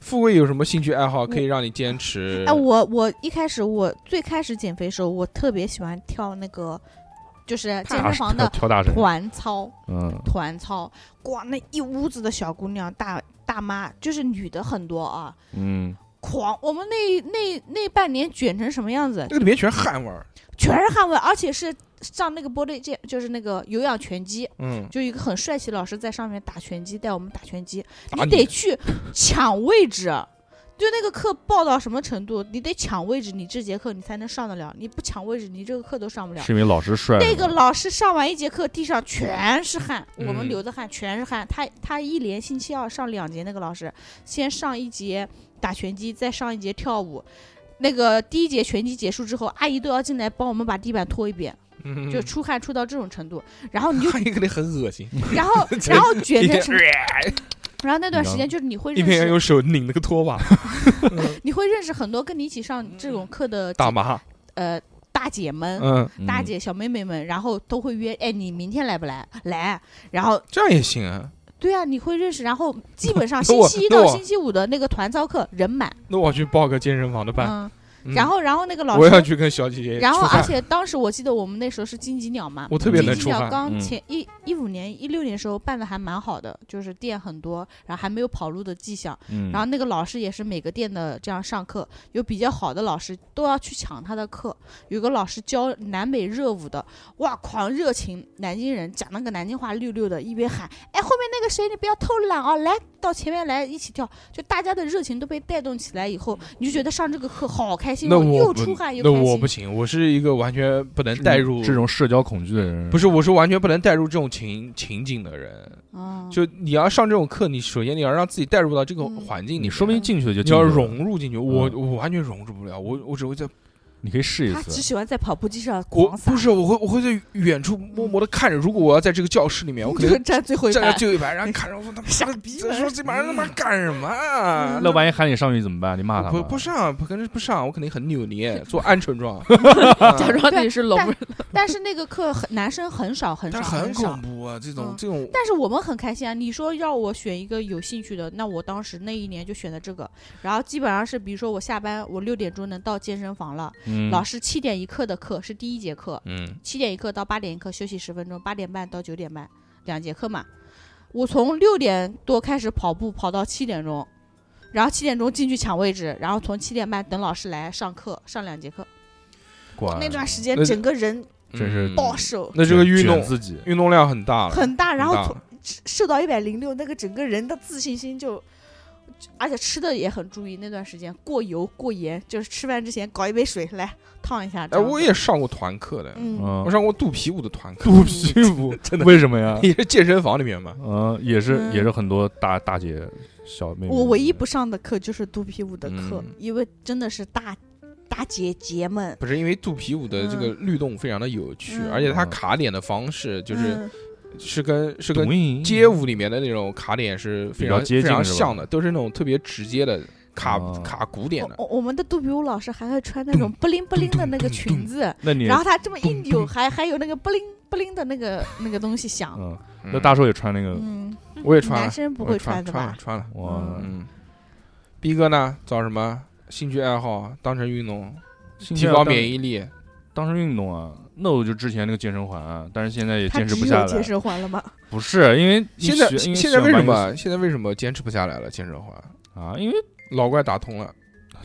[SPEAKER 1] 富贵有什么兴趣爱好可以让你坚持？
[SPEAKER 2] 哎，我我一开始我最开始减肥的时候，我特别喜欢跳那个，就是健
[SPEAKER 3] 大
[SPEAKER 10] 啊
[SPEAKER 2] 身
[SPEAKER 3] 神
[SPEAKER 2] 房的
[SPEAKER 3] 跳大神，
[SPEAKER 2] 团操，
[SPEAKER 3] 嗯，
[SPEAKER 2] 团操，哇，那一屋子的小姑娘、大大妈，就是女的很多啊，
[SPEAKER 3] 嗯，
[SPEAKER 2] 狂！我们那那那半年卷成什么样子，
[SPEAKER 1] 那个里面全是汗味儿，
[SPEAKER 2] 全是汗味，而且是上那个玻璃健，就是那个有氧拳击，
[SPEAKER 1] 嗯，
[SPEAKER 2] 就一个很帅气的老师在上面打拳击，带我们打拳击，
[SPEAKER 1] 打
[SPEAKER 2] 你得去抢位置。就那个课报到什么程度，你得抢位置，你这节课你才能上得了。你不抢位置，你这个课都上
[SPEAKER 10] 啊
[SPEAKER 2] 不了。
[SPEAKER 3] 是因为老师帅吗，
[SPEAKER 2] 那个老师上完一节课，地上全是汗，
[SPEAKER 1] 嗯
[SPEAKER 2] 我们流的汗全是汗。他他一连星期要上两节，那个老师先上一节打拳击，再上一节跳舞。那个第一节拳击结束之后，阿姨都要进来帮我们把地板拖一遍，
[SPEAKER 1] 嗯
[SPEAKER 2] 就 出汗出到这种程度。然后你就，
[SPEAKER 1] 一个得很恶心，
[SPEAKER 2] 然后然后卷
[SPEAKER 1] 一
[SPEAKER 2] 变
[SPEAKER 1] 边
[SPEAKER 2] 成，然后那段时间就是你会
[SPEAKER 1] 一
[SPEAKER 2] 认
[SPEAKER 1] 边要
[SPEAKER 2] 识，
[SPEAKER 1] 用手拧那个拖把，
[SPEAKER 2] 你会认识很多跟你一起上这种课的
[SPEAKER 1] 大妈，
[SPEAKER 2] 呃大姐们。
[SPEAKER 1] 嗯，
[SPEAKER 2] 大
[SPEAKER 3] 嗯
[SPEAKER 2] 姐、小妹妹们，然后都会约，哎，你明天来不来？来，然后
[SPEAKER 1] 这样也行啊。
[SPEAKER 2] 对啊，你会认识，然后基本上
[SPEAKER 1] 那
[SPEAKER 2] 星
[SPEAKER 1] 我
[SPEAKER 2] 期一
[SPEAKER 1] 那
[SPEAKER 2] 到
[SPEAKER 1] 我
[SPEAKER 2] 星期五的那个团操课人满，
[SPEAKER 1] 那我去报个健身房的班，
[SPEAKER 2] 嗯，
[SPEAKER 1] 嗯
[SPEAKER 2] 然后然后那个老
[SPEAKER 1] 我要
[SPEAKER 2] 师，
[SPEAKER 1] 去跟小姐姐
[SPEAKER 2] 然后
[SPEAKER 1] 出汗
[SPEAKER 2] 而且当时我记得我们那时候是金鸡鸟嘛，
[SPEAKER 1] 我特别
[SPEAKER 3] 嗯
[SPEAKER 1] 能
[SPEAKER 2] 金
[SPEAKER 1] 出
[SPEAKER 2] 鸡鸟
[SPEAKER 1] 汗，
[SPEAKER 2] 刚
[SPEAKER 3] 嗯
[SPEAKER 2] 前一一五年一六年时候办的还蛮好的，就是店很多，然后还没有跑路的迹象，
[SPEAKER 3] 嗯
[SPEAKER 2] 然后那个老师也是每个店的这样上课，有比较好的老师都要去抢他的课。有个老师教南北热舞的，哇，狂热情，南京人讲那个南京话溜溜的，一边喊，哎，后面那个谁，你不要偷懒哦，来到前面来一起跳，就大家的热情都被带动起来以后，你就觉得上这个课好开心、
[SPEAKER 1] 嗯那
[SPEAKER 2] 哦，
[SPEAKER 1] 我
[SPEAKER 2] 又
[SPEAKER 1] 不
[SPEAKER 2] 出汗又
[SPEAKER 1] 那
[SPEAKER 2] 开心。
[SPEAKER 1] 我不行，我是一个完全不能带入
[SPEAKER 3] 这种社交恐惧的人，
[SPEAKER 1] 不
[SPEAKER 3] 是
[SPEAKER 1] 是，我是完全不能带入这种情情景的人。
[SPEAKER 2] 嗯，
[SPEAKER 1] 就你要上这种课，你首先你要让自己带入到这个
[SPEAKER 4] 嗯
[SPEAKER 1] 环境里
[SPEAKER 3] 你
[SPEAKER 1] 面，
[SPEAKER 3] 说不定进去就
[SPEAKER 1] 你
[SPEAKER 3] 进
[SPEAKER 1] 要
[SPEAKER 3] 去了嗯
[SPEAKER 1] 融入进去。我我完全融入不了，我我只会在，
[SPEAKER 3] 你可以试一
[SPEAKER 10] 他只
[SPEAKER 3] 次。
[SPEAKER 10] 喜欢在跑步机上
[SPEAKER 1] 我
[SPEAKER 10] 狂撒
[SPEAKER 1] 不，是，我会我会在远处
[SPEAKER 2] 嗯
[SPEAKER 1] 默默的看着。如果我要在这个教室里面，我可
[SPEAKER 2] 就
[SPEAKER 1] 能
[SPEAKER 2] 是站最后一
[SPEAKER 1] 站在
[SPEAKER 2] 排，
[SPEAKER 1] 最后一排，然后看着我 说他妈逼，这说这帮人他
[SPEAKER 2] 嗯
[SPEAKER 1] 妈干什么啊？
[SPEAKER 3] 那万一喊你上去怎么办？你骂他
[SPEAKER 1] 不
[SPEAKER 3] 吗
[SPEAKER 1] 不上，不可能不上，我肯定很扭 捏，做鹌鹑状，
[SPEAKER 4] 假
[SPEAKER 1] 啊
[SPEAKER 4] 装你是聋人，
[SPEAKER 2] 但是那个课很男生很少很少
[SPEAKER 1] 但
[SPEAKER 2] 很
[SPEAKER 1] 很
[SPEAKER 2] 少
[SPEAKER 1] 恐。怖啊！这种
[SPEAKER 2] 嗯
[SPEAKER 1] 这种，
[SPEAKER 2] 但是我们很开心啊！你说让我选一个有兴趣的，那我当时那一年就选的这个，然后基本上是，比如说我下班我六点钟能到健身房了，
[SPEAKER 3] 嗯
[SPEAKER 2] 老师七点一刻的课是第一节课，
[SPEAKER 1] 嗯，
[SPEAKER 2] 七点一刻到八点一刻休息十分钟，八点半到九点半两节课嘛。我从六点多开始跑步，跑到七点钟，然后七点钟进去抢位置，然后从七点半等老师来上课，上两节课。
[SPEAKER 3] 管
[SPEAKER 2] 那段时间
[SPEAKER 1] 啊那
[SPEAKER 2] 整个人
[SPEAKER 3] 真是
[SPEAKER 1] 嗯
[SPEAKER 2] 暴瘦，
[SPEAKER 1] 那这个运
[SPEAKER 3] 卷
[SPEAKER 1] 动
[SPEAKER 3] 自己，
[SPEAKER 1] 运动量很大了，
[SPEAKER 2] 很大，然后
[SPEAKER 1] 很大
[SPEAKER 2] 从瘦到一百零六，那个整个人的自信心就，而且吃的也很注意。那段时间过油过盐，就是吃饭之前搞一杯水来烫一下。这
[SPEAKER 1] 哎，
[SPEAKER 2] 样子
[SPEAKER 1] 我也上过团课的，
[SPEAKER 2] 嗯，
[SPEAKER 3] 嗯
[SPEAKER 1] 我，上过肚皮舞的团课，
[SPEAKER 3] 肚皮 舞
[SPEAKER 1] 真 的
[SPEAKER 3] 为什么呀？
[SPEAKER 1] 也是健身房里面嘛。
[SPEAKER 3] 嗯，也是
[SPEAKER 2] 嗯
[SPEAKER 3] 也是很多大大姐小妹妹，
[SPEAKER 2] 我唯一不上的课就是肚皮舞的课，
[SPEAKER 1] 嗯
[SPEAKER 2] 因为真的是大大姐姐们，
[SPEAKER 1] 不是因为肚皮舞的这个律动非常的有趣，
[SPEAKER 2] 嗯
[SPEAKER 1] 而且它卡点的方式就是、
[SPEAKER 2] 嗯
[SPEAKER 1] 是跟是跟
[SPEAKER 3] 懂音
[SPEAKER 1] 街舞里面的那种卡点是非常
[SPEAKER 3] 比较接
[SPEAKER 1] 非
[SPEAKER 3] 近
[SPEAKER 1] 常
[SPEAKER 3] 是吧
[SPEAKER 1] 像的，都是那种特别直接的卡、
[SPEAKER 3] 哦
[SPEAKER 1] 卡鼓点的。
[SPEAKER 2] 我我我们的肚皮舞老师还会穿那种不灵不灵的那个裙子，
[SPEAKER 3] 那你
[SPEAKER 2] 然后她这么一
[SPEAKER 1] 咚
[SPEAKER 2] 扭，
[SPEAKER 1] 咚
[SPEAKER 2] 还还有那个不灵不灵的那个那个东西响。
[SPEAKER 3] 嗯，
[SPEAKER 1] 嗯
[SPEAKER 3] 那大叔也穿那个，
[SPEAKER 2] 嗯，
[SPEAKER 1] 我也穿了
[SPEAKER 2] 男，生不
[SPEAKER 1] 我也
[SPEAKER 2] 会
[SPEAKER 1] 穿
[SPEAKER 2] 的
[SPEAKER 1] 穿啊了
[SPEAKER 2] 吧？
[SPEAKER 1] 穿了。
[SPEAKER 3] 哇，
[SPEAKER 1] 嗯，逼哥呢，找什么兴趣爱好当成运动，提
[SPEAKER 3] 提
[SPEAKER 1] 高免疫力？
[SPEAKER 3] 当时运动啊，那我就之前那个健身环啊，但是现在也
[SPEAKER 2] 他
[SPEAKER 3] 坚持
[SPEAKER 2] 只
[SPEAKER 3] 不下
[SPEAKER 2] 有健
[SPEAKER 3] 来。
[SPEAKER 2] 身环了吗？
[SPEAKER 3] 不是因为
[SPEAKER 1] 现在
[SPEAKER 3] 你学因
[SPEAKER 1] 现在为
[SPEAKER 3] 喜
[SPEAKER 1] 什
[SPEAKER 3] 欢玩
[SPEAKER 1] 么现在为什么坚持不下来了？健身环
[SPEAKER 3] 啊？因为
[SPEAKER 1] 老怪打通了，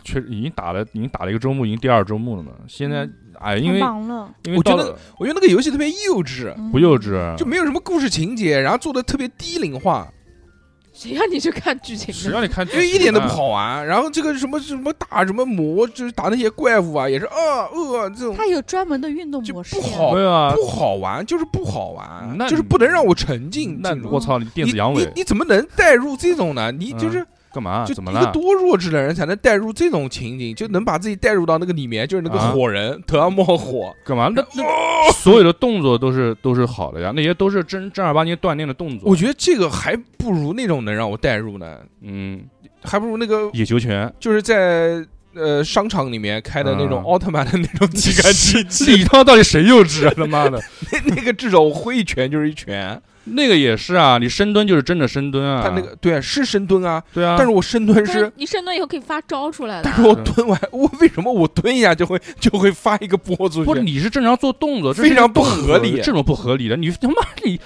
[SPEAKER 3] 确实已经打了，已经打了一个周末，已经第二周末了嘛。现在
[SPEAKER 1] 嗯
[SPEAKER 3] 哎，因为
[SPEAKER 2] 太忙了，
[SPEAKER 3] 因为
[SPEAKER 1] 我觉
[SPEAKER 3] 到
[SPEAKER 1] 得
[SPEAKER 3] 了
[SPEAKER 1] 我觉得那个游戏特别幼稚，
[SPEAKER 3] 不幼稚，啊
[SPEAKER 1] 就没有什么故事情节，然后做的特别低龄化，
[SPEAKER 4] 谁让你去看剧情
[SPEAKER 3] 谁
[SPEAKER 4] 的？
[SPEAKER 3] 让你看剧
[SPEAKER 1] 因为一点都不
[SPEAKER 3] 呢。
[SPEAKER 1] 好 玩。然后这个什么什么打什么魔，就是打那些怪物啊，也是啊呃这种
[SPEAKER 2] 他有专门的运动
[SPEAKER 1] 就
[SPEAKER 2] 模式
[SPEAKER 1] 不
[SPEAKER 2] 呀
[SPEAKER 1] 好
[SPEAKER 3] 对啊，
[SPEAKER 1] 不好玩，就是不好玩，
[SPEAKER 3] 那
[SPEAKER 1] 就是不能让我沉浸
[SPEAKER 3] 那
[SPEAKER 1] 进入。
[SPEAKER 3] 我操，你电子阳
[SPEAKER 1] 你
[SPEAKER 3] 痿
[SPEAKER 1] 你你怎么能带入这种呢？你就是
[SPEAKER 3] 干嘛？
[SPEAKER 1] 就
[SPEAKER 3] 怎么
[SPEAKER 1] 一个
[SPEAKER 3] 了？
[SPEAKER 1] 多弱智的人才能带入这种情景，就能把自己带入到那个里面，就是那个
[SPEAKER 3] 啊
[SPEAKER 1] 火人 头上冒火，
[SPEAKER 3] 干嘛？那那 所有的动作都是都是好的呀，那些都是正正儿八经锻炼的动作。
[SPEAKER 1] 我觉得这个还不如那种能让我带入呢，
[SPEAKER 3] 嗯，
[SPEAKER 1] 还不如那个
[SPEAKER 3] 野球 拳，
[SPEAKER 1] 就是在呃商场里面开的那种
[SPEAKER 3] 啊
[SPEAKER 1] 奥特曼的那 种体 感机器，
[SPEAKER 3] 李涛到底谁幼稚啊？他妈的，
[SPEAKER 1] 那个至少我挥一拳就是一拳，
[SPEAKER 3] 那个也是啊，你深蹲就是真的深蹲啊。
[SPEAKER 1] 他那个对是深蹲啊，
[SPEAKER 3] 对啊，
[SPEAKER 1] 但是我深蹲
[SPEAKER 4] 但是
[SPEAKER 1] 是。
[SPEAKER 4] 你深蹲以后可以发招出来的啊
[SPEAKER 1] 但。是我蹲完，我为什么我蹲一下就会就会发一个波出
[SPEAKER 3] 不是
[SPEAKER 1] 去？
[SPEAKER 3] 你是正常做动作，这
[SPEAKER 1] 非
[SPEAKER 3] 是
[SPEAKER 1] 常不
[SPEAKER 3] 动
[SPEAKER 1] 合
[SPEAKER 3] 作
[SPEAKER 1] 理
[SPEAKER 3] 这种不合理的，你他妈你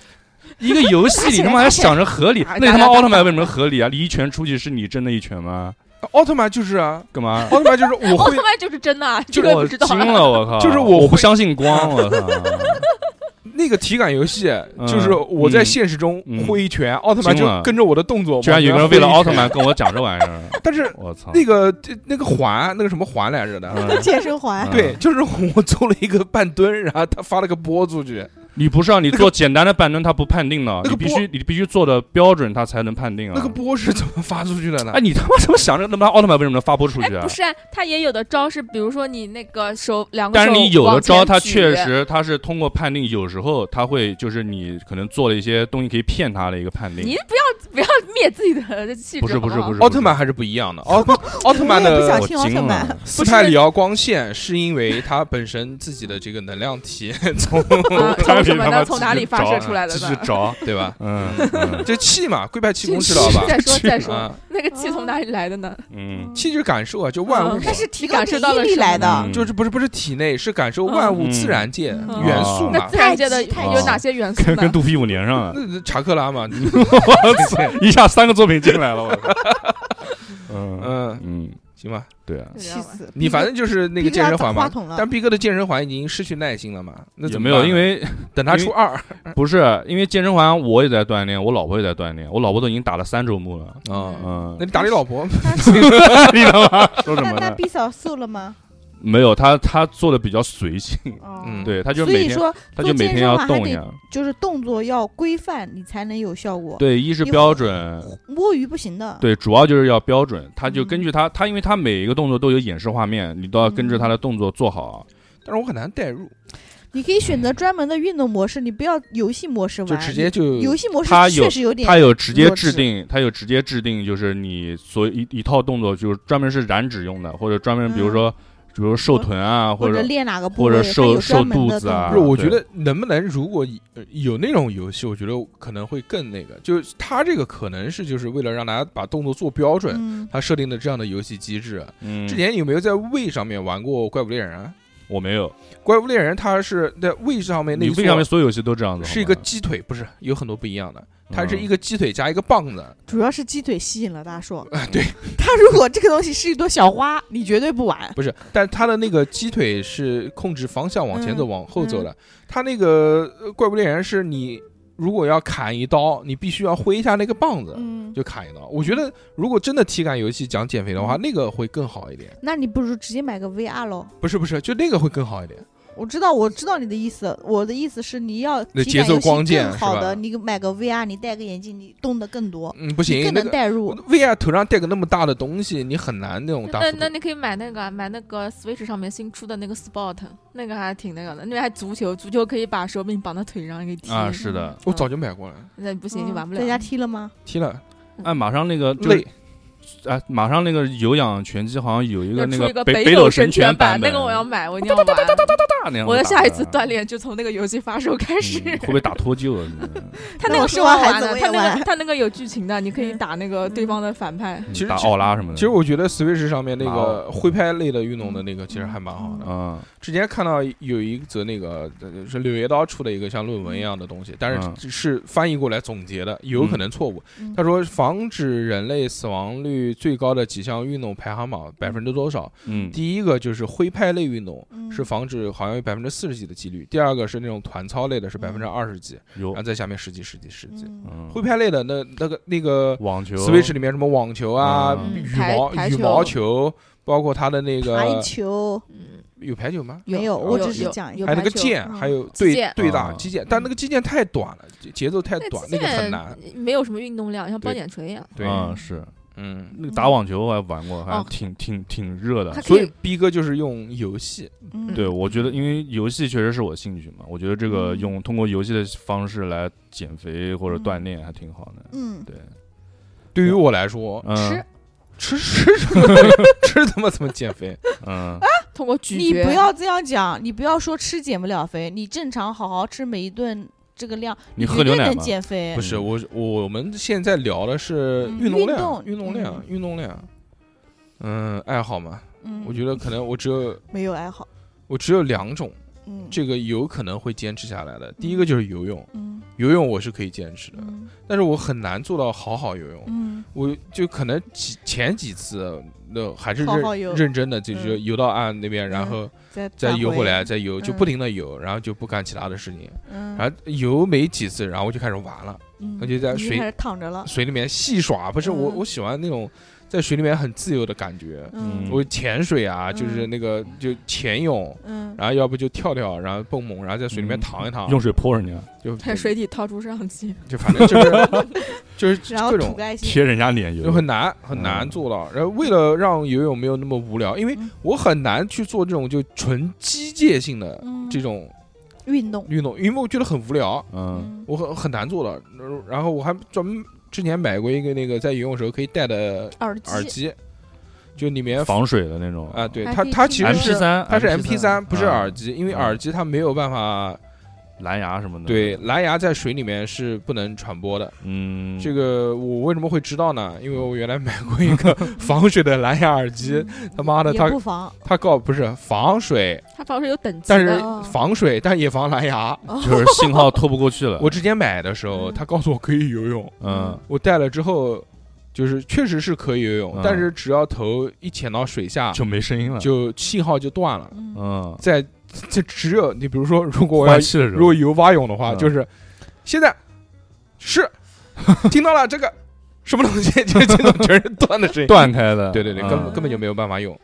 [SPEAKER 3] 一个游戏
[SPEAKER 2] 起
[SPEAKER 3] 你他
[SPEAKER 2] 来
[SPEAKER 3] 妈还
[SPEAKER 2] 打起来
[SPEAKER 3] 想着合理，
[SPEAKER 2] 打
[SPEAKER 3] 那
[SPEAKER 2] 打
[SPEAKER 3] 他妈
[SPEAKER 2] 打
[SPEAKER 3] 奥
[SPEAKER 2] 打
[SPEAKER 3] 特曼为什么合理啊？你一拳出去是你真的一拳吗？
[SPEAKER 1] 奥特曼就是啊，
[SPEAKER 3] 干 嘛？
[SPEAKER 1] 奥特曼就是 我
[SPEAKER 4] 奥
[SPEAKER 1] 会
[SPEAKER 4] 特曼就是真的啊，这个
[SPEAKER 3] 我
[SPEAKER 4] 不知道啊。
[SPEAKER 3] 惊了，我靠！
[SPEAKER 1] 就是我
[SPEAKER 3] 我不
[SPEAKER 1] 会
[SPEAKER 3] 相信光，我操！
[SPEAKER 1] 那个体感游戏，
[SPEAKER 3] 嗯
[SPEAKER 1] 就是我在现实中挥一拳，奥特曼就跟着我的动作，
[SPEAKER 3] 居然有个人
[SPEAKER 1] 往
[SPEAKER 3] 为
[SPEAKER 1] 前挥一
[SPEAKER 3] 了
[SPEAKER 1] 拳
[SPEAKER 3] 奥特，曼跟我讲这玩意儿，
[SPEAKER 1] 但是
[SPEAKER 3] 我操！
[SPEAKER 1] 那个那个环，那个什么环来着的。
[SPEAKER 3] 嗯
[SPEAKER 2] 健身环
[SPEAKER 3] 嗯
[SPEAKER 1] 对，就是我做了一个半蹲，然后他发了个波出去，
[SPEAKER 3] 你不是啊，你做简单的板凳，他不判定的，
[SPEAKER 1] 那
[SPEAKER 3] 你
[SPEAKER 1] 个
[SPEAKER 3] 必
[SPEAKER 1] 波
[SPEAKER 3] 须你必须做的标准，他才能判定啊。
[SPEAKER 1] 那个波是怎么发出去的呢
[SPEAKER 3] 哎，？你他妈怎么想着他妈奥特曼为什么能发波出
[SPEAKER 4] 哎
[SPEAKER 3] 去，啊
[SPEAKER 4] 不？是、啊，他也有的招是，比如说你那个手两个
[SPEAKER 3] 但
[SPEAKER 4] 手
[SPEAKER 3] 是你有的
[SPEAKER 4] 往前
[SPEAKER 3] 招，它
[SPEAKER 4] 举
[SPEAKER 3] 确实它是通过判定，有时候它会就是你可能做了一些东西可以骗他的一个判定
[SPEAKER 4] 你。不要不要灭自己的气质，
[SPEAKER 3] 不是不是
[SPEAKER 4] 好
[SPEAKER 3] 不
[SPEAKER 4] 好
[SPEAKER 3] 是，
[SPEAKER 1] 奥特曼还是不一样 的。奥奥特曼
[SPEAKER 10] 我也不想
[SPEAKER 1] 的
[SPEAKER 10] 我听奥特曼
[SPEAKER 3] 我惊了
[SPEAKER 1] 斯派里奥光线是因为它本身自己的这个能量体从
[SPEAKER 4] 啊
[SPEAKER 3] 看
[SPEAKER 4] 从什
[SPEAKER 3] 你
[SPEAKER 4] 么
[SPEAKER 3] 他妈
[SPEAKER 4] 呢？从哪
[SPEAKER 3] 自己
[SPEAKER 4] 里发
[SPEAKER 3] 找啊
[SPEAKER 4] 射出来的
[SPEAKER 3] 继续
[SPEAKER 4] 呢？
[SPEAKER 3] 找，
[SPEAKER 1] 对吧？
[SPEAKER 3] 嗯嗯
[SPEAKER 1] 这气嘛，龟派气功知
[SPEAKER 4] 这
[SPEAKER 1] 道吧？
[SPEAKER 4] 再说再说，
[SPEAKER 1] 啊，
[SPEAKER 4] 那个气从哪里来的呢？
[SPEAKER 3] 嗯，
[SPEAKER 1] 气就是感受啊，就万物
[SPEAKER 4] 嗯
[SPEAKER 1] 嘛
[SPEAKER 2] 它是提
[SPEAKER 4] 感
[SPEAKER 2] 高
[SPEAKER 4] 受
[SPEAKER 2] 免
[SPEAKER 4] 到了
[SPEAKER 2] 疫力
[SPEAKER 4] 什么
[SPEAKER 2] 来
[SPEAKER 3] 呢
[SPEAKER 2] 的
[SPEAKER 3] 嗯，
[SPEAKER 1] 就是不是不是体内是感受万物
[SPEAKER 3] 嗯
[SPEAKER 1] 自然界
[SPEAKER 4] 嗯
[SPEAKER 1] 元素
[SPEAKER 4] 那
[SPEAKER 1] 嘛
[SPEAKER 4] 自？然界的
[SPEAKER 2] 太
[SPEAKER 3] 啊极啊
[SPEAKER 4] 有哪些元素
[SPEAKER 3] 跟
[SPEAKER 4] 呢
[SPEAKER 3] 跟？杜比武连上 了，
[SPEAKER 1] 那那查克拉嘛，
[SPEAKER 3] 我操， 一下三个作品进来了，我操，嗯
[SPEAKER 1] 嗯，
[SPEAKER 3] 嗯，
[SPEAKER 1] 行吧，
[SPEAKER 3] 对啊，
[SPEAKER 4] 就这
[SPEAKER 2] 气
[SPEAKER 4] 样吧
[SPEAKER 2] 死！
[SPEAKER 1] 你反正就是那个
[SPEAKER 2] 逼着
[SPEAKER 1] 健
[SPEAKER 2] 他
[SPEAKER 1] 身环
[SPEAKER 2] 砸话
[SPEAKER 1] 嘛。
[SPEAKER 2] 筒了，
[SPEAKER 1] 但逼哥的健身环已经失去耐心了嘛？那
[SPEAKER 3] 也
[SPEAKER 1] 怎么
[SPEAKER 3] 没有，
[SPEAKER 1] 办呢啊嗯
[SPEAKER 3] 因为
[SPEAKER 1] 等他出二
[SPEAKER 3] 不是因为健身环我也在锻炼，我老婆也在锻炼，我老婆都已经打了三周目了，
[SPEAKER 1] 啊，
[SPEAKER 3] 嗯
[SPEAKER 1] 那，你打你老婆
[SPEAKER 3] 你他妈说
[SPEAKER 10] 那
[SPEAKER 3] 什么
[SPEAKER 10] 那
[SPEAKER 3] 呢？
[SPEAKER 10] B 嫂瘦了吗？
[SPEAKER 3] 没有，她她做的比较随性，
[SPEAKER 10] 哦
[SPEAKER 1] 嗯
[SPEAKER 3] 对，她就
[SPEAKER 2] 所
[SPEAKER 3] 每
[SPEAKER 2] 以
[SPEAKER 3] 天
[SPEAKER 2] 说
[SPEAKER 3] 她就
[SPEAKER 2] 做
[SPEAKER 3] 每
[SPEAKER 2] 健
[SPEAKER 3] 天
[SPEAKER 2] 身
[SPEAKER 3] 要
[SPEAKER 2] 环还
[SPEAKER 3] 动
[SPEAKER 2] 得
[SPEAKER 3] 一下。
[SPEAKER 10] 就是动作要规范，你才能有效果。
[SPEAKER 3] 对，一是
[SPEAKER 10] 你
[SPEAKER 3] 标准，
[SPEAKER 10] 摸鱼不行的。
[SPEAKER 3] 对，主要就是要标准。他就
[SPEAKER 2] 嗯
[SPEAKER 3] 根据他，他因为他每一个动作都有演示画面，你都要跟
[SPEAKER 2] 嗯
[SPEAKER 3] 着他的动作做好。啊
[SPEAKER 1] 但是我很难代入，
[SPEAKER 10] 你可以选择专门的运动模式，你不要游戏模式玩。
[SPEAKER 1] 就直接就
[SPEAKER 10] 你游戏模式
[SPEAKER 3] 它有
[SPEAKER 10] 确实有点
[SPEAKER 3] 他有直接
[SPEAKER 10] 弱
[SPEAKER 3] 制
[SPEAKER 10] 智
[SPEAKER 3] 定，他有直接制定，就是你所一一套动作，就是专门是燃脂用的，或者专门比如
[SPEAKER 10] 嗯
[SPEAKER 3] 说，比如瘦臀啊，
[SPEAKER 10] 或
[SPEAKER 3] 或者
[SPEAKER 10] 练哪个部
[SPEAKER 3] 或
[SPEAKER 10] 位，
[SPEAKER 3] 者
[SPEAKER 10] 它
[SPEAKER 3] 瘦
[SPEAKER 10] 有
[SPEAKER 3] 瘦
[SPEAKER 10] 专门
[SPEAKER 3] 肚
[SPEAKER 10] 的
[SPEAKER 3] 子
[SPEAKER 10] 动
[SPEAKER 3] 啊
[SPEAKER 1] 不
[SPEAKER 10] 作
[SPEAKER 1] 是，我觉
[SPEAKER 3] 对
[SPEAKER 1] 得能不能如果以呃有那种游戏，我觉得可能会更那个，就是他这个可能是就是为了让大家把动作做标准，
[SPEAKER 10] 嗯，
[SPEAKER 1] 他设定的这样的游戏机制。啊
[SPEAKER 3] 嗯
[SPEAKER 1] 之，前有没有在 w 上面玩过《怪物猎人》啊？
[SPEAKER 3] 我没有，
[SPEAKER 1] 《怪物猎人》它是在 w 上面那
[SPEAKER 3] 你
[SPEAKER 1] 一
[SPEAKER 3] 为上面
[SPEAKER 1] 座
[SPEAKER 3] 所有游戏都这样子，嗯
[SPEAKER 1] 是一个鸡腿，不是有很多不一样的，它是一
[SPEAKER 3] 个
[SPEAKER 1] 个鸡腿加一个棒 子，
[SPEAKER 2] 主要是鸡腿吸引了大硕。
[SPEAKER 1] 啊对，
[SPEAKER 2] 他如果这个东西是一朵小花，你绝对不玩。
[SPEAKER 1] 不是，但它的那个鸡腿是控制方向往前走、
[SPEAKER 2] 嗯
[SPEAKER 1] 往后走的。它那个呃怪物猎人是你如果要砍一刀，你必须要挥一下那个棒子，
[SPEAKER 10] 嗯，
[SPEAKER 1] 就砍一刀。我觉得如果真的体感游戏讲减肥的话，那个会更好一点。
[SPEAKER 10] 那你不如直接买个 VR 喽。
[SPEAKER 1] 不是不是，就那个会更好一点。
[SPEAKER 10] 我知道，我知道你的意思。我的意思是，你要
[SPEAKER 1] 那
[SPEAKER 10] 体
[SPEAKER 1] 节
[SPEAKER 10] 感
[SPEAKER 1] 奏
[SPEAKER 10] 游戏
[SPEAKER 1] 光剑
[SPEAKER 10] 更好
[SPEAKER 1] 是吧
[SPEAKER 10] 的，你买个 VR，你戴个眼镜，你动得更多，
[SPEAKER 1] 嗯，不
[SPEAKER 10] 你
[SPEAKER 1] 行，
[SPEAKER 10] 更
[SPEAKER 1] 那
[SPEAKER 10] 能
[SPEAKER 1] 个
[SPEAKER 10] 代入。
[SPEAKER 1] VR 头上戴个那么大的东西，你很难那种大
[SPEAKER 4] 那
[SPEAKER 1] 幅
[SPEAKER 4] 那
[SPEAKER 1] 度。
[SPEAKER 4] 你可以买那个啊买那个 Switch 上面新出的那个 Sport，那个还挺那个的，那个还足球，足球可以把手柄绑到腿上给踢。嗯
[SPEAKER 3] 啊，是的，
[SPEAKER 1] 我早就买过了，
[SPEAKER 4] 那不行就玩不
[SPEAKER 10] 嗯
[SPEAKER 4] 了。
[SPEAKER 10] 在家踢了吗？
[SPEAKER 1] 踢了
[SPEAKER 4] 嗯
[SPEAKER 3] 哎，马上那个就是
[SPEAKER 1] 累。
[SPEAKER 3] 哎，马上那个有氧拳击好像有一
[SPEAKER 4] 要
[SPEAKER 3] 个
[SPEAKER 4] 出
[SPEAKER 3] 那
[SPEAKER 4] 一个
[SPEAKER 3] 北
[SPEAKER 4] 斗
[SPEAKER 3] 斗
[SPEAKER 4] 神
[SPEAKER 3] 拳
[SPEAKER 4] 版，那
[SPEAKER 3] 本
[SPEAKER 4] 个我要买，我一定要玩。
[SPEAKER 3] 大那样
[SPEAKER 4] 我的
[SPEAKER 3] 打
[SPEAKER 4] 下一次
[SPEAKER 3] 的
[SPEAKER 4] 锻炼就从那个游戏发售开始。
[SPEAKER 3] 嗯会不会打脱臼啊？ 嗯
[SPEAKER 4] 他
[SPEAKER 10] 那
[SPEAKER 4] 那个
[SPEAKER 10] 我
[SPEAKER 4] 是
[SPEAKER 10] 生
[SPEAKER 4] 玩
[SPEAKER 10] 完孩
[SPEAKER 4] 玩
[SPEAKER 10] 子
[SPEAKER 4] 的，
[SPEAKER 10] 我也
[SPEAKER 4] 他那个
[SPEAKER 10] 玩
[SPEAKER 4] 他那个有剧情的，你可以打那个对方的反派。
[SPEAKER 3] 嗯
[SPEAKER 1] 其实
[SPEAKER 3] 打
[SPEAKER 1] 这
[SPEAKER 3] 奥拉什么的。
[SPEAKER 1] 其实我觉得 Switch 上面那
[SPEAKER 3] 哇哦
[SPEAKER 1] 个挥拍类的运动的那个其实还蛮好的。
[SPEAKER 3] 嗯，
[SPEAKER 1] 之前看到有一则那个呃是柳叶刀出的一个像论文一样的东西，但
[SPEAKER 3] 嗯
[SPEAKER 1] 是是翻译过来总结的，有可能错误。
[SPEAKER 10] 嗯
[SPEAKER 1] 他说，防止人类死亡率最高的几项运动排行榜百分之多少？
[SPEAKER 3] 嗯，
[SPEAKER 1] 第一个就是挥拍类运动，
[SPEAKER 10] 嗯
[SPEAKER 1] 是防止好像有百分之四十几的几率；第二个是那种团操类的，是百分之二十几，
[SPEAKER 3] 有
[SPEAKER 1] 然后在下面十几、十几、十几。
[SPEAKER 10] 嗯
[SPEAKER 3] 嗯
[SPEAKER 1] 挥拍类的那那个那个
[SPEAKER 3] 网球
[SPEAKER 1] Switch 里面什么网球啊、
[SPEAKER 3] 嗯
[SPEAKER 1] 羽
[SPEAKER 4] 排
[SPEAKER 1] 毛
[SPEAKER 4] 排
[SPEAKER 1] 羽
[SPEAKER 4] 球
[SPEAKER 1] 毛球，包括他的那
[SPEAKER 10] 排
[SPEAKER 1] 个
[SPEAKER 10] 球
[SPEAKER 4] 嗯，
[SPEAKER 1] 有排球吗？
[SPEAKER 10] 没有，
[SPEAKER 1] 有
[SPEAKER 10] 我
[SPEAKER 4] 有
[SPEAKER 10] 只是
[SPEAKER 4] 有
[SPEAKER 10] 讲一
[SPEAKER 1] 还有那个
[SPEAKER 10] 排球
[SPEAKER 1] 剑，
[SPEAKER 10] 嗯
[SPEAKER 1] 还有
[SPEAKER 4] 击
[SPEAKER 1] 对
[SPEAKER 4] 剑
[SPEAKER 1] 对打
[SPEAKER 3] 嗯
[SPEAKER 1] 击剑，但那个击剑太短了，节节奏太
[SPEAKER 4] 那
[SPEAKER 1] 短，
[SPEAKER 4] 击
[SPEAKER 1] 那个很
[SPEAKER 4] 剑
[SPEAKER 1] 难。
[SPEAKER 4] 没有什么运动量，像
[SPEAKER 1] 对
[SPEAKER 4] 包点锤一样。
[SPEAKER 1] 对，
[SPEAKER 3] 嗯是
[SPEAKER 1] 嗯，
[SPEAKER 3] 那个打网球我还玩过，还
[SPEAKER 4] 哦
[SPEAKER 3] 挺挺挺热的
[SPEAKER 4] 它。可
[SPEAKER 1] 所以逼哥就是用游戏，
[SPEAKER 10] 嗯
[SPEAKER 3] 对，我觉得因为游戏确实是我兴趣嘛，我觉得这个
[SPEAKER 10] 嗯
[SPEAKER 3] 用通过游戏的方式来减肥或者
[SPEAKER 4] 嗯
[SPEAKER 3] 锻炼还挺好的。
[SPEAKER 10] 嗯，
[SPEAKER 3] 对，
[SPEAKER 1] 对于我来说，
[SPEAKER 3] 嗯
[SPEAKER 1] 吃吃什么东西 吃他妈怎么减肥？
[SPEAKER 3] 嗯，
[SPEAKER 1] 啊
[SPEAKER 4] 通过咀
[SPEAKER 2] 你
[SPEAKER 4] 嚼。
[SPEAKER 2] 不要这样讲，你不要说吃减不了肥，你正常好好吃每一顿这个量，
[SPEAKER 3] 你喝
[SPEAKER 2] 绝
[SPEAKER 3] 牛
[SPEAKER 2] 对
[SPEAKER 3] 奶
[SPEAKER 2] 能
[SPEAKER 3] 吗？
[SPEAKER 2] 减肥
[SPEAKER 1] 不。是我，我们现在聊的是
[SPEAKER 10] 嗯
[SPEAKER 1] 运动
[SPEAKER 10] 运
[SPEAKER 1] 量，
[SPEAKER 10] 动
[SPEAKER 1] 运动量，
[SPEAKER 10] 嗯
[SPEAKER 1] 运动量。嗯，爱好嘛，
[SPEAKER 10] 嗯
[SPEAKER 1] 我觉得可能我只有
[SPEAKER 10] 没有爱好。
[SPEAKER 1] 我只有两种，
[SPEAKER 10] 嗯，
[SPEAKER 1] 这个有可能会坚持下来的。第一个就是游泳，
[SPEAKER 10] 嗯
[SPEAKER 1] 游泳我是可以坚持的，
[SPEAKER 10] 嗯
[SPEAKER 1] 但是我很难做到好好游泳。
[SPEAKER 10] 嗯
[SPEAKER 1] 我就可能几前几次那还是
[SPEAKER 10] 好
[SPEAKER 1] 认
[SPEAKER 10] 好游
[SPEAKER 1] 认真的，就是游到岸那边，然后
[SPEAKER 10] 再
[SPEAKER 1] 再
[SPEAKER 10] 转
[SPEAKER 1] 游
[SPEAKER 10] 回
[SPEAKER 1] 回来，，再游，就
[SPEAKER 10] 嗯
[SPEAKER 1] 不停的游，然后就不干其他的事情，
[SPEAKER 10] 嗯，
[SPEAKER 1] 然后游没几次，然后我就开始玩了，
[SPEAKER 10] 嗯
[SPEAKER 1] 我就在
[SPEAKER 10] 你
[SPEAKER 1] 水
[SPEAKER 10] 开始躺着了，
[SPEAKER 1] 水里面戏耍，不是我
[SPEAKER 10] 嗯
[SPEAKER 1] 我喜欢那种。在水里面很自由的感觉。
[SPEAKER 2] 嗯
[SPEAKER 1] 我潜水啊，就是那个就潜泳，
[SPEAKER 2] 嗯，
[SPEAKER 1] 然后要不就跳跳，然后蹦蹦，然后在水里面
[SPEAKER 3] 嗯
[SPEAKER 1] 躺一躺，
[SPEAKER 3] 用水泼人家，
[SPEAKER 1] 就
[SPEAKER 4] 在水底掏出上机，
[SPEAKER 1] 就反正就是 就是
[SPEAKER 2] 然后
[SPEAKER 1] 各
[SPEAKER 2] 吐
[SPEAKER 1] 种
[SPEAKER 2] 个爱心，
[SPEAKER 3] 贴人家脸
[SPEAKER 1] 就
[SPEAKER 3] 油，
[SPEAKER 1] 很难
[SPEAKER 3] 嗯
[SPEAKER 1] 很难做到。然后为了让游泳没有那么无聊，因为
[SPEAKER 2] 嗯
[SPEAKER 1] 我很难去做这种就纯机械性的
[SPEAKER 2] 嗯
[SPEAKER 1] 这种
[SPEAKER 2] 运动，
[SPEAKER 1] 运动，因为我觉得很无聊，
[SPEAKER 3] 嗯
[SPEAKER 1] 我很很难做到。然后我还专门之前买过一个那个在游泳时候可以戴的
[SPEAKER 2] 耳
[SPEAKER 1] 耳机，就里面
[SPEAKER 3] 防水的那种
[SPEAKER 1] 啊，对
[SPEAKER 4] 还
[SPEAKER 1] 它
[SPEAKER 4] 可以
[SPEAKER 1] 它
[SPEAKER 4] 听
[SPEAKER 1] 其实是
[SPEAKER 3] MP
[SPEAKER 4] 歌
[SPEAKER 3] 三，
[SPEAKER 1] 它是 MP 三，不是
[SPEAKER 3] 啊
[SPEAKER 1] 耳机，因为
[SPEAKER 3] 嗯
[SPEAKER 1] 耳机它没有办法
[SPEAKER 3] 蓝牙什么的，
[SPEAKER 1] 对，蓝牙在水里面是不能传播的。
[SPEAKER 3] 嗯，
[SPEAKER 1] 这个我为什么会知道呢？因为我原来买过一个 防水的蓝牙耳机，他妈的，
[SPEAKER 2] 嗯也
[SPEAKER 1] 它
[SPEAKER 2] 不妨
[SPEAKER 1] 它告不是防水，
[SPEAKER 4] 它防水有等级
[SPEAKER 1] 但是
[SPEAKER 4] 的，
[SPEAKER 1] 防水但也防蓝牙。
[SPEAKER 3] 就是信号透不过去了，
[SPEAKER 1] 我之前买的时候，
[SPEAKER 4] 嗯
[SPEAKER 1] 他告诉我可以游泳，
[SPEAKER 3] 嗯
[SPEAKER 1] 我戴了之后，就是确实是可以游泳
[SPEAKER 3] 嗯，
[SPEAKER 1] 但是只要头一潜到水下，
[SPEAKER 3] 就没声音了，
[SPEAKER 1] 啊就信号就断了。
[SPEAKER 3] 嗯，
[SPEAKER 1] 在这只有你比如说，如果我要
[SPEAKER 3] 换气的时
[SPEAKER 1] 如
[SPEAKER 3] 候
[SPEAKER 1] 果游蛙泳的话，
[SPEAKER 3] 嗯
[SPEAKER 1] 就是现在是 听到了这个什么东西， 就这种全是断的声音。
[SPEAKER 3] 断开的，
[SPEAKER 1] 对对对，根
[SPEAKER 3] 嗯
[SPEAKER 1] 本根本就没有办法用。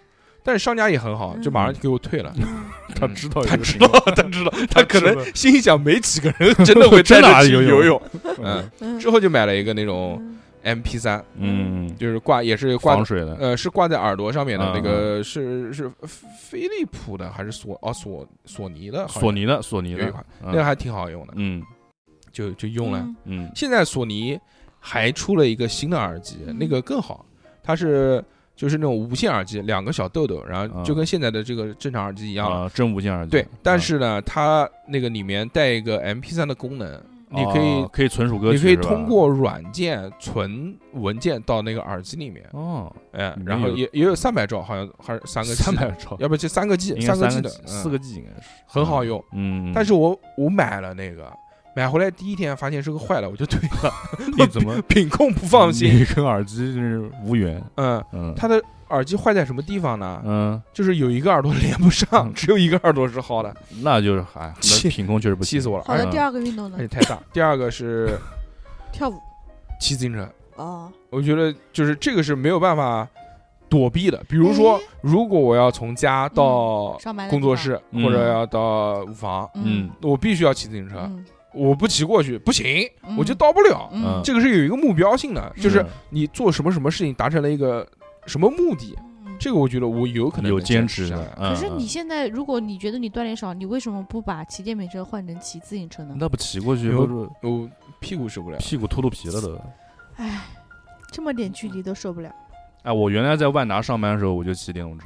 [SPEAKER 1] 但是商家也很好，就
[SPEAKER 2] 嗯
[SPEAKER 1] 马上就给我退了。
[SPEAKER 3] 嗯他知道
[SPEAKER 1] 他
[SPEAKER 3] 有
[SPEAKER 1] 知
[SPEAKER 3] 声
[SPEAKER 1] 道，
[SPEAKER 3] 音，
[SPEAKER 1] 他知 道，他可能
[SPEAKER 3] 知
[SPEAKER 1] 心里想，没几个 人真的会
[SPEAKER 3] 真的
[SPEAKER 1] 带着
[SPEAKER 3] 啊
[SPEAKER 1] 去
[SPEAKER 3] 游泳
[SPEAKER 1] 游泳。嗯
[SPEAKER 3] 嗯，
[SPEAKER 2] 嗯
[SPEAKER 1] 之后就买了一个那种
[SPEAKER 4] 嗯
[SPEAKER 1] MP 三，
[SPEAKER 3] 嗯，
[SPEAKER 1] 就是挂也是挂
[SPEAKER 3] 防水的，
[SPEAKER 1] 呃是挂在耳朵上面的
[SPEAKER 3] 嗯
[SPEAKER 1] 那个是是飞利浦的还是索哦索索尼的？好像
[SPEAKER 3] 索尼的，索尼
[SPEAKER 1] 有一
[SPEAKER 3] 的
[SPEAKER 1] 款，
[SPEAKER 3] 嗯
[SPEAKER 1] 那个还挺好用的，
[SPEAKER 3] 嗯
[SPEAKER 1] 就就用了。
[SPEAKER 3] 嗯
[SPEAKER 1] 现在索尼还出了一个新的耳机，
[SPEAKER 2] 嗯
[SPEAKER 1] 那个更好，它是就是那种无线耳机，两个小豆豆，然后
[SPEAKER 3] 嗯
[SPEAKER 1] 就跟现在的这个正常耳机一样了。
[SPEAKER 3] 啊，真无线耳机，
[SPEAKER 1] 对，但
[SPEAKER 3] 啊
[SPEAKER 1] 是呢，它那个里面带一个 MP3 的功能，你可以
[SPEAKER 3] 哦可以存储歌曲
[SPEAKER 1] 你
[SPEAKER 3] 是
[SPEAKER 1] 可
[SPEAKER 3] 吧，
[SPEAKER 1] 以通过软件存文件到那个耳机里面，
[SPEAKER 3] 哦，
[SPEAKER 1] 哎
[SPEAKER 3] 里，面
[SPEAKER 1] 然后
[SPEAKER 3] 有
[SPEAKER 1] 也也有三百兆，好像还是三个 G
[SPEAKER 3] 三百兆，
[SPEAKER 1] 要不就三个 G，
[SPEAKER 3] 应该
[SPEAKER 1] 个
[SPEAKER 3] 三
[SPEAKER 1] G
[SPEAKER 3] 个
[SPEAKER 1] 的，
[SPEAKER 3] G，
[SPEAKER 1] 嗯
[SPEAKER 3] 四个 G 应该是，
[SPEAKER 1] 很好用。
[SPEAKER 3] 嗯，
[SPEAKER 1] 但是我我买了那个，买回来第一天发现是个坏了，我就退了，
[SPEAKER 3] 你怎么
[SPEAKER 1] 品控不放心。
[SPEAKER 3] 你跟耳机真是无缘，
[SPEAKER 1] 嗯，
[SPEAKER 3] 嗯，
[SPEAKER 1] 它的耳机坏在什么地方呢？
[SPEAKER 3] 嗯，
[SPEAKER 1] 就是有一个耳朵连不上，
[SPEAKER 3] 嗯
[SPEAKER 1] 只有一个耳朵是好的，
[SPEAKER 3] 那就是还
[SPEAKER 1] 气
[SPEAKER 3] 那品控确实不
[SPEAKER 1] 气死我了！
[SPEAKER 2] 好
[SPEAKER 1] 而
[SPEAKER 2] 的，
[SPEAKER 3] 嗯
[SPEAKER 2] 第二个运动呢
[SPEAKER 1] 而且，哎太大。第二个是
[SPEAKER 2] 跳舞
[SPEAKER 1] 骑自行车，
[SPEAKER 2] 哦，
[SPEAKER 1] 我觉得就是这个是没有办法躲避的。比如说
[SPEAKER 2] 哎，
[SPEAKER 1] 如果我要从家到
[SPEAKER 2] 上班的
[SPEAKER 1] 工作
[SPEAKER 2] 地方，
[SPEAKER 1] 室
[SPEAKER 3] 嗯
[SPEAKER 1] 或者要到舞房，
[SPEAKER 3] 嗯
[SPEAKER 1] 我必须要骑自行车，
[SPEAKER 2] 嗯
[SPEAKER 1] 我不骑过去不行，
[SPEAKER 2] 嗯
[SPEAKER 1] 我就到不了。
[SPEAKER 3] 嗯
[SPEAKER 2] 嗯
[SPEAKER 1] 这个是有一个目标性的，就是
[SPEAKER 3] 是
[SPEAKER 1] 你做什么什么事情达成了一个什么目的，
[SPEAKER 2] 嗯
[SPEAKER 1] 这个我觉得我有可能
[SPEAKER 3] 有
[SPEAKER 1] 能
[SPEAKER 3] 坚
[SPEAKER 1] 持
[SPEAKER 3] 持
[SPEAKER 1] 下
[SPEAKER 3] 啊嗯的
[SPEAKER 1] 来。，
[SPEAKER 3] 可
[SPEAKER 2] 可是你现在，如果你觉得你锻炼少，你为什么不把骑电瓶车换成骑自行车呢？
[SPEAKER 3] 那不骑过去，
[SPEAKER 1] 有
[SPEAKER 3] 不是
[SPEAKER 1] 我屁股受不了。
[SPEAKER 3] 屁股秃噜皮了都。
[SPEAKER 2] 唉，这么点距离都受不
[SPEAKER 1] 哦
[SPEAKER 2] 了，
[SPEAKER 3] 哎，我原来在万达上班的时候，我就骑电动车，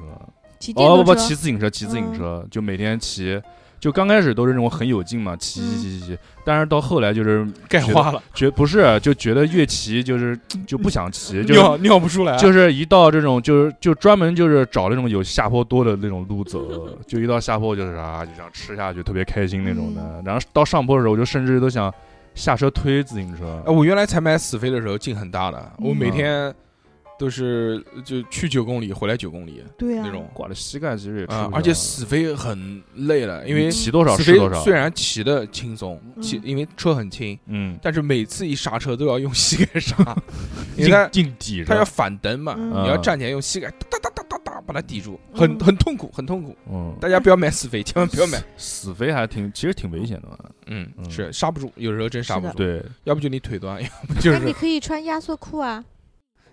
[SPEAKER 2] 骑电
[SPEAKER 3] 哦
[SPEAKER 2] 动
[SPEAKER 3] 不不，
[SPEAKER 2] 车，嗯
[SPEAKER 3] 骑自行车，骑自行车，就每天骑，就刚开始都是那种很有劲嘛，骑
[SPEAKER 2] 嗯
[SPEAKER 3] 骑骑骑骑，但是到后来就是
[SPEAKER 1] 钙化了，
[SPEAKER 3] 觉不是就觉得越骑就是就不想 骑，就是
[SPEAKER 1] 尿 尿不出来，啊
[SPEAKER 3] 就是一到这种就是就专门就是找那种有下坡多的那种路 走，就一到下坡就是啊就想吃下去，特别开心那种的。然后到上坡的时候，我就甚至都想下车推自行车
[SPEAKER 1] 哎，。我原来才买死飞的时候劲很大的，
[SPEAKER 2] 嗯
[SPEAKER 1] 我每天都是就去九公里，回来九公里
[SPEAKER 2] 对啊，
[SPEAKER 1] 那种
[SPEAKER 3] 挂的膝盖其实也吃不
[SPEAKER 1] 啊
[SPEAKER 3] 消，
[SPEAKER 1] 而且死飞很累了，因为
[SPEAKER 3] 你骑多少
[SPEAKER 1] 死
[SPEAKER 3] 是
[SPEAKER 1] 飞
[SPEAKER 3] 多少，
[SPEAKER 1] 虽然骑的轻松，
[SPEAKER 2] 嗯
[SPEAKER 1] 骑因为车很轻，
[SPEAKER 3] 嗯，
[SPEAKER 1] 但是每次一刹车都要用膝盖刹，
[SPEAKER 3] 啊
[SPEAKER 1] 因为
[SPEAKER 3] 硬
[SPEAKER 1] 它
[SPEAKER 3] 硬底
[SPEAKER 1] 它要
[SPEAKER 3] 着，
[SPEAKER 1] 反蹬嘛，
[SPEAKER 2] 嗯
[SPEAKER 1] 你要站起来用膝盖哒哒哒哒哒哒把它抵住，很
[SPEAKER 2] 嗯
[SPEAKER 1] 很痛苦，很痛苦。
[SPEAKER 3] 嗯，
[SPEAKER 1] 大家不要买死飞，千万不要买。
[SPEAKER 3] 死飞还挺其实挺危险的嘛。
[SPEAKER 1] 嗯，
[SPEAKER 3] 嗯
[SPEAKER 1] 是刹不住，有时候真刹不
[SPEAKER 2] 是的
[SPEAKER 1] 住，
[SPEAKER 3] 对，
[SPEAKER 1] 要不就你腿短，要不就
[SPEAKER 2] 那你
[SPEAKER 1] 是
[SPEAKER 2] 可以穿压缩裤啊，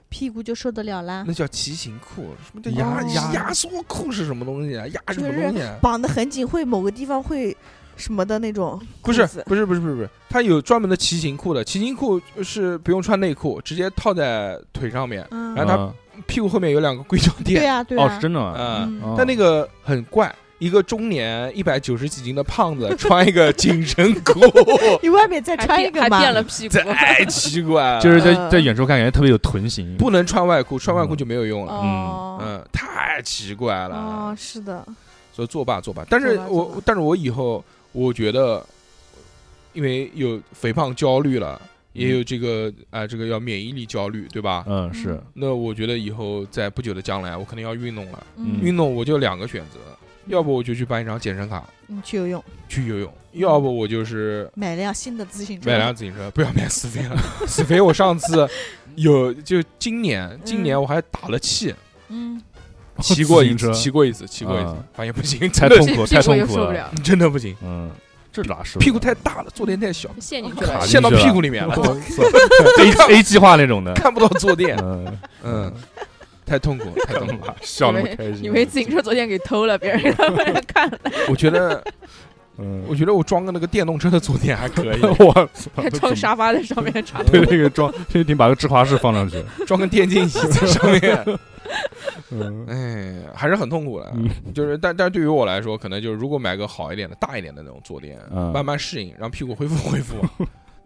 [SPEAKER 2] 屁股就受得了啦。
[SPEAKER 1] 那叫骑行裤，什么叫压
[SPEAKER 2] 哦
[SPEAKER 1] 压压缩裤是什么东西啊？压什么
[SPEAKER 10] 就是
[SPEAKER 1] 东西啊？
[SPEAKER 10] 绑得很紧，会某个地方会什么的那种
[SPEAKER 1] 不是
[SPEAKER 10] 裤子
[SPEAKER 1] 不是不是不是不是，它有专门的骑行裤的，骑行裤是不用穿内裤，直接套在腿上面，
[SPEAKER 2] 嗯
[SPEAKER 1] 然后
[SPEAKER 3] 嗯
[SPEAKER 1] 屁股后面有两个硅胶
[SPEAKER 2] 对
[SPEAKER 1] 垫，
[SPEAKER 2] 啊，对
[SPEAKER 3] 哦是
[SPEAKER 2] 啊，
[SPEAKER 3] 真的吗？
[SPEAKER 1] 嗯，
[SPEAKER 2] 嗯
[SPEAKER 3] 哦
[SPEAKER 1] 但那个很怪，一个中年一百九十几斤的胖 子穿一个紧身 裤，
[SPEAKER 10] 你外面再
[SPEAKER 4] 还
[SPEAKER 10] 穿一
[SPEAKER 4] 变
[SPEAKER 10] 个
[SPEAKER 4] 还
[SPEAKER 10] 嘛，
[SPEAKER 4] 变了屁股，
[SPEAKER 1] 太奇怪了，
[SPEAKER 3] 就是在
[SPEAKER 10] 呃
[SPEAKER 3] 在远处看感觉特别有臀型，
[SPEAKER 1] 不能穿外裤，穿外裤就没有用了，
[SPEAKER 10] 哦
[SPEAKER 1] 嗯，太奇怪了，
[SPEAKER 10] 哦，是的，
[SPEAKER 1] 所以作罢作罢。但是
[SPEAKER 10] 作罢作
[SPEAKER 1] 我
[SPEAKER 10] 罢
[SPEAKER 1] 但是我以后我觉得，因为有肥胖焦虑了，也有这个啊、这个要免疫力焦虑，对吧？
[SPEAKER 3] 嗯是
[SPEAKER 1] 那我觉得以后在不久的将来，我肯定要运动了。
[SPEAKER 3] 嗯
[SPEAKER 1] 运动我就两个选择，要不我就去办一张健身卡
[SPEAKER 2] 你去游泳，
[SPEAKER 1] 去游泳，要不我就是
[SPEAKER 2] 买辆新的自行车，
[SPEAKER 1] 买辆自行车，不要买死飞了。 死飞我上次有就今年，今年我还打了气，
[SPEAKER 2] 嗯，
[SPEAKER 1] 骑过
[SPEAKER 3] 哦自
[SPEAKER 1] 一
[SPEAKER 3] 行车
[SPEAKER 1] 次，骑过一次，骑过一次
[SPEAKER 3] 啊，
[SPEAKER 1] 发现不行，
[SPEAKER 3] 太
[SPEAKER 1] 真的
[SPEAKER 3] 痛
[SPEAKER 4] 屁
[SPEAKER 3] 苦，
[SPEAKER 4] 屁
[SPEAKER 3] 太
[SPEAKER 4] 股
[SPEAKER 3] 痛
[SPEAKER 4] 也
[SPEAKER 3] 苦
[SPEAKER 4] 受不
[SPEAKER 3] 了。
[SPEAKER 4] 了，
[SPEAKER 1] 真的不行，
[SPEAKER 3] 嗯，这哪是
[SPEAKER 1] 屁股太大了，坐垫太小，
[SPEAKER 4] 陷进去
[SPEAKER 3] 卡
[SPEAKER 4] 了
[SPEAKER 3] 进。
[SPEAKER 1] 陷到
[SPEAKER 3] 去了
[SPEAKER 1] 屁股里面 了，
[SPEAKER 3] 我操 A A 计划 那种的，
[SPEAKER 1] 看不到坐垫，
[SPEAKER 3] 嗯，
[SPEAKER 1] 嗯，太痛苦，太痛苦。
[SPEAKER 3] 妈笑那么开心，啊
[SPEAKER 4] 以为自行车昨天给偷了，别人给他们看了，
[SPEAKER 1] 我觉得，
[SPEAKER 3] 嗯，
[SPEAKER 1] 我觉得我装个那个电动车的坐垫还 可以，
[SPEAKER 3] 我操
[SPEAKER 4] 还， 装沙发在上面插。
[SPEAKER 3] 对，那个装，这得把个智华式放上去。
[SPEAKER 1] 装个电竞椅在上面，
[SPEAKER 3] 嗯
[SPEAKER 1] 哎，还是很痛苦的。
[SPEAKER 3] 嗯
[SPEAKER 1] 就是，但但对于我来说，可能就是如果买个好一点的、大一点的那种坐垫，
[SPEAKER 3] 嗯
[SPEAKER 1] 慢慢适应，让屁股恢复 恢复，啊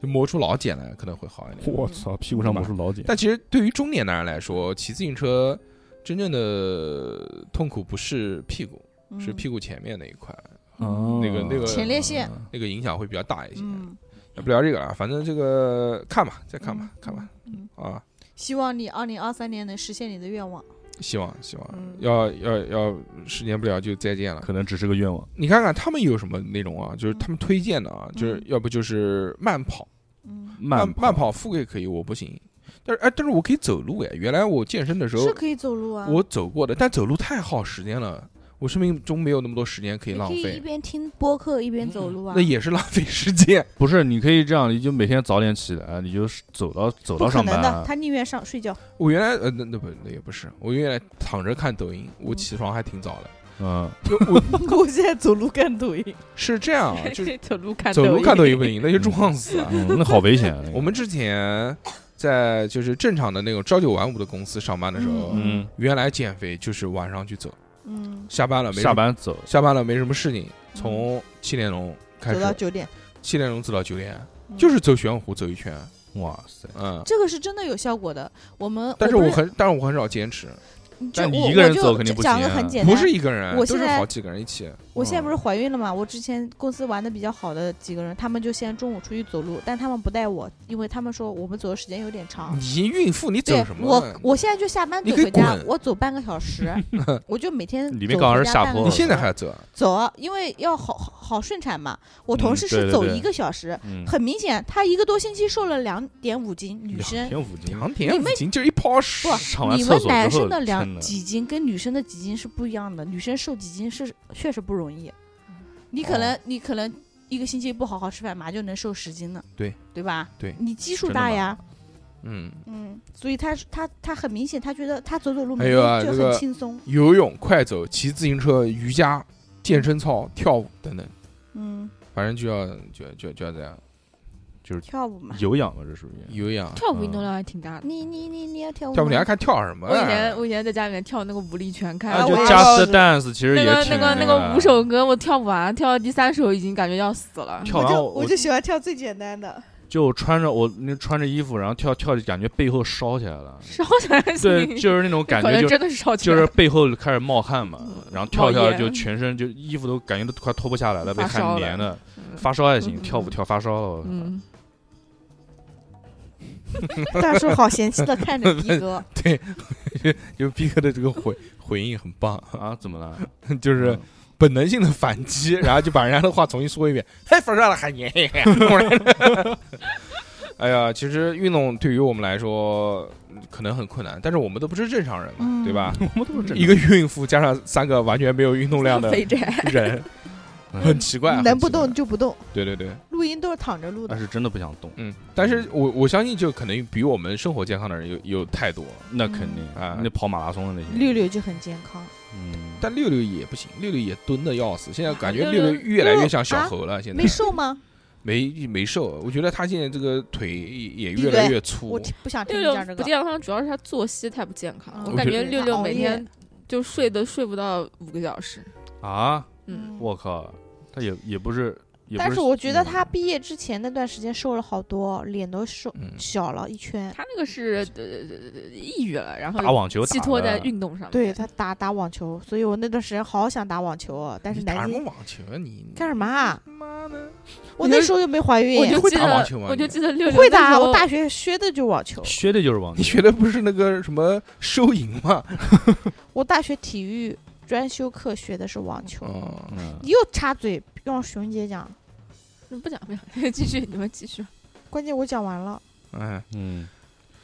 [SPEAKER 1] 就磨出老茧来，可能会好一点。
[SPEAKER 3] 我操，屁股上抹出老茧。
[SPEAKER 1] 但其实对于中年男人来说，骑自行车真正的痛苦不是屁股，是
[SPEAKER 2] 嗯
[SPEAKER 1] 屁股前面那一块，
[SPEAKER 3] 哦
[SPEAKER 1] 那个那个
[SPEAKER 2] 前列腺，
[SPEAKER 1] 那个影响会比较大一些。
[SPEAKER 2] 嗯，
[SPEAKER 1] 不聊这个了，啊反正这个看吧，再看吧，看吧
[SPEAKER 2] 嗯，
[SPEAKER 1] 啊，
[SPEAKER 2] 希望你二零二三年能实现你的愿望。
[SPEAKER 1] 希望希望
[SPEAKER 2] 嗯
[SPEAKER 1] 要要要实现不了就再见了。
[SPEAKER 3] 可能只是个愿望。
[SPEAKER 1] 你看看他们有什么内容啊？就是他们推荐的啊，就是要不就是慢跑，
[SPEAKER 2] 嗯，
[SPEAKER 3] 慢
[SPEAKER 1] 慢跑富贵可以，我不行。但是哎，但是我可以走路哎。原来我健身的时候
[SPEAKER 2] 是可以走路啊，
[SPEAKER 1] 我走过的，但走路太耗时间了，我生命中没有那么多时间可以
[SPEAKER 2] 你
[SPEAKER 1] 浪
[SPEAKER 2] 可以一
[SPEAKER 1] 费，
[SPEAKER 2] 边听播客一边走路啊
[SPEAKER 1] 那。也是浪费时间。
[SPEAKER 3] 不是，你可以这样，你就每天早点起来，你就是走到走
[SPEAKER 2] 不
[SPEAKER 3] 到
[SPEAKER 2] 可
[SPEAKER 3] 上
[SPEAKER 2] 能的
[SPEAKER 3] 班，。啊
[SPEAKER 2] 他宁愿上睡觉。
[SPEAKER 1] 我原来呃那那不那也不是，我原来躺着看抖音，我起床还挺早的。
[SPEAKER 3] 嗯，
[SPEAKER 1] 就我
[SPEAKER 2] 我现在走路看抖音，
[SPEAKER 1] 是这样啊， 就是
[SPEAKER 4] 走路看
[SPEAKER 1] 走路看抖
[SPEAKER 4] 抖
[SPEAKER 1] 音不行，那就撞死啊！
[SPEAKER 3] 嗯那好危险啊。那 个
[SPEAKER 1] 我们之前在就是正常的那种朝九晚五的公司上班的时候，
[SPEAKER 3] 嗯，
[SPEAKER 1] 原来减肥就是晚上去走，
[SPEAKER 2] 嗯，
[SPEAKER 1] 下班了啊没什么
[SPEAKER 3] 下班走，
[SPEAKER 1] 下班了没什么事情，从七点钟开
[SPEAKER 2] 走到
[SPEAKER 1] 始，
[SPEAKER 2] 九点，
[SPEAKER 1] 七点钟走到九点，
[SPEAKER 2] 嗯
[SPEAKER 1] 就是走玄武湖走一圈，
[SPEAKER 3] 哇塞，
[SPEAKER 1] 嗯。
[SPEAKER 2] 这个是真的有效果的。我们，
[SPEAKER 1] 但是
[SPEAKER 2] 我不
[SPEAKER 1] 我
[SPEAKER 2] 是
[SPEAKER 1] 很，但是我很少坚持，
[SPEAKER 2] 你就
[SPEAKER 3] 但你
[SPEAKER 2] 我
[SPEAKER 3] 一个人
[SPEAKER 2] 我就
[SPEAKER 3] 走肯定不
[SPEAKER 2] 讲
[SPEAKER 3] 行
[SPEAKER 2] 个
[SPEAKER 3] 啊
[SPEAKER 2] 很简单，
[SPEAKER 1] 不是一个人，
[SPEAKER 2] 我
[SPEAKER 1] 都是
[SPEAKER 2] 现在
[SPEAKER 1] 好几个人一起。
[SPEAKER 2] 我现在不
[SPEAKER 1] 是
[SPEAKER 2] 是怀孕了嘛？我之前公司玩的比较好的几个人，他们就先中午出去走路，但他们不带我，因为他们说我们走的时间有点长。
[SPEAKER 1] 嗯你孕妇，你走
[SPEAKER 2] 对
[SPEAKER 1] 什么？
[SPEAKER 2] 我，我现在就下班
[SPEAKER 1] 你
[SPEAKER 2] 走
[SPEAKER 1] 可以
[SPEAKER 2] 回家
[SPEAKER 1] 滚，
[SPEAKER 2] 我走半个 小时，我就每天
[SPEAKER 3] 里面
[SPEAKER 2] 走
[SPEAKER 3] 刚好
[SPEAKER 2] 回
[SPEAKER 3] 是
[SPEAKER 2] 家
[SPEAKER 3] 下
[SPEAKER 2] 半个
[SPEAKER 3] 坡
[SPEAKER 1] 你
[SPEAKER 2] 小
[SPEAKER 1] 现在
[SPEAKER 2] 时
[SPEAKER 1] 还走啊？
[SPEAKER 2] 走啊，因为要好好好顺产嘛。我同
[SPEAKER 3] 嗯
[SPEAKER 2] 事
[SPEAKER 3] 对
[SPEAKER 2] 是
[SPEAKER 3] 对
[SPEAKER 2] 走
[SPEAKER 3] 对
[SPEAKER 2] 一个小时，
[SPEAKER 3] 嗯，
[SPEAKER 2] 很明显，她一个多星期瘦了两点五斤，女生
[SPEAKER 3] 挺五 斤，
[SPEAKER 1] 两点五斤就是一泡屎。
[SPEAKER 3] 上完
[SPEAKER 2] 你
[SPEAKER 3] 厕
[SPEAKER 2] 们
[SPEAKER 3] 所
[SPEAKER 2] 男
[SPEAKER 3] 之后
[SPEAKER 2] 生的
[SPEAKER 3] 真
[SPEAKER 2] 两几斤跟女生的几斤是不一样的，女生瘦几斤是确实不容易。你可能、你可能一个星期不好好吃饭，马上就能瘦十斤呢。
[SPEAKER 1] 对
[SPEAKER 2] 对吧？
[SPEAKER 1] 对
[SPEAKER 2] 你基数
[SPEAKER 3] 真的
[SPEAKER 2] 大
[SPEAKER 3] 吗
[SPEAKER 2] 呀，
[SPEAKER 1] 嗯，
[SPEAKER 2] 嗯，所以他他他很明显，他觉得他走走路
[SPEAKER 1] 还
[SPEAKER 2] 每
[SPEAKER 1] 有啊
[SPEAKER 2] 天就
[SPEAKER 1] 这个
[SPEAKER 2] 很轻松。
[SPEAKER 1] 游泳、快走、骑自行车、瑜伽、健身操、跳舞等等，
[SPEAKER 2] 嗯，
[SPEAKER 1] 反正就要就就就要这样
[SPEAKER 2] 跳舞嘛，
[SPEAKER 3] 有氧嘛，这属于
[SPEAKER 1] 有氧。
[SPEAKER 3] 啊
[SPEAKER 4] 跳舞运动量还挺大
[SPEAKER 3] 嗯
[SPEAKER 4] 的。
[SPEAKER 2] 你你你你要跳舞吗，
[SPEAKER 1] 跳舞你还看跳什么啊
[SPEAKER 4] 我以前
[SPEAKER 1] 呀？
[SPEAKER 4] 我以前在家里面跳那个舞力全开，
[SPEAKER 3] 哎啊，
[SPEAKER 4] 我
[SPEAKER 3] 就
[SPEAKER 2] 我也
[SPEAKER 3] Just
[SPEAKER 2] 是
[SPEAKER 3] Dance 其实
[SPEAKER 4] 那
[SPEAKER 3] 也
[SPEAKER 4] 个
[SPEAKER 3] 挺
[SPEAKER 4] 那个那个
[SPEAKER 3] 的
[SPEAKER 4] 五首歌我跳不完，跳到第三首已经感觉要死了。
[SPEAKER 3] 跳完我
[SPEAKER 2] 就喜欢跳最简单的。
[SPEAKER 3] 就穿着我那穿着衣服，然后跳跳着，感觉背后烧起来
[SPEAKER 4] ，
[SPEAKER 3] 了
[SPEAKER 4] 烧起来行
[SPEAKER 3] 对，就是那种感
[SPEAKER 4] 可
[SPEAKER 3] 觉
[SPEAKER 4] 能
[SPEAKER 3] 就
[SPEAKER 4] 真的是烧起
[SPEAKER 3] 就
[SPEAKER 4] 来
[SPEAKER 3] 是
[SPEAKER 4] 了
[SPEAKER 3] 背后开始冒汗嘛，然后跳
[SPEAKER 4] 冒
[SPEAKER 3] 一跳
[SPEAKER 4] 烟
[SPEAKER 3] 就全身就衣服都感觉都快脱不下来了，被
[SPEAKER 4] 发烧
[SPEAKER 3] 汗
[SPEAKER 4] 了
[SPEAKER 3] 粘的，
[SPEAKER 4] 嗯
[SPEAKER 3] 发烧也行，
[SPEAKER 4] 嗯
[SPEAKER 3] 跳舞跳发烧了，我 靠
[SPEAKER 4] 嗯，
[SPEAKER 2] 大叔好嫌弃 的看着 逼哥，
[SPEAKER 1] 就逼哥的这个回回应很棒，
[SPEAKER 3] 啊，怎么了？
[SPEAKER 1] 就是本能性的反 击，然后就把人家的话重新说一 遍，嘿，发烧了还你。哎呀，其实运动对于我们来说嗯可能很困难，但是我们都不是正常人嘛，
[SPEAKER 2] 嗯
[SPEAKER 1] 对吧？
[SPEAKER 3] 我们都 是
[SPEAKER 1] 一个孕妇加上三个完全没有运动 量的
[SPEAKER 4] 肥宅，
[SPEAKER 1] 人，
[SPEAKER 3] 嗯
[SPEAKER 1] 很奇怪，啊
[SPEAKER 2] 能
[SPEAKER 1] 很
[SPEAKER 2] 不
[SPEAKER 1] 奇怪
[SPEAKER 2] 动？就不动，
[SPEAKER 1] 对对对，
[SPEAKER 2] 录音都是躺着录
[SPEAKER 3] 但
[SPEAKER 2] 的。
[SPEAKER 3] 是真的不想动，
[SPEAKER 1] 嗯，但是我我相信，就可能比我们生活健康的人有有太多，
[SPEAKER 3] 那肯定
[SPEAKER 4] 嗯
[SPEAKER 3] 哎
[SPEAKER 1] 啊
[SPEAKER 3] 那跑马拉松的那些，
[SPEAKER 2] 六六就很健康，
[SPEAKER 3] 嗯，
[SPEAKER 1] 但六六也不行，六六也蹲的要死，现在感觉
[SPEAKER 4] 啊
[SPEAKER 1] 六
[SPEAKER 4] 六
[SPEAKER 1] 六
[SPEAKER 4] 六
[SPEAKER 1] 越来越像小
[SPEAKER 2] 啊
[SPEAKER 1] 猴了，现在
[SPEAKER 2] 没瘦吗？
[SPEAKER 1] 没没瘦，我觉得他现在这个腿也也
[SPEAKER 2] 闭
[SPEAKER 1] 越来
[SPEAKER 2] 嘴
[SPEAKER 1] 越粗
[SPEAKER 2] 我，听不想听
[SPEAKER 4] 六
[SPEAKER 2] 你
[SPEAKER 4] 六
[SPEAKER 2] 讲这个。
[SPEAKER 4] 不健康，主要是他作息太不健康
[SPEAKER 2] 嗯
[SPEAKER 4] 了。我感
[SPEAKER 1] 我觉
[SPEAKER 2] 得
[SPEAKER 4] 觉六六
[SPEAKER 2] 熬
[SPEAKER 4] 每
[SPEAKER 2] 夜
[SPEAKER 4] 天就睡都睡不到五个小时。
[SPEAKER 3] 啊，
[SPEAKER 4] 嗯，
[SPEAKER 3] 我靠，他也也不是，也不
[SPEAKER 2] 但
[SPEAKER 3] 是
[SPEAKER 2] 是我觉得
[SPEAKER 3] 嗯
[SPEAKER 2] 他毕业之前那段时间瘦了好多，脸都瘦
[SPEAKER 1] 嗯
[SPEAKER 2] 小了一圈。
[SPEAKER 4] 他那个是呃抑郁了，然
[SPEAKER 3] 嗯打
[SPEAKER 4] 后
[SPEAKER 3] 网球
[SPEAKER 4] 寄
[SPEAKER 3] 打
[SPEAKER 4] 托在
[SPEAKER 3] 的
[SPEAKER 4] 运动上面。
[SPEAKER 2] 对他打打网球，所以我那段时间好想打网球哦，但是
[SPEAKER 1] 你打
[SPEAKER 2] 南
[SPEAKER 1] 什么
[SPEAKER 2] 京
[SPEAKER 1] 网球啊你？
[SPEAKER 2] 干什么啊？
[SPEAKER 1] 妈的，
[SPEAKER 2] 我
[SPEAKER 4] 你
[SPEAKER 2] 那
[SPEAKER 4] 就
[SPEAKER 2] 时候又没怀孕，
[SPEAKER 4] 我就
[SPEAKER 1] 会
[SPEAKER 4] 记
[SPEAKER 1] 打网
[SPEAKER 4] 得
[SPEAKER 1] 球吗，
[SPEAKER 4] 我就
[SPEAKER 1] 你
[SPEAKER 4] 记得六六
[SPEAKER 2] 会
[SPEAKER 4] 那时
[SPEAKER 2] 打。
[SPEAKER 4] 候
[SPEAKER 2] 我大学学的就网球，
[SPEAKER 3] 学的就是网
[SPEAKER 1] 你
[SPEAKER 3] 球，
[SPEAKER 1] 学的不是那个什么收银吗？
[SPEAKER 2] 我大学体育专修课学的是网球。
[SPEAKER 1] 嗯，
[SPEAKER 3] 嗯，
[SPEAKER 2] 你又插嘴，让熊姐讲。
[SPEAKER 4] 嗯不讲不讲， 继续你们继续。
[SPEAKER 2] 关键我讲完了，
[SPEAKER 1] 哎
[SPEAKER 3] 嗯，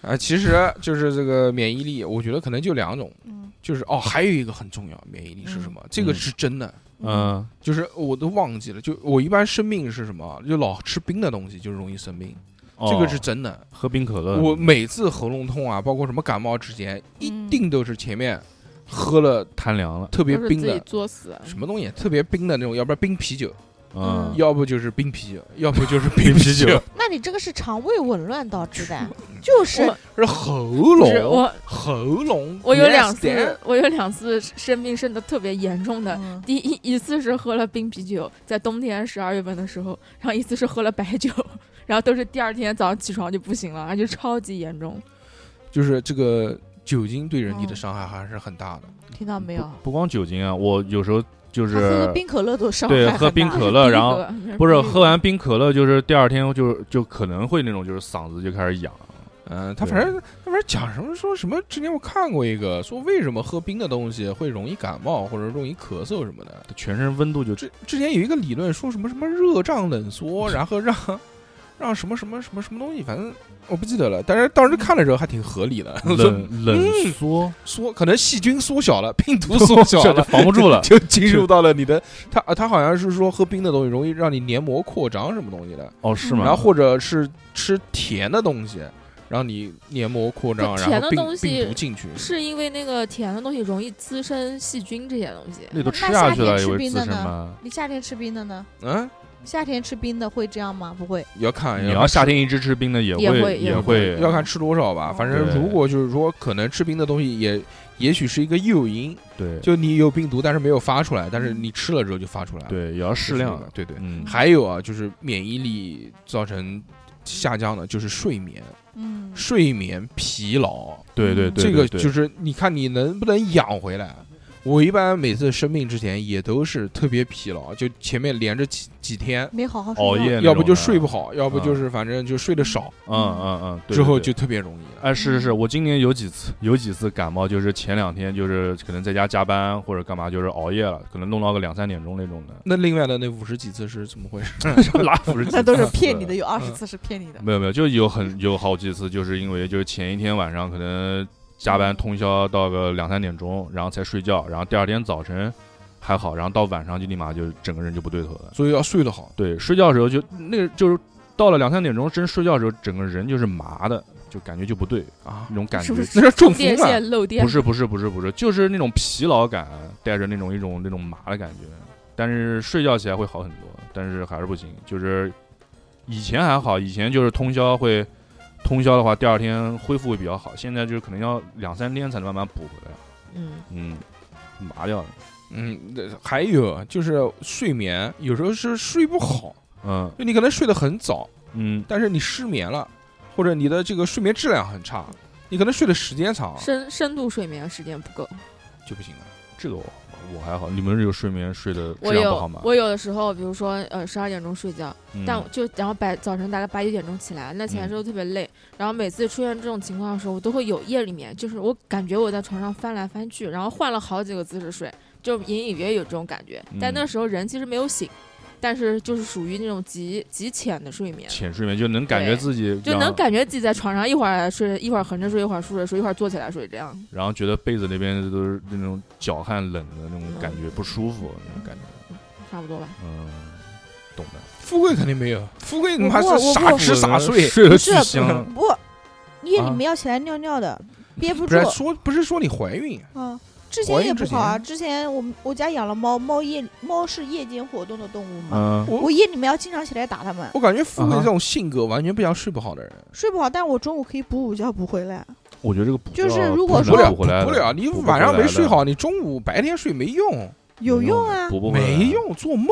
[SPEAKER 1] 哎，其实就是这个免疫力，我觉得可能就两种，
[SPEAKER 2] 嗯
[SPEAKER 1] 就是哦，还有一个很重要，免疫力是什么？这个是真的，
[SPEAKER 3] 嗯，
[SPEAKER 1] 就是我都忘记了。就我一般生病是什么？就老吃冰的东西，就容易生病，这个
[SPEAKER 3] 哦嗯
[SPEAKER 1] 是真的。
[SPEAKER 3] 喝冰可乐，
[SPEAKER 1] 我每次喉咙痛啊，包括什么感冒之前，一
[SPEAKER 2] 嗯
[SPEAKER 1] 定都是前面喝了
[SPEAKER 3] 贪凉了，
[SPEAKER 1] 特别
[SPEAKER 4] 都是
[SPEAKER 1] 冰
[SPEAKER 4] 自己
[SPEAKER 1] 的。
[SPEAKER 4] 作死，
[SPEAKER 1] 什么东西特别冰的那种，要不然冰啤酒，
[SPEAKER 3] 嗯，
[SPEAKER 1] 要不就是冰啤酒，要不就是冰啤酒，
[SPEAKER 2] 那你这个是肠胃紊乱导致的，就是
[SPEAKER 4] 我
[SPEAKER 1] 是喉
[SPEAKER 4] 不是
[SPEAKER 1] 咙，
[SPEAKER 4] 我
[SPEAKER 1] 喉咙。
[SPEAKER 4] 我有两
[SPEAKER 1] Yes, dear
[SPEAKER 4] 次，我有两次生病生的特别严重的。
[SPEAKER 2] 嗯
[SPEAKER 4] 第一一次是喝了冰啤酒，在冬天十二月份的时候，然后一次是喝了白酒，然后都是第二天早上起床就不行了，而且超级严重。
[SPEAKER 1] 就是这个酒精对人体的伤害还是很大的。
[SPEAKER 2] 听到没有？
[SPEAKER 3] 不光酒精啊，我有时候就
[SPEAKER 2] 他喝
[SPEAKER 3] 是
[SPEAKER 2] 个冰可乐啊都伤害
[SPEAKER 3] 对
[SPEAKER 2] 很
[SPEAKER 3] 喝
[SPEAKER 2] 大
[SPEAKER 3] 冰可乐，然后不是喝完冰可乐，就是第二天就是就可能会那种就是嗓子就开始痒，
[SPEAKER 1] 嗯、他
[SPEAKER 3] 对
[SPEAKER 1] 反正他反正讲什么说什么，之前我看过一个说为什么喝冰的东西会容易感冒或者容易咳嗽什么的。
[SPEAKER 3] 全身 温度就
[SPEAKER 1] 之之前有一个理论说什么什么热胀冷 缩，然后让让什么什么什么什么东西，反正我不记得了。但是当时看了之后还挺合理的， 说
[SPEAKER 3] 冷
[SPEAKER 1] 嗯
[SPEAKER 3] 冷缩，
[SPEAKER 1] 缩可能细菌缩小了， 病毒缩小
[SPEAKER 3] 这就
[SPEAKER 1] 了。，
[SPEAKER 3] 防不住了
[SPEAKER 1] 就进入到了你的，他啊他好像是说喝冰的东西容易让你黏膜扩张什么东西的，
[SPEAKER 3] 哦是吗？
[SPEAKER 1] 嗯然后或者是吃甜的东西，让你黏膜扩张，
[SPEAKER 4] 不
[SPEAKER 1] 然
[SPEAKER 4] 甜
[SPEAKER 1] 后
[SPEAKER 4] 的
[SPEAKER 1] 病
[SPEAKER 4] 东西
[SPEAKER 1] 病毒进去。
[SPEAKER 4] 是因为那个甜的东西容易滋生细菌这些东西。
[SPEAKER 3] 那都
[SPEAKER 2] 那
[SPEAKER 3] 吃下去了
[SPEAKER 2] 夏天
[SPEAKER 3] 也
[SPEAKER 2] 吃
[SPEAKER 3] 会
[SPEAKER 2] 冰
[SPEAKER 3] 滋
[SPEAKER 2] 的
[SPEAKER 3] 生
[SPEAKER 2] 呢
[SPEAKER 3] 吗？
[SPEAKER 2] 你夏天吃冰的呢？
[SPEAKER 1] 嗯，
[SPEAKER 2] 夏天吃冰的会这样吗？不会，
[SPEAKER 1] 你要看，
[SPEAKER 3] 你
[SPEAKER 1] 看
[SPEAKER 3] 要夏天一直吃冰的也
[SPEAKER 4] 也
[SPEAKER 3] 会
[SPEAKER 4] 会也
[SPEAKER 3] 会
[SPEAKER 1] 要看吃多少吧。反正
[SPEAKER 3] 对
[SPEAKER 1] 如果就是说，可能吃冰的东西也也许是一个诱因，
[SPEAKER 3] 对
[SPEAKER 1] 就你有病毒，但是没有发出来，但
[SPEAKER 4] 嗯
[SPEAKER 1] 是你吃了之后就发出来了，
[SPEAKER 3] 对也要
[SPEAKER 1] 这是
[SPEAKER 3] 适
[SPEAKER 1] 一个，
[SPEAKER 3] 量，
[SPEAKER 1] 对对。
[SPEAKER 3] 嗯，
[SPEAKER 1] 还有啊，就是免疫力造成下降的，就是睡眠、
[SPEAKER 2] 嗯，
[SPEAKER 1] 睡眠疲劳，
[SPEAKER 3] 对对对，
[SPEAKER 1] 这个
[SPEAKER 3] 对
[SPEAKER 1] 就。是你看你能不能养回来。我一般每次生病之前也都是特别疲劳，就前面连着几几天，
[SPEAKER 2] 没好好睡
[SPEAKER 3] 熬
[SPEAKER 2] 觉
[SPEAKER 3] 夜那
[SPEAKER 1] 要不
[SPEAKER 3] 种
[SPEAKER 1] 就
[SPEAKER 3] 的
[SPEAKER 1] 睡不，好，要不就是反正就睡得少，
[SPEAKER 3] 嗯嗯嗯，对
[SPEAKER 1] 之
[SPEAKER 3] 对
[SPEAKER 1] 后
[SPEAKER 3] 对
[SPEAKER 1] 就特别容易了。，
[SPEAKER 3] 哎，是是是，我今年有几次有几次感冒，就是前两天就是可能在家加班或者干嘛，就是熬夜了，可能弄到个两三点钟那种的
[SPEAKER 1] 那另外的那五十几次是怎么回事？
[SPEAKER 3] 拉不是几
[SPEAKER 2] 那都是
[SPEAKER 3] 次
[SPEAKER 2] 骗你的，。有二十
[SPEAKER 1] 嗯
[SPEAKER 2] 次是骗你的。
[SPEAKER 3] 没有没有，就有很有好几次，就是因为就是前一天晚上可能加班通宵到个两三点钟，然后才睡觉，然后第二天早晨还好，然后到晚上就立马就整个人就不对头了。
[SPEAKER 1] 所以要睡得好。
[SPEAKER 3] 对，睡觉的时候就那个就是到了两三点钟真睡觉的时候，整个人就是麻的，就感觉就不对
[SPEAKER 1] 啊
[SPEAKER 3] 那种感觉
[SPEAKER 4] 是不，是
[SPEAKER 1] 那是中
[SPEAKER 4] 电
[SPEAKER 1] 风
[SPEAKER 4] 线
[SPEAKER 1] 了。
[SPEAKER 4] 漏电
[SPEAKER 3] 不是不是不是不是，就是那种疲劳感，带着那种一种那种麻的感觉。但是睡觉起来会好很多，但是还是不行。就是以前还好，以前就是通宵会通宵的话，第二天恢复会比较好。现在就是可能要两三天才能慢慢补回来。
[SPEAKER 4] 嗯，
[SPEAKER 3] 嗯，麻掉了。
[SPEAKER 1] 嗯，那还有啊就是睡眠，有时候是睡不好，
[SPEAKER 3] 嗯
[SPEAKER 1] 就你可能睡得很早，
[SPEAKER 3] 嗯，
[SPEAKER 1] 但是你失眠了，或者你的这个睡眠质量很差，你可能睡的时间长啊
[SPEAKER 4] 深深度睡眠时间不够。
[SPEAKER 1] 就不行了。
[SPEAKER 3] 这个我我还好。你们有睡眠睡的质
[SPEAKER 4] 我
[SPEAKER 3] 量不好
[SPEAKER 4] 有
[SPEAKER 3] 吗？
[SPEAKER 4] 我有的时候，比如说呃十二点钟睡觉，
[SPEAKER 3] 嗯
[SPEAKER 4] 但就然后白早晨大概八九点钟起来，那起来之后特别累，然后每次出现这种情况的时候，我都会有夜里面就是我感觉我在床上翻来翻去，然后换了好几个姿势睡，就隐隐约约有这种感觉，但
[SPEAKER 3] 嗯
[SPEAKER 4] 那时候人其实没有醒，但是就是属于那种极极浅的睡眠。
[SPEAKER 3] 浅睡眠就能感觉
[SPEAKER 4] 对
[SPEAKER 3] 自己
[SPEAKER 4] 就
[SPEAKER 3] 然
[SPEAKER 4] 能
[SPEAKER 3] 后
[SPEAKER 4] 感觉自己在床上一会儿睡，一会儿横着睡，一会儿竖着睡，一会儿坐起来睡，这样。
[SPEAKER 3] 然后觉得被子那边都是那种脚汗冷的那种感觉，不舒服那种感觉。
[SPEAKER 4] 差不多吧。
[SPEAKER 3] 嗯，懂的。
[SPEAKER 1] 富贵肯定没有，富贵他妈
[SPEAKER 2] 我
[SPEAKER 1] 是
[SPEAKER 2] 我
[SPEAKER 1] 傻吃傻睡，
[SPEAKER 3] 睡
[SPEAKER 2] 不
[SPEAKER 3] 得
[SPEAKER 2] 是
[SPEAKER 3] 巨 香。
[SPEAKER 2] 不，夜里
[SPEAKER 3] 嗯啊
[SPEAKER 2] 面要起来尿尿的，憋不
[SPEAKER 1] 不
[SPEAKER 2] 住
[SPEAKER 1] 是。说不是说你怀孕，啊
[SPEAKER 2] 嗯，之
[SPEAKER 1] 怀
[SPEAKER 2] 前
[SPEAKER 1] 孕
[SPEAKER 2] 也
[SPEAKER 1] 之
[SPEAKER 2] 不好啊。之前我们我家养了猫，猫夜猫是夜间活动的动物嘛，
[SPEAKER 3] 嗯，
[SPEAKER 1] 我
[SPEAKER 2] 我夜里面要经常起来打它们，
[SPEAKER 1] 我感觉富贵
[SPEAKER 3] 啊哈
[SPEAKER 1] 这种性格完全不像睡不好的人，
[SPEAKER 2] 睡不好，但我中午可以补午觉补回来。
[SPEAKER 3] 我觉得这个补
[SPEAKER 2] 就是
[SPEAKER 3] 觉
[SPEAKER 2] 如果
[SPEAKER 3] 不
[SPEAKER 2] 说
[SPEAKER 3] 能
[SPEAKER 1] 了
[SPEAKER 3] 补回来
[SPEAKER 1] 不了，你晚上没睡好，，你中午白天睡没用，
[SPEAKER 2] 有用啊，
[SPEAKER 3] 嗯补不回来
[SPEAKER 1] 没。用，做梦。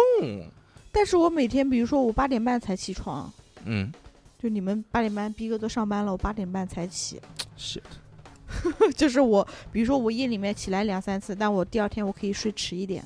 [SPEAKER 2] 但是我每天，比如说我八点半才起床，
[SPEAKER 1] 嗯，
[SPEAKER 2] 就你们八点半逼哥都上班了，我八点半才起。
[SPEAKER 3] Shit
[SPEAKER 2] 就是我，比如说我夜里面起来两三次，但我第二天我可以睡迟一点，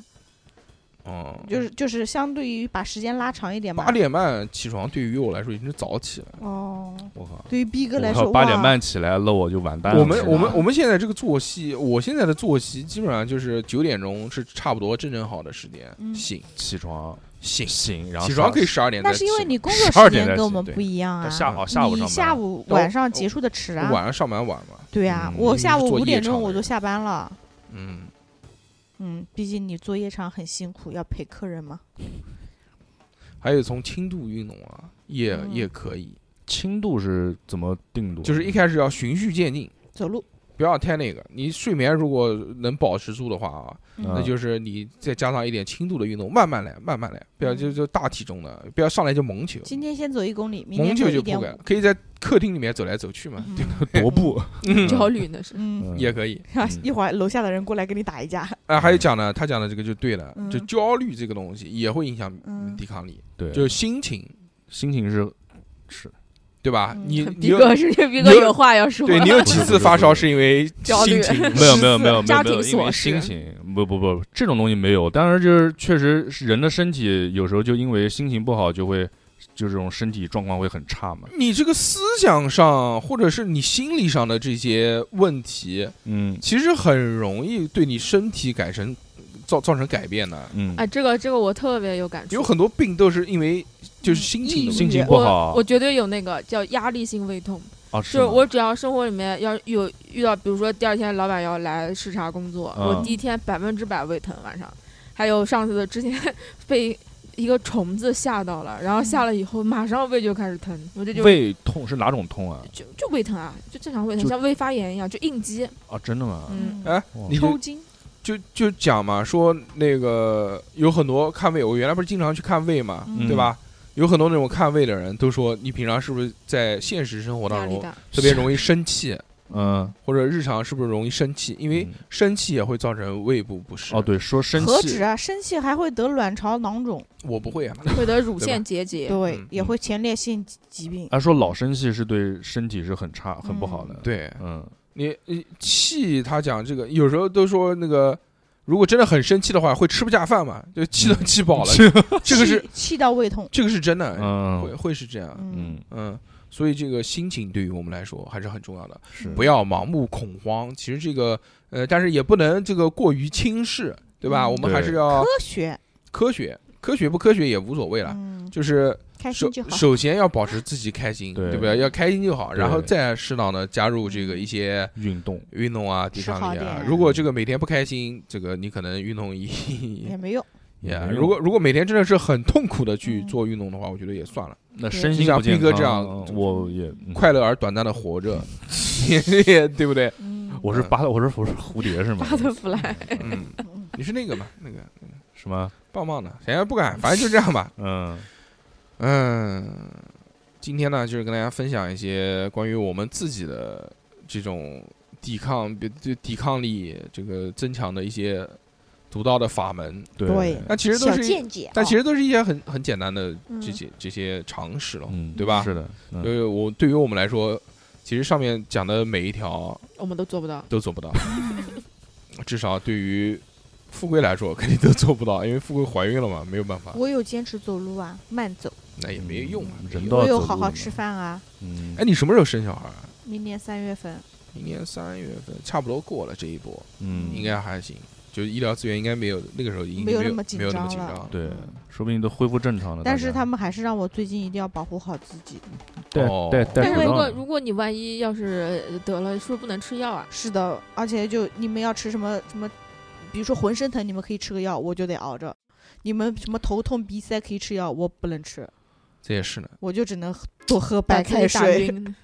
[SPEAKER 1] 嗯，
[SPEAKER 2] 就是就是相对于把时间拉长一点嘛。
[SPEAKER 1] 八点半起床对于我来说已经是早起了。
[SPEAKER 2] 哦，
[SPEAKER 1] 我靠！
[SPEAKER 2] 对于逼哥
[SPEAKER 3] 我
[SPEAKER 2] 来
[SPEAKER 3] 靠
[SPEAKER 2] 说，
[SPEAKER 3] 八点
[SPEAKER 2] 哇
[SPEAKER 3] 半起来了，我就完蛋了。
[SPEAKER 1] 我们
[SPEAKER 3] 是吧
[SPEAKER 1] 我们我们现在这个作息，我现在的作息基本上就是九点钟是差不多正正好的时间
[SPEAKER 2] 嗯
[SPEAKER 1] 醒
[SPEAKER 3] 起床
[SPEAKER 1] 醒，
[SPEAKER 3] 醒，然后
[SPEAKER 1] 起床
[SPEAKER 3] 上
[SPEAKER 1] 可以十二点再
[SPEAKER 2] 那
[SPEAKER 1] 起。
[SPEAKER 2] 是因为你工作
[SPEAKER 3] 12
[SPEAKER 2] 时
[SPEAKER 3] 点
[SPEAKER 2] 间
[SPEAKER 3] 才
[SPEAKER 2] 跟我
[SPEAKER 3] 起
[SPEAKER 2] 们
[SPEAKER 3] 对
[SPEAKER 2] 不一样啊。
[SPEAKER 3] 但下午下午上
[SPEAKER 2] 你
[SPEAKER 3] 班，
[SPEAKER 2] 下午
[SPEAKER 1] 都
[SPEAKER 2] 晚上结束的迟啊。
[SPEAKER 1] 晚上上班晚嘛，
[SPEAKER 2] 对啊，
[SPEAKER 3] 嗯
[SPEAKER 2] 我下午
[SPEAKER 1] 做
[SPEAKER 2] 五
[SPEAKER 1] 夜
[SPEAKER 2] 点
[SPEAKER 1] 场
[SPEAKER 2] 钟
[SPEAKER 1] 的
[SPEAKER 2] 我就
[SPEAKER 1] 人
[SPEAKER 2] 下班了。
[SPEAKER 1] 嗯，
[SPEAKER 2] 嗯，毕竟你做夜场很辛苦，要陪客人嘛。
[SPEAKER 1] 还有从轻度运动啊，也
[SPEAKER 2] 嗯
[SPEAKER 1] 也可以，
[SPEAKER 3] 轻度是怎么定度？
[SPEAKER 1] 就是一开始要循序渐进，
[SPEAKER 2] 走路，
[SPEAKER 1] 不要太那个。你睡眠如果能保持住的话啊，
[SPEAKER 2] 嗯
[SPEAKER 3] 那
[SPEAKER 1] 那就是你再加上一点轻度的运动，慢慢来，慢慢来，不要就就大体重的，不要上来就猛球，
[SPEAKER 2] 嗯今天先走一公里，明
[SPEAKER 1] 猛
[SPEAKER 2] 天走
[SPEAKER 1] 球就
[SPEAKER 2] 一
[SPEAKER 1] 不
[SPEAKER 2] 点
[SPEAKER 1] 改
[SPEAKER 2] 五。，
[SPEAKER 1] 可以在客厅里面走来走去嘛，
[SPEAKER 2] 嗯
[SPEAKER 3] 踱步，
[SPEAKER 4] 焦虑那是。
[SPEAKER 2] 嗯，
[SPEAKER 3] 嗯
[SPEAKER 1] 也可以。
[SPEAKER 2] 然后一会儿楼下的人过来跟你打一架。
[SPEAKER 1] 啊，还有讲呢，他讲的这个就对了，就
[SPEAKER 2] 嗯
[SPEAKER 1] 焦虑这个东西也会影响
[SPEAKER 2] 嗯
[SPEAKER 1] 抵抗力，
[SPEAKER 3] 对，
[SPEAKER 1] 就是心情，
[SPEAKER 3] 心情 是是
[SPEAKER 1] 对吧？
[SPEAKER 2] 嗯
[SPEAKER 1] 你
[SPEAKER 4] 很
[SPEAKER 1] 你
[SPEAKER 4] 逼
[SPEAKER 1] 有
[SPEAKER 4] 哥是逼哥
[SPEAKER 1] 有
[SPEAKER 4] 有话要说，
[SPEAKER 1] 对你有几
[SPEAKER 3] 不是不
[SPEAKER 1] 次
[SPEAKER 3] 是
[SPEAKER 1] 发
[SPEAKER 3] 不
[SPEAKER 1] 烧
[SPEAKER 3] 是
[SPEAKER 1] 是因为
[SPEAKER 4] 焦
[SPEAKER 1] 心
[SPEAKER 4] 虑
[SPEAKER 1] 情
[SPEAKER 3] 没有没有没有没
[SPEAKER 4] 家
[SPEAKER 3] 有没有，
[SPEAKER 4] 庭
[SPEAKER 3] 因为
[SPEAKER 4] 琐
[SPEAKER 3] 心
[SPEAKER 4] 事，
[SPEAKER 3] 情不不不，这种东西没有。当然就是确实是人的身体有时候就因为心情不好就会就这种身体状况会很差嘛。
[SPEAKER 1] 你这个思想上或者是你心理上的这些问题，
[SPEAKER 3] 嗯
[SPEAKER 1] 其实很容易对你身体改成造造成改变的。
[SPEAKER 3] 嗯，
[SPEAKER 4] 哎，这个这个我特别有感触。
[SPEAKER 1] 有很多病都是因为就是心情的问
[SPEAKER 3] 心
[SPEAKER 1] 题
[SPEAKER 3] 情不好
[SPEAKER 4] 我我绝对有那个叫压力性胃痛，
[SPEAKER 3] 啊，
[SPEAKER 4] 就是
[SPEAKER 3] 吗
[SPEAKER 4] 我只要生活里面要有遇到，比如说第二天老板要来视察工作，
[SPEAKER 3] 嗯
[SPEAKER 4] 我第一天百分之百胃疼，晚上，还有上次的之前被一个虫子吓到了，然后吓了以后马上胃就开始疼，我这就
[SPEAKER 3] 胃痛是哪种痛啊？
[SPEAKER 4] 就就胃疼啊，就正常胃疼，
[SPEAKER 3] 就
[SPEAKER 4] 像胃发炎一样，就应激，
[SPEAKER 3] 啊，真的吗？
[SPEAKER 4] 嗯，
[SPEAKER 1] 哎，
[SPEAKER 3] 哇
[SPEAKER 1] 你
[SPEAKER 2] 抽
[SPEAKER 1] 就
[SPEAKER 2] 筋，
[SPEAKER 1] 就就讲嘛，说那个有很多看胃，我原来不是经常去看胃嘛，
[SPEAKER 2] 嗯
[SPEAKER 1] 对吧？有很多那种看胃的人都说，你平常是不是在现实生活
[SPEAKER 4] 压
[SPEAKER 1] 当
[SPEAKER 4] 力
[SPEAKER 1] 中
[SPEAKER 4] 大，
[SPEAKER 1] 特别容易生气，
[SPEAKER 3] 嗯，
[SPEAKER 1] 或者日常是不是容易生气？因为
[SPEAKER 3] 嗯
[SPEAKER 1] 生气也会造成胃部不适。
[SPEAKER 3] 哦，，对，说生
[SPEAKER 2] 何
[SPEAKER 3] 气
[SPEAKER 2] 止啊，生气还会得卵巢囊肿，
[SPEAKER 1] 我不 会啊，
[SPEAKER 4] 会得
[SPEAKER 1] 对
[SPEAKER 4] 乳
[SPEAKER 1] 吧
[SPEAKER 4] 腺结节，
[SPEAKER 2] 对
[SPEAKER 1] 嗯，
[SPEAKER 2] 也会前列腺疾疾病。
[SPEAKER 3] 啊，说老生气是对身体是很差很不好的。，
[SPEAKER 1] 对，
[SPEAKER 3] 嗯，
[SPEAKER 1] 你你气他讲这个，有时候都说那个，如果真的很生气的话，会吃不下饭嘛，就气都
[SPEAKER 3] 嗯
[SPEAKER 1] 气饱了。 这个是
[SPEAKER 2] 气气到胃痛。
[SPEAKER 1] 这个是真的，
[SPEAKER 3] 嗯
[SPEAKER 1] 哎会会是这样，
[SPEAKER 2] 嗯
[SPEAKER 3] 嗯，
[SPEAKER 1] 嗯。所以这个心情对于我们来说还是很重要的，
[SPEAKER 2] 嗯
[SPEAKER 3] 是
[SPEAKER 1] 不要盲目恐慌。其实这个，呃，但是也不能这个过于轻视，对吧？
[SPEAKER 2] 嗯
[SPEAKER 1] 我们还是
[SPEAKER 3] 对
[SPEAKER 1] 要
[SPEAKER 2] 科学，
[SPEAKER 1] 科学，科学不科学也无所谓了。
[SPEAKER 2] 嗯，
[SPEAKER 1] 就是啊
[SPEAKER 2] 开心
[SPEAKER 1] 首
[SPEAKER 2] 就好。
[SPEAKER 1] 首先要保持自己开心，
[SPEAKER 3] 对
[SPEAKER 1] 对不对？要开心就好，
[SPEAKER 3] 对
[SPEAKER 1] 然后再适当的加入这个一些
[SPEAKER 3] 运动，
[SPEAKER 1] 运动啊、抵
[SPEAKER 2] 嗯吃
[SPEAKER 1] 抗力
[SPEAKER 2] 好
[SPEAKER 1] 啊
[SPEAKER 2] 点。
[SPEAKER 1] 如果这个每天不开心，这个你可能运动一
[SPEAKER 2] 也没用，
[SPEAKER 1] 也
[SPEAKER 3] 没用
[SPEAKER 1] 如果如果每天真的是很痛苦的去
[SPEAKER 2] 嗯
[SPEAKER 1] 做运动的话，我觉得也算了，
[SPEAKER 3] 那
[SPEAKER 2] 对
[SPEAKER 3] 身
[SPEAKER 1] 你
[SPEAKER 3] 心
[SPEAKER 1] 像
[SPEAKER 3] 不健
[SPEAKER 1] 斌哥
[SPEAKER 3] 康，
[SPEAKER 1] 这样
[SPEAKER 3] 我也嗯
[SPEAKER 1] 快乐而短暂的活 着， 也对不对？
[SPEAKER 2] 嗯，
[SPEAKER 3] 我是巴特，我是我是蝴蝶是吗？
[SPEAKER 4] 巴特弗莱，
[SPEAKER 1] 嗯，
[SPEAKER 2] 嗯
[SPEAKER 1] 你是那个嘛，那个
[SPEAKER 3] 什么？
[SPEAKER 1] 棒棒的，谁也不敢，反正就这样吧。
[SPEAKER 3] 嗯，
[SPEAKER 1] 嗯，今天呢，就是跟大家分享一些关于我们自己的这种抵抗、对抵抗力这个增强的一些独到的法门。
[SPEAKER 3] 嗯
[SPEAKER 2] 对
[SPEAKER 1] 那其实都
[SPEAKER 2] 小
[SPEAKER 1] 是一，
[SPEAKER 2] 见解啊。
[SPEAKER 3] 哦
[SPEAKER 1] 但其实都是一些很很简单的
[SPEAKER 2] 嗯
[SPEAKER 1] 这些、这些常识了。
[SPEAKER 3] 嗯，
[SPEAKER 1] 对吧
[SPEAKER 3] 是的，
[SPEAKER 1] 因
[SPEAKER 3] 嗯
[SPEAKER 1] 为我对于我们来说，其实上面讲的每一条
[SPEAKER 4] 我们都做不到，
[SPEAKER 1] 都做 不到，至少对于富贵来说肯定都做不到，因为富贵怀孕了嘛，没有办法，
[SPEAKER 2] 啊我有坚持走路啊，慢走，
[SPEAKER 1] 那也没用嘛。
[SPEAKER 3] 嗯人都要
[SPEAKER 2] 我有
[SPEAKER 3] 走
[SPEAKER 2] 好
[SPEAKER 3] 路
[SPEAKER 2] 好
[SPEAKER 3] 嘛
[SPEAKER 2] 吃饭啊。
[SPEAKER 3] 嗯
[SPEAKER 1] 哎，你什么时候生小孩啊？
[SPEAKER 2] 明年三月份，
[SPEAKER 1] 明年三月份差不多过了这一波，
[SPEAKER 3] 嗯，
[SPEAKER 1] 应该还行。就医疗资源应该没有那个时候已经没
[SPEAKER 2] 没有
[SPEAKER 1] 没
[SPEAKER 2] 那
[SPEAKER 1] 有
[SPEAKER 2] 么紧
[SPEAKER 1] 没有那么
[SPEAKER 2] 张
[SPEAKER 1] 紧
[SPEAKER 2] 了
[SPEAKER 1] 张了。
[SPEAKER 3] 对
[SPEAKER 2] 嗯，
[SPEAKER 3] 说不定都恢复正常了。
[SPEAKER 2] 但是
[SPEAKER 3] 大家
[SPEAKER 2] 他们还是让我最近一定要保护好自己。
[SPEAKER 3] 戴
[SPEAKER 1] 哦
[SPEAKER 3] 戴
[SPEAKER 4] 但
[SPEAKER 3] 戴
[SPEAKER 4] 是
[SPEAKER 3] 口
[SPEAKER 4] 如
[SPEAKER 3] 罩
[SPEAKER 4] 果
[SPEAKER 3] 呢，
[SPEAKER 4] 如果你万一要是得了，是不是不能吃药啊？
[SPEAKER 2] 是的，而且就你们要吃什么什么，比如说浑身疼，你们可以吃个药，我就得熬着；你们什么头痛、鼻塞可以吃药，我不能吃，
[SPEAKER 1] 这也是呢。
[SPEAKER 2] 我就只能喝多喝
[SPEAKER 4] 把
[SPEAKER 2] 白
[SPEAKER 4] 自己
[SPEAKER 2] 开
[SPEAKER 4] 打
[SPEAKER 2] 水。
[SPEAKER 4] 晕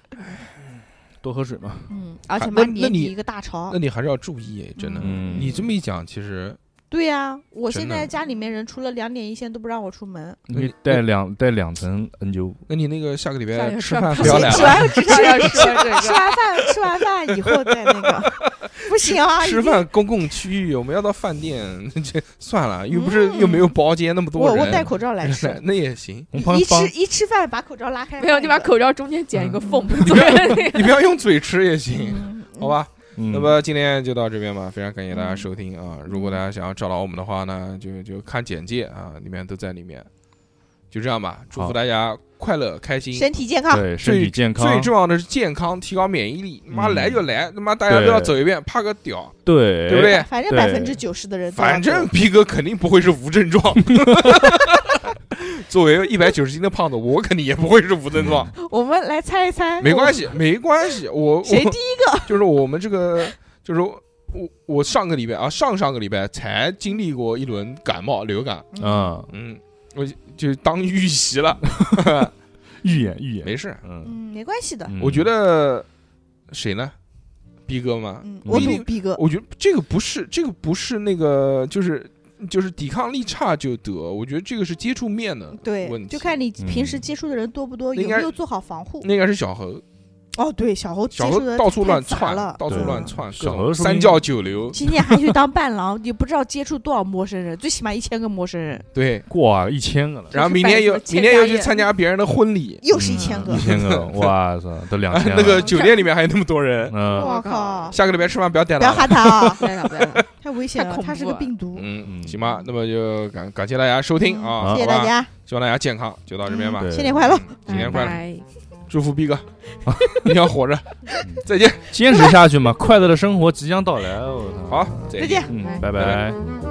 [SPEAKER 3] 多喝水嘛。
[SPEAKER 2] 嗯，而
[SPEAKER 1] 啊
[SPEAKER 2] 且
[SPEAKER 1] 那
[SPEAKER 2] 妈
[SPEAKER 1] 那
[SPEAKER 2] 年
[SPEAKER 1] 你
[SPEAKER 2] 底一个大潮
[SPEAKER 1] 那。你还是要注意，真的。
[SPEAKER 3] 嗯
[SPEAKER 1] 你这么一讲，其实
[SPEAKER 2] 对呀、我现
[SPEAKER 1] 真的
[SPEAKER 2] 在家里面人除了两点一线都不让我出门，
[SPEAKER 3] 你
[SPEAKER 1] 那
[SPEAKER 3] 可以戴两戴两层嗯 N 九，
[SPEAKER 1] 那你那个下个礼
[SPEAKER 4] 下
[SPEAKER 1] 拜
[SPEAKER 4] 个
[SPEAKER 1] 吃
[SPEAKER 4] 礼拜
[SPEAKER 1] 饭
[SPEAKER 4] 不
[SPEAKER 1] 不要来
[SPEAKER 2] 吃
[SPEAKER 1] 了，
[SPEAKER 2] 完 吃
[SPEAKER 4] 知道要说这
[SPEAKER 2] 吃 完饭吃完饭以后再那个， 不行 啊，
[SPEAKER 1] 吃
[SPEAKER 2] 一定
[SPEAKER 1] 饭公共区域，我们要到饭店， 这算了，又不是又没有包间那么多
[SPEAKER 2] 我
[SPEAKER 1] 人。
[SPEAKER 2] 我戴口罩来吃
[SPEAKER 1] ，那也行，
[SPEAKER 3] 我旁
[SPEAKER 2] 一
[SPEAKER 3] 边放
[SPEAKER 2] 吃一吃饭把口罩拉开，
[SPEAKER 4] 没有，
[SPEAKER 2] 放
[SPEAKER 4] 你
[SPEAKER 2] 一
[SPEAKER 4] 把
[SPEAKER 2] 个
[SPEAKER 4] 嗯 口罩中间剪一个缝，
[SPEAKER 1] 你不要用嘴吃也行，
[SPEAKER 2] 嗯
[SPEAKER 1] 好吧？
[SPEAKER 3] 嗯
[SPEAKER 1] 那么今天就到这边吧，非常感谢大家收听啊！如果大家想要找到我们的话呢，就就看简介啊，里面都在里面。就这样吧，祝福
[SPEAKER 3] 好
[SPEAKER 1] 大家快乐开心。
[SPEAKER 2] 身体健康，
[SPEAKER 3] 嗯对身体健康，
[SPEAKER 1] 最重要的是健康，提高免疫力。妈
[SPEAKER 3] 嗯
[SPEAKER 1] 来就来，他妈大家都要
[SPEAKER 3] 对
[SPEAKER 1] 走一遍，怕个屌，
[SPEAKER 3] 对
[SPEAKER 1] 对不？对？
[SPEAKER 2] 反正
[SPEAKER 3] 对
[SPEAKER 2] 百分之九十的人都要
[SPEAKER 1] 反
[SPEAKER 2] 做
[SPEAKER 1] 正逼哥肯定不会是无症 状。作为一百九十斤的胖子，我肯定也不会是无症状。
[SPEAKER 3] 嗯
[SPEAKER 2] 我们来猜一猜，
[SPEAKER 1] 没关
[SPEAKER 2] 系，
[SPEAKER 1] 系，没关系，我我
[SPEAKER 2] 谁第一
[SPEAKER 1] 就是我们这个，就是我我上个礼拜啊，上上个礼拜才经历过一轮感冒流感，
[SPEAKER 3] 嗯，
[SPEAKER 1] 嗯，我就当预习了，
[SPEAKER 3] 预演预演，
[SPEAKER 1] 没事。
[SPEAKER 3] 嗯，
[SPEAKER 2] 嗯，没关系的，
[SPEAKER 3] 嗯
[SPEAKER 1] 我觉得谁呢？逼哥吗？
[SPEAKER 2] 嗯，我
[SPEAKER 1] 你
[SPEAKER 2] 赌逼哥，
[SPEAKER 1] 我觉得这个不是，这个不是那个，就是就是抵抗力差就得，我觉得这个是接触面的问
[SPEAKER 2] 对，
[SPEAKER 1] 题，
[SPEAKER 2] 就看你平时
[SPEAKER 3] 嗯
[SPEAKER 2] 接触的人多不多，
[SPEAKER 1] 那
[SPEAKER 2] 有
[SPEAKER 1] 应
[SPEAKER 2] 没
[SPEAKER 1] 该
[SPEAKER 2] 有做好防护。
[SPEAKER 1] 那应该是小猴，
[SPEAKER 2] 哦，对，小猴接
[SPEAKER 1] 小
[SPEAKER 2] 触
[SPEAKER 1] 猴
[SPEAKER 2] 的
[SPEAKER 1] 到处乱
[SPEAKER 2] 太杂
[SPEAKER 1] 窜
[SPEAKER 2] 了，，
[SPEAKER 1] 到处
[SPEAKER 3] 对啊
[SPEAKER 1] 乱窜，各
[SPEAKER 3] 小猴
[SPEAKER 1] 种
[SPEAKER 3] 说不
[SPEAKER 1] 三
[SPEAKER 3] 定
[SPEAKER 1] 教九流，
[SPEAKER 2] 今天还去当伴郎，你不知道接触多少陌生人，最起码一千个陌生人，
[SPEAKER 1] 对。
[SPEAKER 3] 过啊一千个了，
[SPEAKER 1] 然后
[SPEAKER 4] 是
[SPEAKER 1] 明
[SPEAKER 4] 办
[SPEAKER 1] 天
[SPEAKER 4] 什
[SPEAKER 1] 又
[SPEAKER 4] 么
[SPEAKER 1] 明
[SPEAKER 4] 千
[SPEAKER 1] 天
[SPEAKER 4] 家
[SPEAKER 1] 又去
[SPEAKER 4] 宴
[SPEAKER 1] 参加别人的婚礼，
[SPEAKER 2] 又是一千个
[SPEAKER 3] 嗯一，千 个，哇塞，都两千了，
[SPEAKER 1] 啊 那个酒店里面还有那么多人，
[SPEAKER 3] 嗯，
[SPEAKER 2] 我靠，
[SPEAKER 1] 下个礼拜吃饭不要带
[SPEAKER 2] 不要
[SPEAKER 1] 了。
[SPEAKER 2] 喊他 啊，
[SPEAKER 4] 不要了不要了，
[SPEAKER 2] 太危险
[SPEAKER 4] 太
[SPEAKER 2] 了，
[SPEAKER 4] 恐
[SPEAKER 2] 他是
[SPEAKER 4] 怖
[SPEAKER 2] 个
[SPEAKER 4] 了
[SPEAKER 2] 病毒。
[SPEAKER 1] 嗯，
[SPEAKER 3] 嗯
[SPEAKER 1] 行吧，那么就感感谢大家收听
[SPEAKER 2] 嗯
[SPEAKER 1] 啊，
[SPEAKER 2] 谢谢
[SPEAKER 1] 好吧
[SPEAKER 2] 大，家，
[SPEAKER 1] 希望大家健康，就到这边吧
[SPEAKER 3] 对，
[SPEAKER 2] 新年快乐，
[SPEAKER 1] 嗯新年快
[SPEAKER 4] 拜
[SPEAKER 1] 乐，
[SPEAKER 4] 拜。
[SPEAKER 1] 祝福逼哥， 一定要活着，再见，
[SPEAKER 3] 坚持下去嘛，快乐的生活即将到来，我操，
[SPEAKER 1] 好，
[SPEAKER 2] 再见。
[SPEAKER 3] 嗯，拜
[SPEAKER 4] 拜
[SPEAKER 3] 拜
[SPEAKER 1] 拜